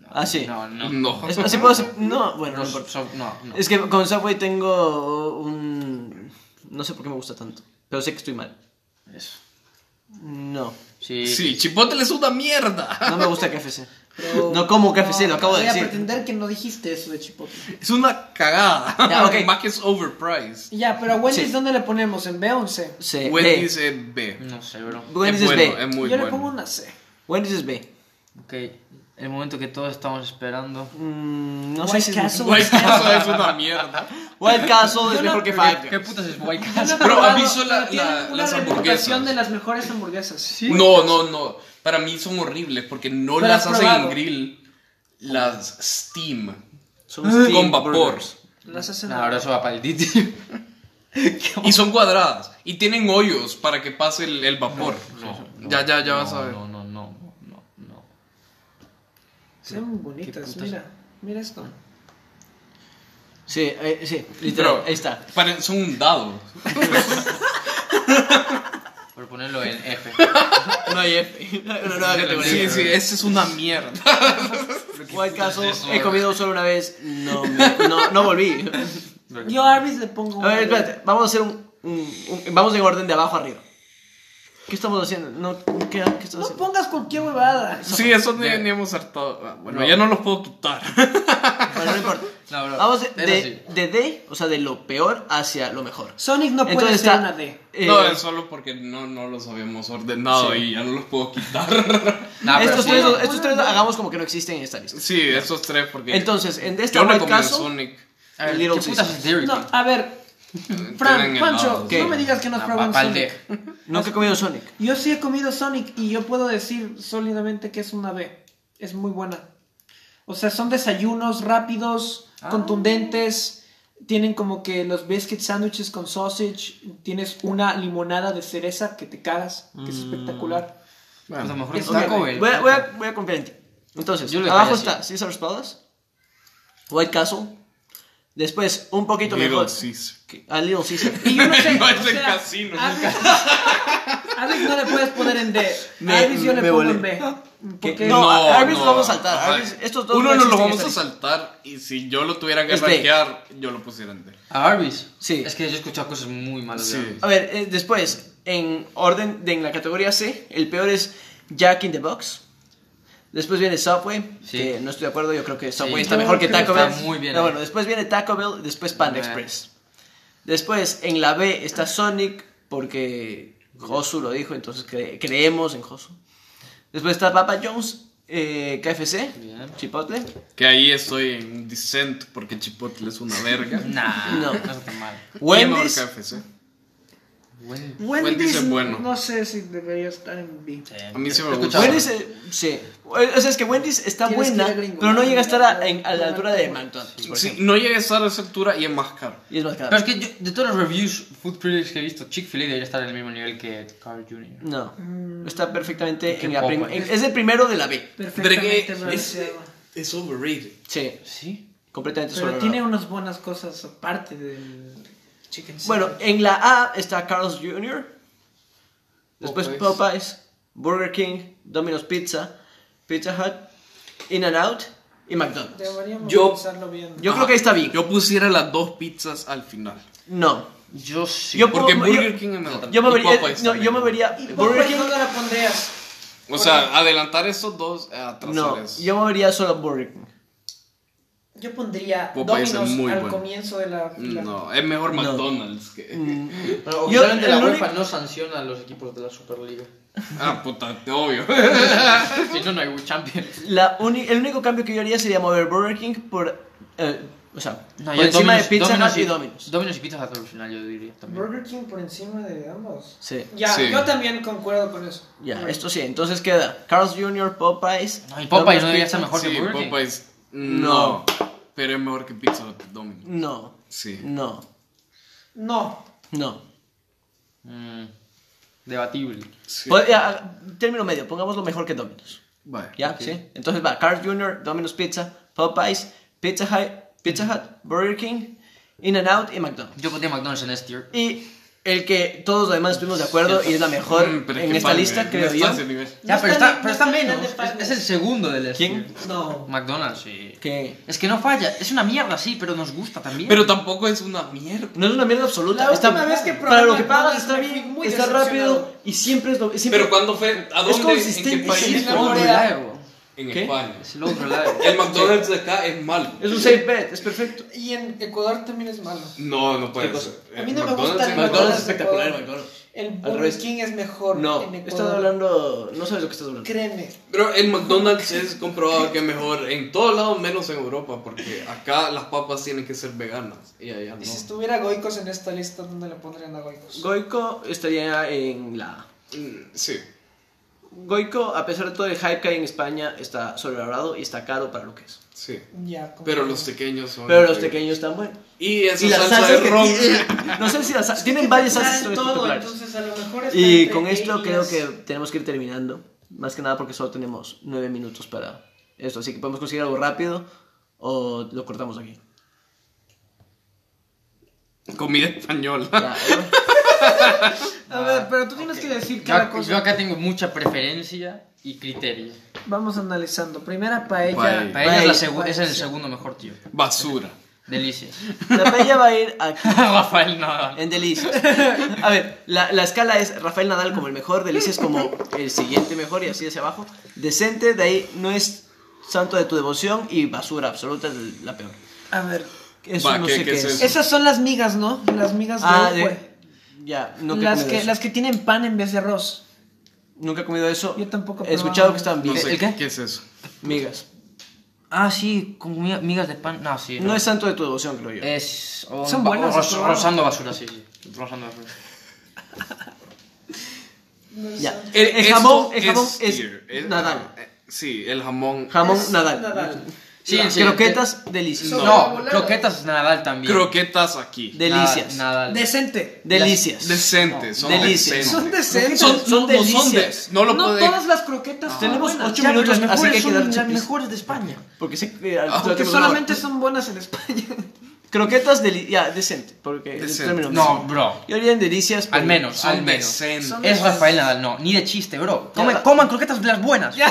[SPEAKER 4] no.
[SPEAKER 1] Ah, sí.
[SPEAKER 4] No, no.
[SPEAKER 3] No.
[SPEAKER 1] Es- así puedo hacer- No, bueno, no
[SPEAKER 4] No,
[SPEAKER 1] importa.
[SPEAKER 4] so- no, no.
[SPEAKER 1] Es que con Subway tengo un... No sé por qué me gusta tanto, pero sé que estoy mal.
[SPEAKER 4] Eso.
[SPEAKER 1] No,
[SPEAKER 4] Sí.
[SPEAKER 3] Sí, Chipotle es una mierda. [laughs]
[SPEAKER 1] no me gusta KFC.
[SPEAKER 2] Pero-
[SPEAKER 1] No como KFC, lo acabo de
[SPEAKER 2] Voy a
[SPEAKER 1] decir.
[SPEAKER 2] pretender que no dijiste eso de Chipotle.
[SPEAKER 3] Es una cagada.
[SPEAKER 1] Ya, ok.
[SPEAKER 3] Más que es overpriced.
[SPEAKER 2] Ya, pero a Wendy's,
[SPEAKER 1] Sí.
[SPEAKER 2] ¿dónde le ponemos? ¿En B o en C?
[SPEAKER 1] Sí,
[SPEAKER 3] Wendy's es B.
[SPEAKER 4] No sé, bro.
[SPEAKER 1] B. Wendy's es
[SPEAKER 3] es bueno,
[SPEAKER 1] B.
[SPEAKER 3] es muy
[SPEAKER 2] yo le
[SPEAKER 3] bueno. [laughs]
[SPEAKER 2] pongo una C.
[SPEAKER 1] Wendy's es B.
[SPEAKER 4] Ok. El momento que todos estamos esperando.
[SPEAKER 1] Mm, No sé
[SPEAKER 2] White
[SPEAKER 1] si es...
[SPEAKER 2] Castle.
[SPEAKER 3] White Castle es una mierda.
[SPEAKER 1] White Castle es
[SPEAKER 2] Yo no-
[SPEAKER 1] mejor que
[SPEAKER 4] Pero,
[SPEAKER 1] Five.
[SPEAKER 4] ¿Qué,
[SPEAKER 1] Guys.
[SPEAKER 4] qué putas es White
[SPEAKER 2] Yo
[SPEAKER 1] [laughs]
[SPEAKER 2] no
[SPEAKER 4] Castle?
[SPEAKER 2] he
[SPEAKER 3] Pero
[SPEAKER 2] probado,
[SPEAKER 3] aviso la-
[SPEAKER 2] pero tienen
[SPEAKER 3] la-
[SPEAKER 2] una
[SPEAKER 3] las
[SPEAKER 2] reputación
[SPEAKER 3] hamburguesas.
[SPEAKER 2] de las mejores hamburguesas. Sí.
[SPEAKER 3] No, no, no. Para mí son horribles porque no
[SPEAKER 2] Pero
[SPEAKER 3] las
[SPEAKER 2] has
[SPEAKER 3] hacen
[SPEAKER 2] probado.
[SPEAKER 3] en grill, las steam.
[SPEAKER 1] Son steam
[SPEAKER 3] con vapor.
[SPEAKER 1] burgers.
[SPEAKER 2] Las hacen.
[SPEAKER 4] No, ahora eso va para el Didi.
[SPEAKER 3] Y son cuadradas. Y tienen hoyos para que pase el, el vapor. ya, ya, ya
[SPEAKER 4] no,
[SPEAKER 3] vas a ver.
[SPEAKER 4] No, no, no, no, no.
[SPEAKER 2] Se ven muy bonitas,
[SPEAKER 4] putas?
[SPEAKER 2] mira. Mira esto.
[SPEAKER 1] Sí, eh, sí, literal,
[SPEAKER 3] Pero-
[SPEAKER 1] ahí está.
[SPEAKER 3] Pare- son un dado.
[SPEAKER 4] Por ponerlo en F.
[SPEAKER 1] No hay F. Una nueva categoría.
[SPEAKER 3] Sí, sí, esa es una mierda.
[SPEAKER 1] White Castle,
[SPEAKER 4] eso,
[SPEAKER 1] he
[SPEAKER 4] bro?
[SPEAKER 1] comido solo una vez, no, me- no, no volví.
[SPEAKER 2] Yo a Arby's le pongo
[SPEAKER 1] A
[SPEAKER 2] una
[SPEAKER 1] ver,
[SPEAKER 2] B.
[SPEAKER 1] espérate, vamos a hacer un, un- un- Vamos en orden de abajo arriba. ¿Qué estamos haciendo? No, ¿qué, qué estás
[SPEAKER 2] No
[SPEAKER 1] haciendo?
[SPEAKER 2] pongas cualquier huevada.
[SPEAKER 3] Sí, eso ni, ni hemos hartado. Ah, Bueno, ya no los puedo quitar.
[SPEAKER 1] Bueno, no importa.
[SPEAKER 4] [laughs] [laughs] No, bro.
[SPEAKER 1] Vamos de,
[SPEAKER 4] eso sí.
[SPEAKER 1] de, de D, o sea, de lo peor hacia lo mejor.
[SPEAKER 2] Sonic no puede
[SPEAKER 1] Entonces
[SPEAKER 2] ser
[SPEAKER 1] está...
[SPEAKER 2] una D.
[SPEAKER 1] eh,
[SPEAKER 3] no, es solo porque no, no los habíamos ordenado
[SPEAKER 1] Sí.
[SPEAKER 3] y ya no los puedo quitar.
[SPEAKER 4] Nah, Ah, pero
[SPEAKER 1] estos,
[SPEAKER 4] sí.
[SPEAKER 1] tres,
[SPEAKER 2] Bueno,
[SPEAKER 1] estos
[SPEAKER 2] bueno,
[SPEAKER 1] tres
[SPEAKER 2] no.
[SPEAKER 1] hagamos como que no existen en esta lista.
[SPEAKER 3] [laughs] Sí, esos tres porque...
[SPEAKER 1] Entonces, en este esta
[SPEAKER 3] yo no
[SPEAKER 1] White
[SPEAKER 3] comí en
[SPEAKER 1] Castle-
[SPEAKER 3] Sonic.
[SPEAKER 4] A ver,
[SPEAKER 1] Little
[SPEAKER 4] ¿Qué putas
[SPEAKER 1] Caesars.
[SPEAKER 4] es Dairy
[SPEAKER 2] No,
[SPEAKER 4] King?
[SPEAKER 2] a ver, Fran,
[SPEAKER 3] Tienen
[SPEAKER 2] Pancho,
[SPEAKER 3] helados.
[SPEAKER 1] ¿Qué?
[SPEAKER 2] no me digas que nos
[SPEAKER 4] Ah,
[SPEAKER 2] probamos
[SPEAKER 4] pa- pa'l
[SPEAKER 2] Sonic.
[SPEAKER 4] D.
[SPEAKER 1] Nunca he comido Sonic.
[SPEAKER 2] Yo sí he comido Sonic y yo puedo decir sólidamente que es una B. Es muy buena. O sea, son desayunos rápidos,
[SPEAKER 4] Ah.
[SPEAKER 2] contundentes. Tienen como que los biscuit sándwiches con sausage. Tienes una limonada de cereza que te cagas, que
[SPEAKER 3] Mm.
[SPEAKER 2] es
[SPEAKER 3] [laughs]
[SPEAKER 2] espectacular.
[SPEAKER 4] Pues a lo mejor es
[SPEAKER 2] Es una
[SPEAKER 4] Taco
[SPEAKER 2] B.
[SPEAKER 4] Bell.
[SPEAKER 1] Voy a, voy a- voy a confiar en ti. Entonces,
[SPEAKER 4] Yo le
[SPEAKER 1] abajo
[SPEAKER 4] voy a
[SPEAKER 1] está Caesar's Palace, White Castle. Después, un poquito mejor.
[SPEAKER 3] Little Caesar.
[SPEAKER 1] que- A Little Caesar.
[SPEAKER 4] [laughs]
[SPEAKER 2] Y yo no sé.
[SPEAKER 3] No es
[SPEAKER 2] o
[SPEAKER 3] el
[SPEAKER 2] sea,
[SPEAKER 3] casino, es el
[SPEAKER 2] Alex- [laughs] Alex no le puedes poner en D.
[SPEAKER 1] Me-
[SPEAKER 2] Alex yo le
[SPEAKER 1] me
[SPEAKER 2] pongo
[SPEAKER 1] volé.
[SPEAKER 2] en B. Porque
[SPEAKER 1] No,
[SPEAKER 2] no.
[SPEAKER 1] a Arby's lo vamos a saltar, Arby's- estos dos
[SPEAKER 3] Uno
[SPEAKER 1] no
[SPEAKER 3] no los
[SPEAKER 1] existen en
[SPEAKER 3] vamos a
[SPEAKER 1] esta
[SPEAKER 3] saltar y si yo lo tuviera que
[SPEAKER 1] Es D.
[SPEAKER 3] rankear, yo lo pusiera en D.
[SPEAKER 4] ¿A Arby's?
[SPEAKER 1] Sí.
[SPEAKER 4] Es que yo he escuchado cosas muy malas
[SPEAKER 3] Sí.
[SPEAKER 4] de Arby's.
[SPEAKER 1] A ver, eh, después, en orden de en la categoría C, el peor es Jack in the Box. Después viene Subway,
[SPEAKER 4] Sí.
[SPEAKER 1] que no estoy de acuerdo, yo creo que Subway
[SPEAKER 4] Sí,
[SPEAKER 1] está
[SPEAKER 4] yo
[SPEAKER 1] mejor que
[SPEAKER 4] creo
[SPEAKER 1] Taco
[SPEAKER 4] que
[SPEAKER 1] Bell.
[SPEAKER 4] está muy bien
[SPEAKER 1] No,
[SPEAKER 4] ahí.
[SPEAKER 1] bueno, después viene Taco Bell, después Panda
[SPEAKER 4] Eh.
[SPEAKER 1] Express. Después, en la B está Sonic, porque Josu lo dijo, entonces cre- creemos en Josu. Después está Papa Jones, eh, KFC,
[SPEAKER 4] Bien.
[SPEAKER 1] Chipotle.
[SPEAKER 3] Que ahí estoy en dissent porque Chipotle es una
[SPEAKER 1] [laughs]
[SPEAKER 3] verga.
[SPEAKER 4] Nah,
[SPEAKER 1] No.
[SPEAKER 4] no está tan mal.
[SPEAKER 1] Wendy's,
[SPEAKER 3] Y no, KFC.
[SPEAKER 4] Wendy's.
[SPEAKER 3] Wendy's
[SPEAKER 2] Wendy's,
[SPEAKER 3] es bueno.
[SPEAKER 2] no sé si debería estar en B.
[SPEAKER 3] A mí sí me
[SPEAKER 4] He
[SPEAKER 3] gusta.
[SPEAKER 4] escuchado.
[SPEAKER 1] Wendy's, eh, sí. O sea, es que Wendy's está
[SPEAKER 2] Tienes que ir
[SPEAKER 1] buena,
[SPEAKER 2] a gringo.
[SPEAKER 1] pero no llega a estar a, en- a la altura de McDonald's, por
[SPEAKER 3] Sí,
[SPEAKER 1] ejemplo.
[SPEAKER 3] no llega a estar a esa altura y es más caro.
[SPEAKER 1] Y es más
[SPEAKER 4] Pero
[SPEAKER 1] caro.
[SPEAKER 4] es que yo, de todos los reviews, food critics que he visto, Chick-fil-A debería estar en el mismo nivel que Carl Jr.
[SPEAKER 1] No, está perfectamente
[SPEAKER 4] Qué
[SPEAKER 1] en la
[SPEAKER 4] poco.
[SPEAKER 1] prim- en- Es el primero de la B.
[SPEAKER 2] Perfectamente
[SPEAKER 3] Drake,
[SPEAKER 2] balanceado.
[SPEAKER 3] Es overrated.
[SPEAKER 1] Sí,
[SPEAKER 4] ¿Sí?
[SPEAKER 1] completamente
[SPEAKER 2] Pero
[SPEAKER 1] solo.
[SPEAKER 2] tiene unas buenas cosas aparte del chicken
[SPEAKER 1] Bueno,
[SPEAKER 2] sandwich.
[SPEAKER 1] en la A está Carl's Jr. Después
[SPEAKER 3] Popeyes.
[SPEAKER 1] Popeyes, Burger King, Domino's Pizza, Pizza Hut, In and Out, y McDonald's.
[SPEAKER 2] Deberíamos
[SPEAKER 1] Yo-
[SPEAKER 2] pensarlo bien.
[SPEAKER 1] Yo creo que ahí está bien.
[SPEAKER 3] Yo pusiera las dos pizzas al final.
[SPEAKER 1] No.
[SPEAKER 4] Yo sí.
[SPEAKER 1] Yo-
[SPEAKER 3] Porque
[SPEAKER 1] Yo-
[SPEAKER 3] Burger
[SPEAKER 1] yo-
[SPEAKER 3] King me lo
[SPEAKER 1] Yo me
[SPEAKER 3] y
[SPEAKER 1] vería.
[SPEAKER 3] Popeyes
[SPEAKER 1] No,
[SPEAKER 3] también.
[SPEAKER 1] yo me vería.
[SPEAKER 2] ¿Y por
[SPEAKER 1] Burger
[SPEAKER 2] qué
[SPEAKER 1] King.
[SPEAKER 2] no la pondrías?
[SPEAKER 3] O sea, adelantar esos dos, eh, atrasar
[SPEAKER 1] No,
[SPEAKER 3] esos.
[SPEAKER 1] yo me vería solo Burger King.
[SPEAKER 2] Yo pondría
[SPEAKER 3] Popeyes es
[SPEAKER 2] Domino's
[SPEAKER 3] muy
[SPEAKER 2] al
[SPEAKER 3] bueno. Mm,
[SPEAKER 2] comienzo de la fila.
[SPEAKER 3] No, es mejor McDonald's que.
[SPEAKER 1] Mm,
[SPEAKER 4] Bueno,
[SPEAKER 1] Yo-
[SPEAKER 4] oficialmente
[SPEAKER 1] el
[SPEAKER 4] la
[SPEAKER 1] único-
[SPEAKER 4] UEFA no sanciona a los equipos de la [laughs] Superliga.
[SPEAKER 3] Ah, puta, obvio.
[SPEAKER 1] [laughs]
[SPEAKER 4] si no, no hay Champions.
[SPEAKER 1] La uni- el único cambio que yo haría sería mover Burger King por. eh, o sea,
[SPEAKER 4] No,
[SPEAKER 1] por encima
[SPEAKER 4] yo Pues Domino's-
[SPEAKER 1] de Pizza
[SPEAKER 4] Domino's
[SPEAKER 1] Hut y Domino's.
[SPEAKER 4] Domino's y Pizza Hut al final, yo diría también.
[SPEAKER 2] Burger King por encima de ambos.
[SPEAKER 1] Sí.
[SPEAKER 2] Ya,
[SPEAKER 3] Sí.
[SPEAKER 2] yo también concuerdo con eso.
[SPEAKER 1] Ya,
[SPEAKER 2] Bueno.
[SPEAKER 1] esto sí. Entonces queda Carl's Jr., Popeyes.
[SPEAKER 4] No, y Popeyes no
[SPEAKER 1] Domino's
[SPEAKER 4] debería
[SPEAKER 1] Pizza.
[SPEAKER 4] estar mejor
[SPEAKER 3] sí,
[SPEAKER 4] que Burger King.
[SPEAKER 3] Popeyes.
[SPEAKER 1] No.
[SPEAKER 3] No. Pero es mejor que Pizza Hut Domino.
[SPEAKER 1] No,
[SPEAKER 3] Sí.
[SPEAKER 1] no,
[SPEAKER 2] No.
[SPEAKER 1] no.
[SPEAKER 4] Mm, debatible.
[SPEAKER 3] sí.
[SPEAKER 1] Pod- ya, término medio, pongámoslo mejor que Domino's.
[SPEAKER 3] Vale.
[SPEAKER 1] ¿Ya? pues, ¿Sí? Entonces va Carl's Jr., Domino's Pizza, Popeyes, Pizza Hut, Pizza Hut, Burger King, In-N-Out y McDonald's.
[SPEAKER 4] Yo pondría McDonald's en este tier.
[SPEAKER 1] Y el que todos los demás estuvimos de acuerdo y es la mejor
[SPEAKER 3] Mm, pero es
[SPEAKER 1] en
[SPEAKER 3] que
[SPEAKER 1] esta
[SPEAKER 3] vale,
[SPEAKER 1] lista,
[SPEAKER 3] no
[SPEAKER 1] creo
[SPEAKER 3] está
[SPEAKER 1] yo.
[SPEAKER 3] a ese nivel.
[SPEAKER 4] Ya,
[SPEAKER 2] No
[SPEAKER 4] pero
[SPEAKER 2] está
[SPEAKER 4] está,
[SPEAKER 2] ni-
[SPEAKER 4] pero
[SPEAKER 2] no
[SPEAKER 4] está
[SPEAKER 2] está ni
[SPEAKER 4] menos.
[SPEAKER 2] de
[SPEAKER 4] Es,
[SPEAKER 2] Palmas.
[SPEAKER 4] es el segundo del este
[SPEAKER 1] ¿Quién?
[SPEAKER 4] tier.
[SPEAKER 2] No.
[SPEAKER 4] McDonald's, sí.
[SPEAKER 1] Que
[SPEAKER 4] Es que no falla. Es una mierda, sí, pero nos gusta también.
[SPEAKER 3] Pero tampoco es una mierda.
[SPEAKER 1] no es una mierda absoluta.
[SPEAKER 2] La
[SPEAKER 1] está-
[SPEAKER 2] última vez que probé
[SPEAKER 1] para lo que
[SPEAKER 2] McDonald's
[SPEAKER 1] pagas está
[SPEAKER 2] me fui
[SPEAKER 1] bien,
[SPEAKER 2] muy
[SPEAKER 1] está
[SPEAKER 2] decepcionado.
[SPEAKER 1] rápido y siempre es lo siempre-
[SPEAKER 3] Pero cuando fue. ¿A
[SPEAKER 1] Es
[SPEAKER 3] dónde? ¿En
[SPEAKER 1] consistente,
[SPEAKER 3] qué
[SPEAKER 1] sí,
[SPEAKER 3] país?
[SPEAKER 2] es
[SPEAKER 4] es el old
[SPEAKER 2] Corea.
[SPEAKER 4] reliable.
[SPEAKER 3] En
[SPEAKER 1] ¿Qué?
[SPEAKER 3] España.
[SPEAKER 4] Es el old reliable.
[SPEAKER 3] [laughs] El McDonald's de acá es malo.
[SPEAKER 1] Es un safe bet, es perfecto.
[SPEAKER 2] Y en Ecuador también es malo.
[SPEAKER 3] No, no puede
[SPEAKER 1] ¿Qué
[SPEAKER 3] ser.
[SPEAKER 2] A mí no me
[SPEAKER 3] McDonald's
[SPEAKER 2] gusta el
[SPEAKER 3] es
[SPEAKER 1] McDonald's
[SPEAKER 3] malo.
[SPEAKER 1] es espectacular,
[SPEAKER 2] Ecuador.
[SPEAKER 1] McDonald's.
[SPEAKER 2] El
[SPEAKER 1] revés.
[SPEAKER 2] Burger King es mejor
[SPEAKER 1] No,
[SPEAKER 2] en Ecuador.
[SPEAKER 1] estás hablando. No sabes lo que estás hablando.
[SPEAKER 2] Créeme.
[SPEAKER 3] Pero el McDonald's es comprobado que es mejor en todos lados menos en Europa, porque acá las papas tienen que ser veganas y allá
[SPEAKER 2] Y si
[SPEAKER 3] no.
[SPEAKER 2] estuviera Goicos en esta lista, ¿dónde le pondrían a Goicos?
[SPEAKER 1] Goico estaría en la.
[SPEAKER 3] Mm, Sí.
[SPEAKER 1] Goico, a pesar de todo el hype que hay en España, está sobrevalorado y está caro para lo que es.
[SPEAKER 3] Sí.
[SPEAKER 2] ya, como-
[SPEAKER 3] Pero los pequeños son.
[SPEAKER 1] Pero los pequeños están buenos.
[SPEAKER 3] Y esa
[SPEAKER 1] Y las
[SPEAKER 3] salsa,
[SPEAKER 1] salsas
[SPEAKER 3] de
[SPEAKER 1] que
[SPEAKER 3] ron.
[SPEAKER 1] tienen- No sé si las salsas. Tienen varias salsas
[SPEAKER 2] Claro,
[SPEAKER 1] que son
[SPEAKER 2] todo,
[SPEAKER 1] espectaculares.
[SPEAKER 2] entonces a lo mejor está
[SPEAKER 1] Y
[SPEAKER 2] entre
[SPEAKER 1] con esto creo
[SPEAKER 2] ellas.
[SPEAKER 1] que tenemos que ir terminando. Más que nada porque solo tenemos nueve minutos para esto. Así que podemos conseguir algo rápido o lo cortamos aquí.
[SPEAKER 3] [laughs] Comida española. [laughs]
[SPEAKER 1] Ya, ¿eh?
[SPEAKER 2] A ver, pero tú tienes que decir
[SPEAKER 4] Yo,
[SPEAKER 2] cada
[SPEAKER 4] ac-
[SPEAKER 2] cosa.
[SPEAKER 4] yo acá tengo mucha preferencia y criterio.
[SPEAKER 2] Vamos analizando. Primera paella.
[SPEAKER 3] Paella.
[SPEAKER 4] Para ella es, la
[SPEAKER 1] Paella.
[SPEAKER 4] segu- es el segundo mejor tier.
[SPEAKER 3] Basura.
[SPEAKER 4] Delicias.
[SPEAKER 1] La paella va a ir aquí
[SPEAKER 4] Rafael, no.
[SPEAKER 1] en delicias. A ver, la, la escala es Rafael Nadal como el mejor, delicias como el siguiente mejor y así hacia abajo. Decente, de ahí no es santo de tu devoción y basura absoluta es la peor.
[SPEAKER 2] A ver.
[SPEAKER 1] Eso
[SPEAKER 3] Va,
[SPEAKER 1] no
[SPEAKER 3] ¿qué-
[SPEAKER 1] sé
[SPEAKER 3] qué
[SPEAKER 1] qué,
[SPEAKER 3] es
[SPEAKER 1] es.
[SPEAKER 3] eso?
[SPEAKER 2] Esas son las migas, ¿no? Las migas de,
[SPEAKER 1] Ah,
[SPEAKER 2] hue-
[SPEAKER 1] de- ya, nunca he
[SPEAKER 2] las,
[SPEAKER 1] comido
[SPEAKER 2] que,
[SPEAKER 1] eso.
[SPEAKER 2] las que tienen pan en vez de arroz.
[SPEAKER 1] Nunca he comido eso.
[SPEAKER 2] Yo tampoco he
[SPEAKER 1] He escuchado
[SPEAKER 2] probado.
[SPEAKER 1] que están
[SPEAKER 3] No
[SPEAKER 1] bien.
[SPEAKER 3] sé
[SPEAKER 4] ¿El qué?
[SPEAKER 3] es eso.
[SPEAKER 1] Migas.
[SPEAKER 4] Ah, sí, con mi- migas de pan. No, Eh, sí.
[SPEAKER 1] No es santo de tu devoción, creo yo.
[SPEAKER 4] Es. o-
[SPEAKER 2] Son
[SPEAKER 4] ba-
[SPEAKER 2] buenas,
[SPEAKER 4] o
[SPEAKER 2] he
[SPEAKER 4] ros-
[SPEAKER 2] probado.
[SPEAKER 4] rozando basura, sí, sí. Rozando basura.
[SPEAKER 1] Ya.
[SPEAKER 3] El,
[SPEAKER 1] El jamón- el
[SPEAKER 3] esto
[SPEAKER 1] jamón es
[SPEAKER 3] tier.
[SPEAKER 1] Nadal.
[SPEAKER 3] eh, Sí, el jamón.
[SPEAKER 1] Jamón
[SPEAKER 2] Es
[SPEAKER 1] Nadal.
[SPEAKER 2] Nadal.
[SPEAKER 4] Sí,
[SPEAKER 1] Las
[SPEAKER 4] sí,
[SPEAKER 1] Croquetas, delicias.
[SPEAKER 3] No.
[SPEAKER 4] No, croquetas Nadal también.
[SPEAKER 3] Croquetas aquí.
[SPEAKER 1] Delicias.
[SPEAKER 4] Nadal. Nadal.
[SPEAKER 2] Decente.
[SPEAKER 1] Delicias.
[SPEAKER 3] Decentes. Son
[SPEAKER 1] Delicias.
[SPEAKER 3] decentes.
[SPEAKER 2] Son decentes.
[SPEAKER 3] Son,
[SPEAKER 1] Son
[SPEAKER 3] no, no son de-
[SPEAKER 1] delicias.
[SPEAKER 3] no lo
[SPEAKER 2] no
[SPEAKER 3] puede- Ah,
[SPEAKER 2] todas las croquetas son
[SPEAKER 1] Tenemos
[SPEAKER 2] buenas.
[SPEAKER 1] ocho
[SPEAKER 2] Ya, pero
[SPEAKER 1] minutos,
[SPEAKER 2] las
[SPEAKER 1] así que hay
[SPEAKER 2] mejores
[SPEAKER 1] que dar
[SPEAKER 2] son las
[SPEAKER 1] chapis.
[SPEAKER 2] mejores de España.
[SPEAKER 1] Porque sé que al-
[SPEAKER 2] Porque
[SPEAKER 1] tenemos una hora.
[SPEAKER 2] solamente son buenas en España.
[SPEAKER 1] Croquetas, deli- ya, decente. Porque el
[SPEAKER 3] Decente.
[SPEAKER 1] término
[SPEAKER 4] No,
[SPEAKER 1] medio.
[SPEAKER 4] bro.
[SPEAKER 1] Yo diría en delicias.
[SPEAKER 4] Al
[SPEAKER 1] pero-
[SPEAKER 4] menos, al
[SPEAKER 3] Son
[SPEAKER 4] menos.
[SPEAKER 3] decentes.
[SPEAKER 2] Son-
[SPEAKER 4] Es Rafael Nadal, no, ni de chiste, bro. Come-
[SPEAKER 1] [laughs] Ya.
[SPEAKER 4] coman croquetas de las buenas. No,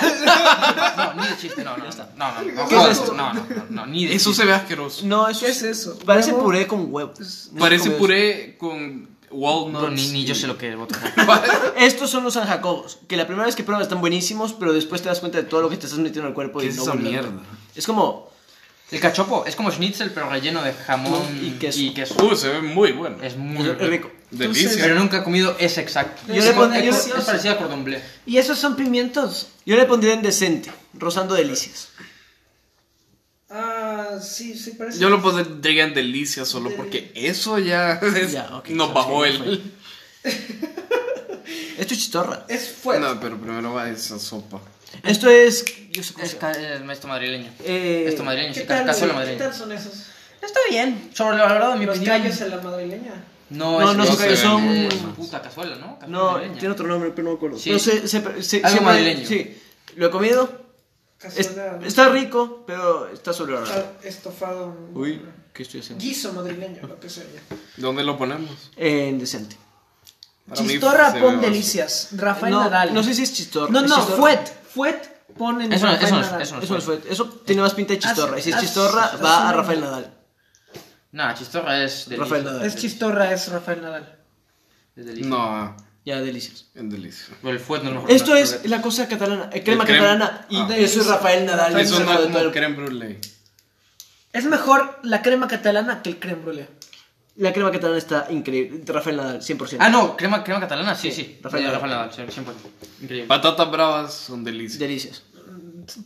[SPEAKER 4] ni de chiste, no, no, no, no, no, no,
[SPEAKER 1] ¿Qué es
[SPEAKER 4] no,
[SPEAKER 1] esto?
[SPEAKER 4] no, no, no, no, ni de
[SPEAKER 3] Eso
[SPEAKER 4] chiste.
[SPEAKER 3] se ve asqueroso.
[SPEAKER 1] No, eso
[SPEAKER 2] ¿Qué es eso?
[SPEAKER 1] Parece
[SPEAKER 2] ¿Huevo?
[SPEAKER 1] puré con huevos. No
[SPEAKER 3] Parece
[SPEAKER 1] sé cómo es.
[SPEAKER 3] puré con walnuts.
[SPEAKER 4] Bro, ni,
[SPEAKER 3] [laughs]
[SPEAKER 4] ni yo sé lo que es voto.
[SPEAKER 1] Estos son los San Jacobos. Que la primera vez que pruebas están buenísimos, pero después te das cuenta de todo lo que te estás metiendo al cuerpo.
[SPEAKER 3] ¿Qué
[SPEAKER 1] y
[SPEAKER 3] es
[SPEAKER 1] Pues no
[SPEAKER 3] esa
[SPEAKER 1] vuelve a-
[SPEAKER 3] mierda?
[SPEAKER 1] Es como.
[SPEAKER 4] El cachopo es como schnitzel, pero relleno de jamón
[SPEAKER 1] Y queso.
[SPEAKER 3] Uh, se ve muy bueno.
[SPEAKER 4] Es muy
[SPEAKER 1] Es
[SPEAKER 4] rico.
[SPEAKER 1] rico.
[SPEAKER 3] Delicia.
[SPEAKER 4] Pero nunca he comido ese exacto.
[SPEAKER 1] Yo
[SPEAKER 4] Es
[SPEAKER 1] le
[SPEAKER 4] como-
[SPEAKER 1] pondría- yo-
[SPEAKER 4] es, es parecido a cordon bleu.
[SPEAKER 2] ¿Y esos son pimientos?
[SPEAKER 1] Yo le pondría en decente, rozando delicias.
[SPEAKER 2] Ah, sí, sí, parece.
[SPEAKER 3] Yo lo pondría en delicia solo porque eso ya, es-
[SPEAKER 1] Ya, ok,
[SPEAKER 3] nos
[SPEAKER 1] sabes
[SPEAKER 3] bajó
[SPEAKER 1] que
[SPEAKER 3] el...
[SPEAKER 1] ya Esto es chistorra.
[SPEAKER 2] Es fuerte.
[SPEAKER 3] Pues. No, pero primero va esa sopa.
[SPEAKER 1] Esto es. Yo sé cómo
[SPEAKER 4] Es,
[SPEAKER 1] se llama.
[SPEAKER 4] ca- es esto madrileño.
[SPEAKER 1] Eh,
[SPEAKER 4] esto madrileño,
[SPEAKER 2] ¿Qué
[SPEAKER 4] sí,
[SPEAKER 2] tal,
[SPEAKER 4] ca- cazuela
[SPEAKER 2] güey? ¿Qué
[SPEAKER 4] madrileña.
[SPEAKER 2] tal son esos?
[SPEAKER 4] Está bien. Sobrevalorado en mi
[SPEAKER 2] Los
[SPEAKER 4] opinión.
[SPEAKER 2] callos en la madrileña.
[SPEAKER 4] No,
[SPEAKER 1] No,
[SPEAKER 4] es-
[SPEAKER 1] no
[SPEAKER 4] es-
[SPEAKER 1] son callos,
[SPEAKER 4] es-
[SPEAKER 1] son-
[SPEAKER 4] es una puta cazuela, ¿no? Cazuela
[SPEAKER 1] No,
[SPEAKER 4] madrileña.
[SPEAKER 1] tiene otro nombre, pero no me acuerdo.
[SPEAKER 4] Sí.
[SPEAKER 1] Pero se- se- se-
[SPEAKER 4] Algo
[SPEAKER 1] siempre-
[SPEAKER 4] madrileño.
[SPEAKER 1] Sí, lo he comido. Es-
[SPEAKER 2] Cazuela.
[SPEAKER 1] está rico, pero está sobrevalorado.
[SPEAKER 2] está Estofado.
[SPEAKER 1] Uy, ¿qué estoy haciendo?
[SPEAKER 2] Guiso madrileño, lo que sería.
[SPEAKER 3] ¿Dónde lo ponemos?
[SPEAKER 1] En decente.
[SPEAKER 3] Para mí
[SPEAKER 2] Chistorra
[SPEAKER 3] se ve
[SPEAKER 2] pon
[SPEAKER 3] basura.
[SPEAKER 2] delicias. Rafael
[SPEAKER 1] No,
[SPEAKER 2] Nadal.
[SPEAKER 1] no sé si es chistorra.
[SPEAKER 2] No,
[SPEAKER 1] es
[SPEAKER 2] no,
[SPEAKER 1] chistorra.
[SPEAKER 2] fuet. Fuet ponen
[SPEAKER 4] Eso no-
[SPEAKER 2] Rafael
[SPEAKER 4] eso no es-
[SPEAKER 2] Nadal.
[SPEAKER 4] eso no
[SPEAKER 1] Eso, no fue- eso tiene más pinta de chistorra. Y si es
[SPEAKER 2] Haz-
[SPEAKER 1] chistorra,
[SPEAKER 2] haz- haz
[SPEAKER 1] va a
[SPEAKER 2] una-
[SPEAKER 1] Rafael Nadal.
[SPEAKER 4] No, chistorra es delicioso.
[SPEAKER 1] Rafael Nadal.
[SPEAKER 2] Es chistorra, es Rafael Nadal.
[SPEAKER 4] Es delicioso.
[SPEAKER 3] No,
[SPEAKER 1] Ya, delicioso.
[SPEAKER 3] es delicioso.
[SPEAKER 4] Pero el fuet no es mejor.
[SPEAKER 1] Esto
[SPEAKER 4] que
[SPEAKER 1] es
[SPEAKER 4] el
[SPEAKER 1] la cosa catalana, eh, crema
[SPEAKER 3] El crema.
[SPEAKER 1] catalana. Y
[SPEAKER 3] Ah.
[SPEAKER 1] eso es Rafael Nadal.
[SPEAKER 3] Eso
[SPEAKER 1] hijo
[SPEAKER 3] no
[SPEAKER 1] de
[SPEAKER 3] es como
[SPEAKER 1] todo.
[SPEAKER 3] creme brulee.
[SPEAKER 1] Es mejor la crema catalana que el creme brulee. La crema catalana está increíble. Rafael Nadal, 100%.
[SPEAKER 4] Ah, no, crema, crema catalana, sí, sí.
[SPEAKER 1] Rafael
[SPEAKER 4] Rafael
[SPEAKER 1] Nadal.
[SPEAKER 4] Nadal. Rafael Nadal, 100%. Increíble.
[SPEAKER 3] Patatas bravas son delicias.
[SPEAKER 1] Delicias.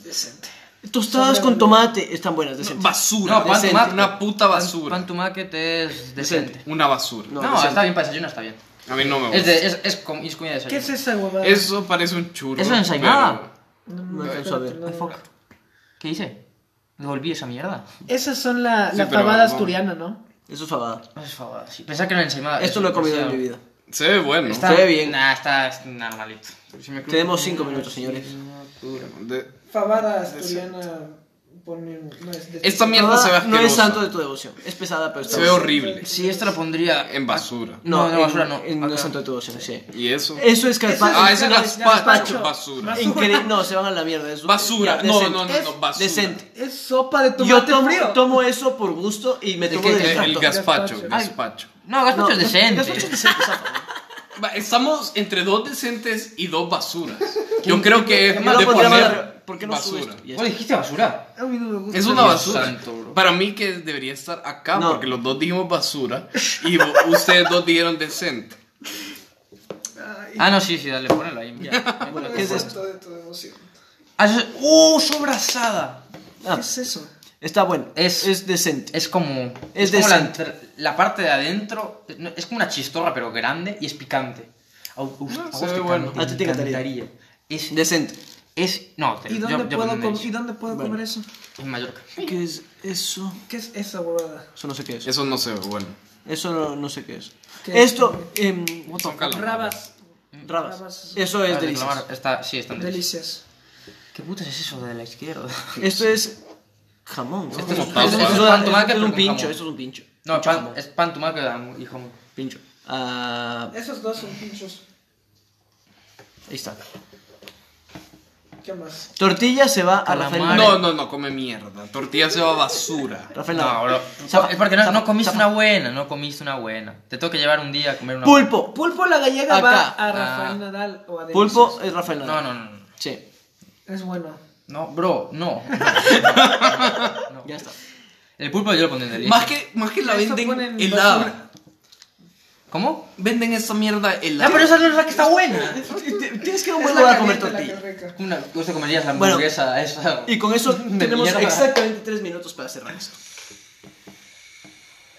[SPEAKER 2] Decente.
[SPEAKER 1] Tostadas con tomate están buenas, decentes.
[SPEAKER 3] Basura.
[SPEAKER 4] No, pan
[SPEAKER 3] decente.
[SPEAKER 4] tomate.
[SPEAKER 3] Una puta basura.
[SPEAKER 4] Pan to market es decente.
[SPEAKER 3] Una basura.
[SPEAKER 1] No,
[SPEAKER 4] No,
[SPEAKER 1] decente.
[SPEAKER 4] está bien para desayuno, está bien.
[SPEAKER 3] A mí no me
[SPEAKER 4] Es,
[SPEAKER 3] gusta.
[SPEAKER 4] de, es, es, com- es comida de
[SPEAKER 2] ¿Qué
[SPEAKER 4] desayuno.
[SPEAKER 2] es esa huevada?
[SPEAKER 3] Eso parece un churro.
[SPEAKER 4] Es una ensaimada.
[SPEAKER 2] No,
[SPEAKER 1] No
[SPEAKER 2] no,
[SPEAKER 1] alcanzo a ver.
[SPEAKER 2] espérate, no,
[SPEAKER 1] Ah,
[SPEAKER 2] no.
[SPEAKER 1] fuck.
[SPEAKER 4] ¿Qué hice? Me volví esa mierda.
[SPEAKER 2] Esas son la,
[SPEAKER 3] Sí,
[SPEAKER 2] la
[SPEAKER 3] pero
[SPEAKER 2] pavada
[SPEAKER 3] no.
[SPEAKER 2] asturiana, ¿no?
[SPEAKER 1] Eso es fabada.
[SPEAKER 4] No es favor. Sí, pensaba que era una
[SPEAKER 3] Ah,
[SPEAKER 4] ensaimada.
[SPEAKER 1] Esto lo he comido en mi vida.
[SPEAKER 3] Pero Se ve bueno.
[SPEAKER 4] Está
[SPEAKER 1] Se ve bien.
[SPEAKER 4] Nah, está es normalito. Si me cruzo-
[SPEAKER 1] Tenemos cinco minutos, señores.
[SPEAKER 3] De-
[SPEAKER 2] Fabada asturiana. pone- no, es de-
[SPEAKER 3] Esta mierda
[SPEAKER 1] Fabada
[SPEAKER 3] se ve
[SPEAKER 1] Ah, no
[SPEAKER 3] asquerosa.
[SPEAKER 1] es santo de tu devoción. Es pesada, pero está
[SPEAKER 3] Se ve
[SPEAKER 1] buena.
[SPEAKER 3] horrible.
[SPEAKER 4] Si esto lo pondría
[SPEAKER 3] En basura.
[SPEAKER 1] No,
[SPEAKER 4] No,
[SPEAKER 1] en-
[SPEAKER 4] no, basura no.
[SPEAKER 1] en- no es
[SPEAKER 4] Acá.
[SPEAKER 1] santo de tu devoción, sí.
[SPEAKER 3] ¿Y eso?
[SPEAKER 1] Eso es gazpacho.
[SPEAKER 3] Ah, ese es
[SPEAKER 1] No,
[SPEAKER 3] gazpacho. Basura.
[SPEAKER 2] Basura.
[SPEAKER 1] Increíble. No, se van a la mierda. Es
[SPEAKER 3] Basura.
[SPEAKER 1] ya,
[SPEAKER 3] No,
[SPEAKER 1] decente.
[SPEAKER 3] no, no, no,
[SPEAKER 2] Es
[SPEAKER 3] basura.
[SPEAKER 1] decente.
[SPEAKER 2] Es sopa de tomate
[SPEAKER 1] Yo tomo,
[SPEAKER 2] frío.
[SPEAKER 1] tomo eso por gusto y me
[SPEAKER 4] Es
[SPEAKER 1] tomo
[SPEAKER 4] que-
[SPEAKER 1] del
[SPEAKER 3] Eh, El, el
[SPEAKER 1] santo.
[SPEAKER 3] gazpacho.
[SPEAKER 2] Gazpacho.
[SPEAKER 3] Gazpacho.
[SPEAKER 4] No, gazpacho
[SPEAKER 1] No,
[SPEAKER 4] es decente.
[SPEAKER 1] gazpacho es decente, zafa.
[SPEAKER 3] Va, Estamos entre dos decentes y dos basuras.
[SPEAKER 1] [laughs]
[SPEAKER 3] Yo creo que es
[SPEAKER 1] Yo lo
[SPEAKER 3] de
[SPEAKER 1] pondría más
[SPEAKER 3] poner
[SPEAKER 1] arriba. ¿Por qué no subes
[SPEAKER 3] basura.
[SPEAKER 1] tú? Ya
[SPEAKER 4] ¿Cuál dijiste basura?
[SPEAKER 2] A mí no me gusta.
[SPEAKER 3] Es una
[SPEAKER 4] Dios
[SPEAKER 3] basura.
[SPEAKER 4] santo, bro.
[SPEAKER 3] Para mí que debería estar acá
[SPEAKER 1] No.
[SPEAKER 3] porque los dos dijimos basura y vo- ustedes dos dijeron decente.
[SPEAKER 4] Ah, no, sí, sí, dale, ponelo ahí.
[SPEAKER 1] está. [laughs] Bueno, ¿qué es esto?
[SPEAKER 2] Santo de tu devoción.
[SPEAKER 4] Ah, eso es... ¡Uh, sobrasada!
[SPEAKER 1] Ah,
[SPEAKER 2] ¿Qué es eso?
[SPEAKER 1] está bueno.
[SPEAKER 4] Es-
[SPEAKER 1] es decente.
[SPEAKER 4] Es como.
[SPEAKER 1] Es
[SPEAKER 4] como la,
[SPEAKER 1] decente.
[SPEAKER 4] entre- la parte de adentro. no, Es como una chistorra, pero grande y es picante. A, vos- a vos
[SPEAKER 3] se ve
[SPEAKER 4] te
[SPEAKER 3] bueno.
[SPEAKER 4] encanta-
[SPEAKER 1] A ti te encantaría.
[SPEAKER 4] Es.
[SPEAKER 1] Decente.
[SPEAKER 4] es no, te-
[SPEAKER 2] ¿Y
[SPEAKER 4] Este, yo-
[SPEAKER 2] dónde
[SPEAKER 4] yo
[SPEAKER 2] puedo,
[SPEAKER 4] aprendí
[SPEAKER 2] com-
[SPEAKER 4] eso.
[SPEAKER 2] ¿y dónde puedo
[SPEAKER 1] Bueno.
[SPEAKER 2] comer eso?
[SPEAKER 4] En Mallorca.
[SPEAKER 1] ¿Qué es eso?
[SPEAKER 2] ¿Qué es esa huevada?
[SPEAKER 1] Eso no sé qué es.
[SPEAKER 3] Eso no se ve bueno.
[SPEAKER 1] Eso no, no sé qué es.
[SPEAKER 2] ¿Qué?
[SPEAKER 1] Esto, em, what the fuck?
[SPEAKER 3] Son
[SPEAKER 2] Rabas.
[SPEAKER 4] Mm.
[SPEAKER 1] Rabas.
[SPEAKER 2] Rabas.
[SPEAKER 1] Eso es
[SPEAKER 4] Las de
[SPEAKER 1] delicioso.
[SPEAKER 4] calamar está- sí, están deliciosas.
[SPEAKER 2] Delicias.
[SPEAKER 4] ¿Qué putas es eso de la izquierda?
[SPEAKER 1] [laughs] Esto es jamón. ¿no?
[SPEAKER 4] Esto es
[SPEAKER 1] Eso-
[SPEAKER 3] pan-
[SPEAKER 1] eso
[SPEAKER 3] esto es
[SPEAKER 1] una-
[SPEAKER 4] pan
[SPEAKER 1] eso
[SPEAKER 4] tomate
[SPEAKER 1] es
[SPEAKER 4] con
[SPEAKER 1] un pincho.
[SPEAKER 4] jamón.
[SPEAKER 1] Eso es un pincho.
[SPEAKER 4] No,
[SPEAKER 1] Pincho
[SPEAKER 4] pan-
[SPEAKER 1] jamón.
[SPEAKER 4] es pan tomate que da y jamón.
[SPEAKER 1] Pincho. Ah,
[SPEAKER 2] Esos dos son pinchos.
[SPEAKER 1] ahí está.
[SPEAKER 2] ¿Qué más?
[SPEAKER 1] Tortilla se va a
[SPEAKER 4] Calamar.
[SPEAKER 1] Rafael Nadal.
[SPEAKER 3] No, no, no, come mierda. Tortilla se va a basura.
[SPEAKER 1] Rafael
[SPEAKER 4] No,
[SPEAKER 1] Nadal.
[SPEAKER 4] bro.
[SPEAKER 1] Zapa-
[SPEAKER 4] es porque no,
[SPEAKER 1] zapa-
[SPEAKER 4] no comiste
[SPEAKER 1] zapa.
[SPEAKER 4] una buena, no comiste una buena. Te tengo que llevar un día a comer una
[SPEAKER 1] Pulpo.
[SPEAKER 2] Pulpo la gallega
[SPEAKER 1] Acá.
[SPEAKER 2] va a Rafael
[SPEAKER 4] Ah.
[SPEAKER 2] Nadal o a Delicias.
[SPEAKER 1] Pulpo es Rafael
[SPEAKER 4] buena.
[SPEAKER 1] Nadal.
[SPEAKER 4] No, no, no. no.
[SPEAKER 1] Sí.
[SPEAKER 2] Es bueno.
[SPEAKER 4] No, bro, no.
[SPEAKER 1] Ya
[SPEAKER 4] [laughs]
[SPEAKER 1] está.
[SPEAKER 4] El pulpo yo lo pondré en delicia.
[SPEAKER 3] Más que, más que la
[SPEAKER 2] Eso
[SPEAKER 3] venden
[SPEAKER 2] ponen
[SPEAKER 3] helada.
[SPEAKER 2] basura.
[SPEAKER 4] ¿Cómo?
[SPEAKER 3] Venden esa mierda helada.
[SPEAKER 4] Ah, pero esa no es la que está buena.
[SPEAKER 1] Tienes que ir a un
[SPEAKER 2] Es
[SPEAKER 1] buen
[SPEAKER 2] la
[SPEAKER 1] lugar a comer
[SPEAKER 2] caliente, la
[SPEAKER 1] tortilla.
[SPEAKER 2] que rica.
[SPEAKER 4] Una, tú te comerías la
[SPEAKER 1] Bueno,
[SPEAKER 4] hamburguesa esa.
[SPEAKER 1] Y con [laughs] eso
[SPEAKER 4] De
[SPEAKER 1] tenemos
[SPEAKER 4] mierda.
[SPEAKER 1] exactamente tres minutos para cerrar esto.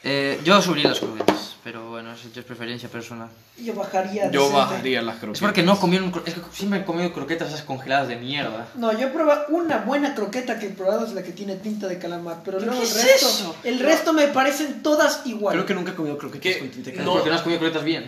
[SPEAKER 4] Eh, yo subiría las croquetas, pero bueno, eso ya es preferencia personal.
[SPEAKER 2] Yo bajaría.
[SPEAKER 3] Yo
[SPEAKER 2] decente.
[SPEAKER 3] bajaría las
[SPEAKER 4] Es
[SPEAKER 3] croquetas.
[SPEAKER 4] porque no comí un cro- Es que siempre he comido croquetas esas congeladas de mierda.
[SPEAKER 2] No, yo he probado una buena croqueta que he probado es la que tiene tinta de calamar, pero
[SPEAKER 4] ¿Pero
[SPEAKER 2] luego
[SPEAKER 4] qué
[SPEAKER 2] el
[SPEAKER 4] es
[SPEAKER 2] resto,
[SPEAKER 4] eso?
[SPEAKER 2] el resto me parecen todas iguales.
[SPEAKER 1] Creo que nunca he comido croquetas
[SPEAKER 3] ¿Qué?
[SPEAKER 1] con tinta de
[SPEAKER 4] No.
[SPEAKER 1] calamar.
[SPEAKER 4] Porque no has comido croquetas bien.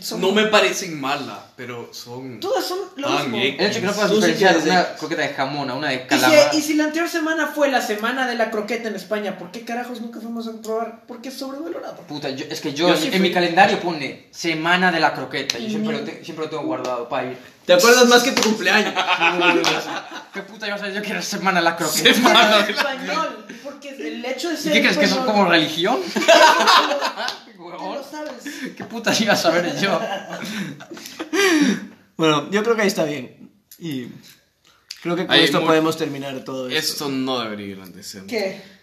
[SPEAKER 2] Son-
[SPEAKER 3] No me parecen malas, pero son...
[SPEAKER 2] todas son lo
[SPEAKER 3] Ah,
[SPEAKER 2] mismo.
[SPEAKER 3] bien.
[SPEAKER 4] El hecho de que no puedas
[SPEAKER 1] Tú sí
[SPEAKER 4] diferenciar
[SPEAKER 1] quieres,
[SPEAKER 4] una
[SPEAKER 1] eh.
[SPEAKER 4] croqueta de jamón a una de
[SPEAKER 2] Y si,
[SPEAKER 4] calamar.
[SPEAKER 2] y si la anterior semana fue la semana de la croqueta en España, ¿por qué carajos nunca fuimos a probar? Porque es sobrevalorado.
[SPEAKER 4] Puta, yo- es que yo,
[SPEAKER 2] Yo
[SPEAKER 4] en,
[SPEAKER 2] sí
[SPEAKER 4] en
[SPEAKER 2] fui.
[SPEAKER 4] mi calendario pone semana de la croqueta. Yo
[SPEAKER 2] Y
[SPEAKER 4] siempre,
[SPEAKER 2] ni-
[SPEAKER 4] lo, te- siempre lo tengo guardado para ir.
[SPEAKER 1] Te acuerdas más que tu cumpleaños.
[SPEAKER 4] ¿Qué puta yo sabía yo que era semana de la croqueta?
[SPEAKER 2] Porque
[SPEAKER 3] Semana
[SPEAKER 2] es español, porque el hecho de
[SPEAKER 4] ¿Y
[SPEAKER 2] ser
[SPEAKER 4] qué crees que son
[SPEAKER 2] español-
[SPEAKER 4] como religión? [laughs]
[SPEAKER 2] Tú lo
[SPEAKER 4] Huevón.
[SPEAKER 2] sabes.
[SPEAKER 4] ¿Qué puta iba a saber yo?
[SPEAKER 1] Bueno, yo creo que ahí está bien. Y creo que con
[SPEAKER 3] Ahí
[SPEAKER 1] esto
[SPEAKER 3] muy-
[SPEAKER 1] podemos terminar todo esto.
[SPEAKER 3] Esto no debería ir al decente.
[SPEAKER 2] ¿Qué?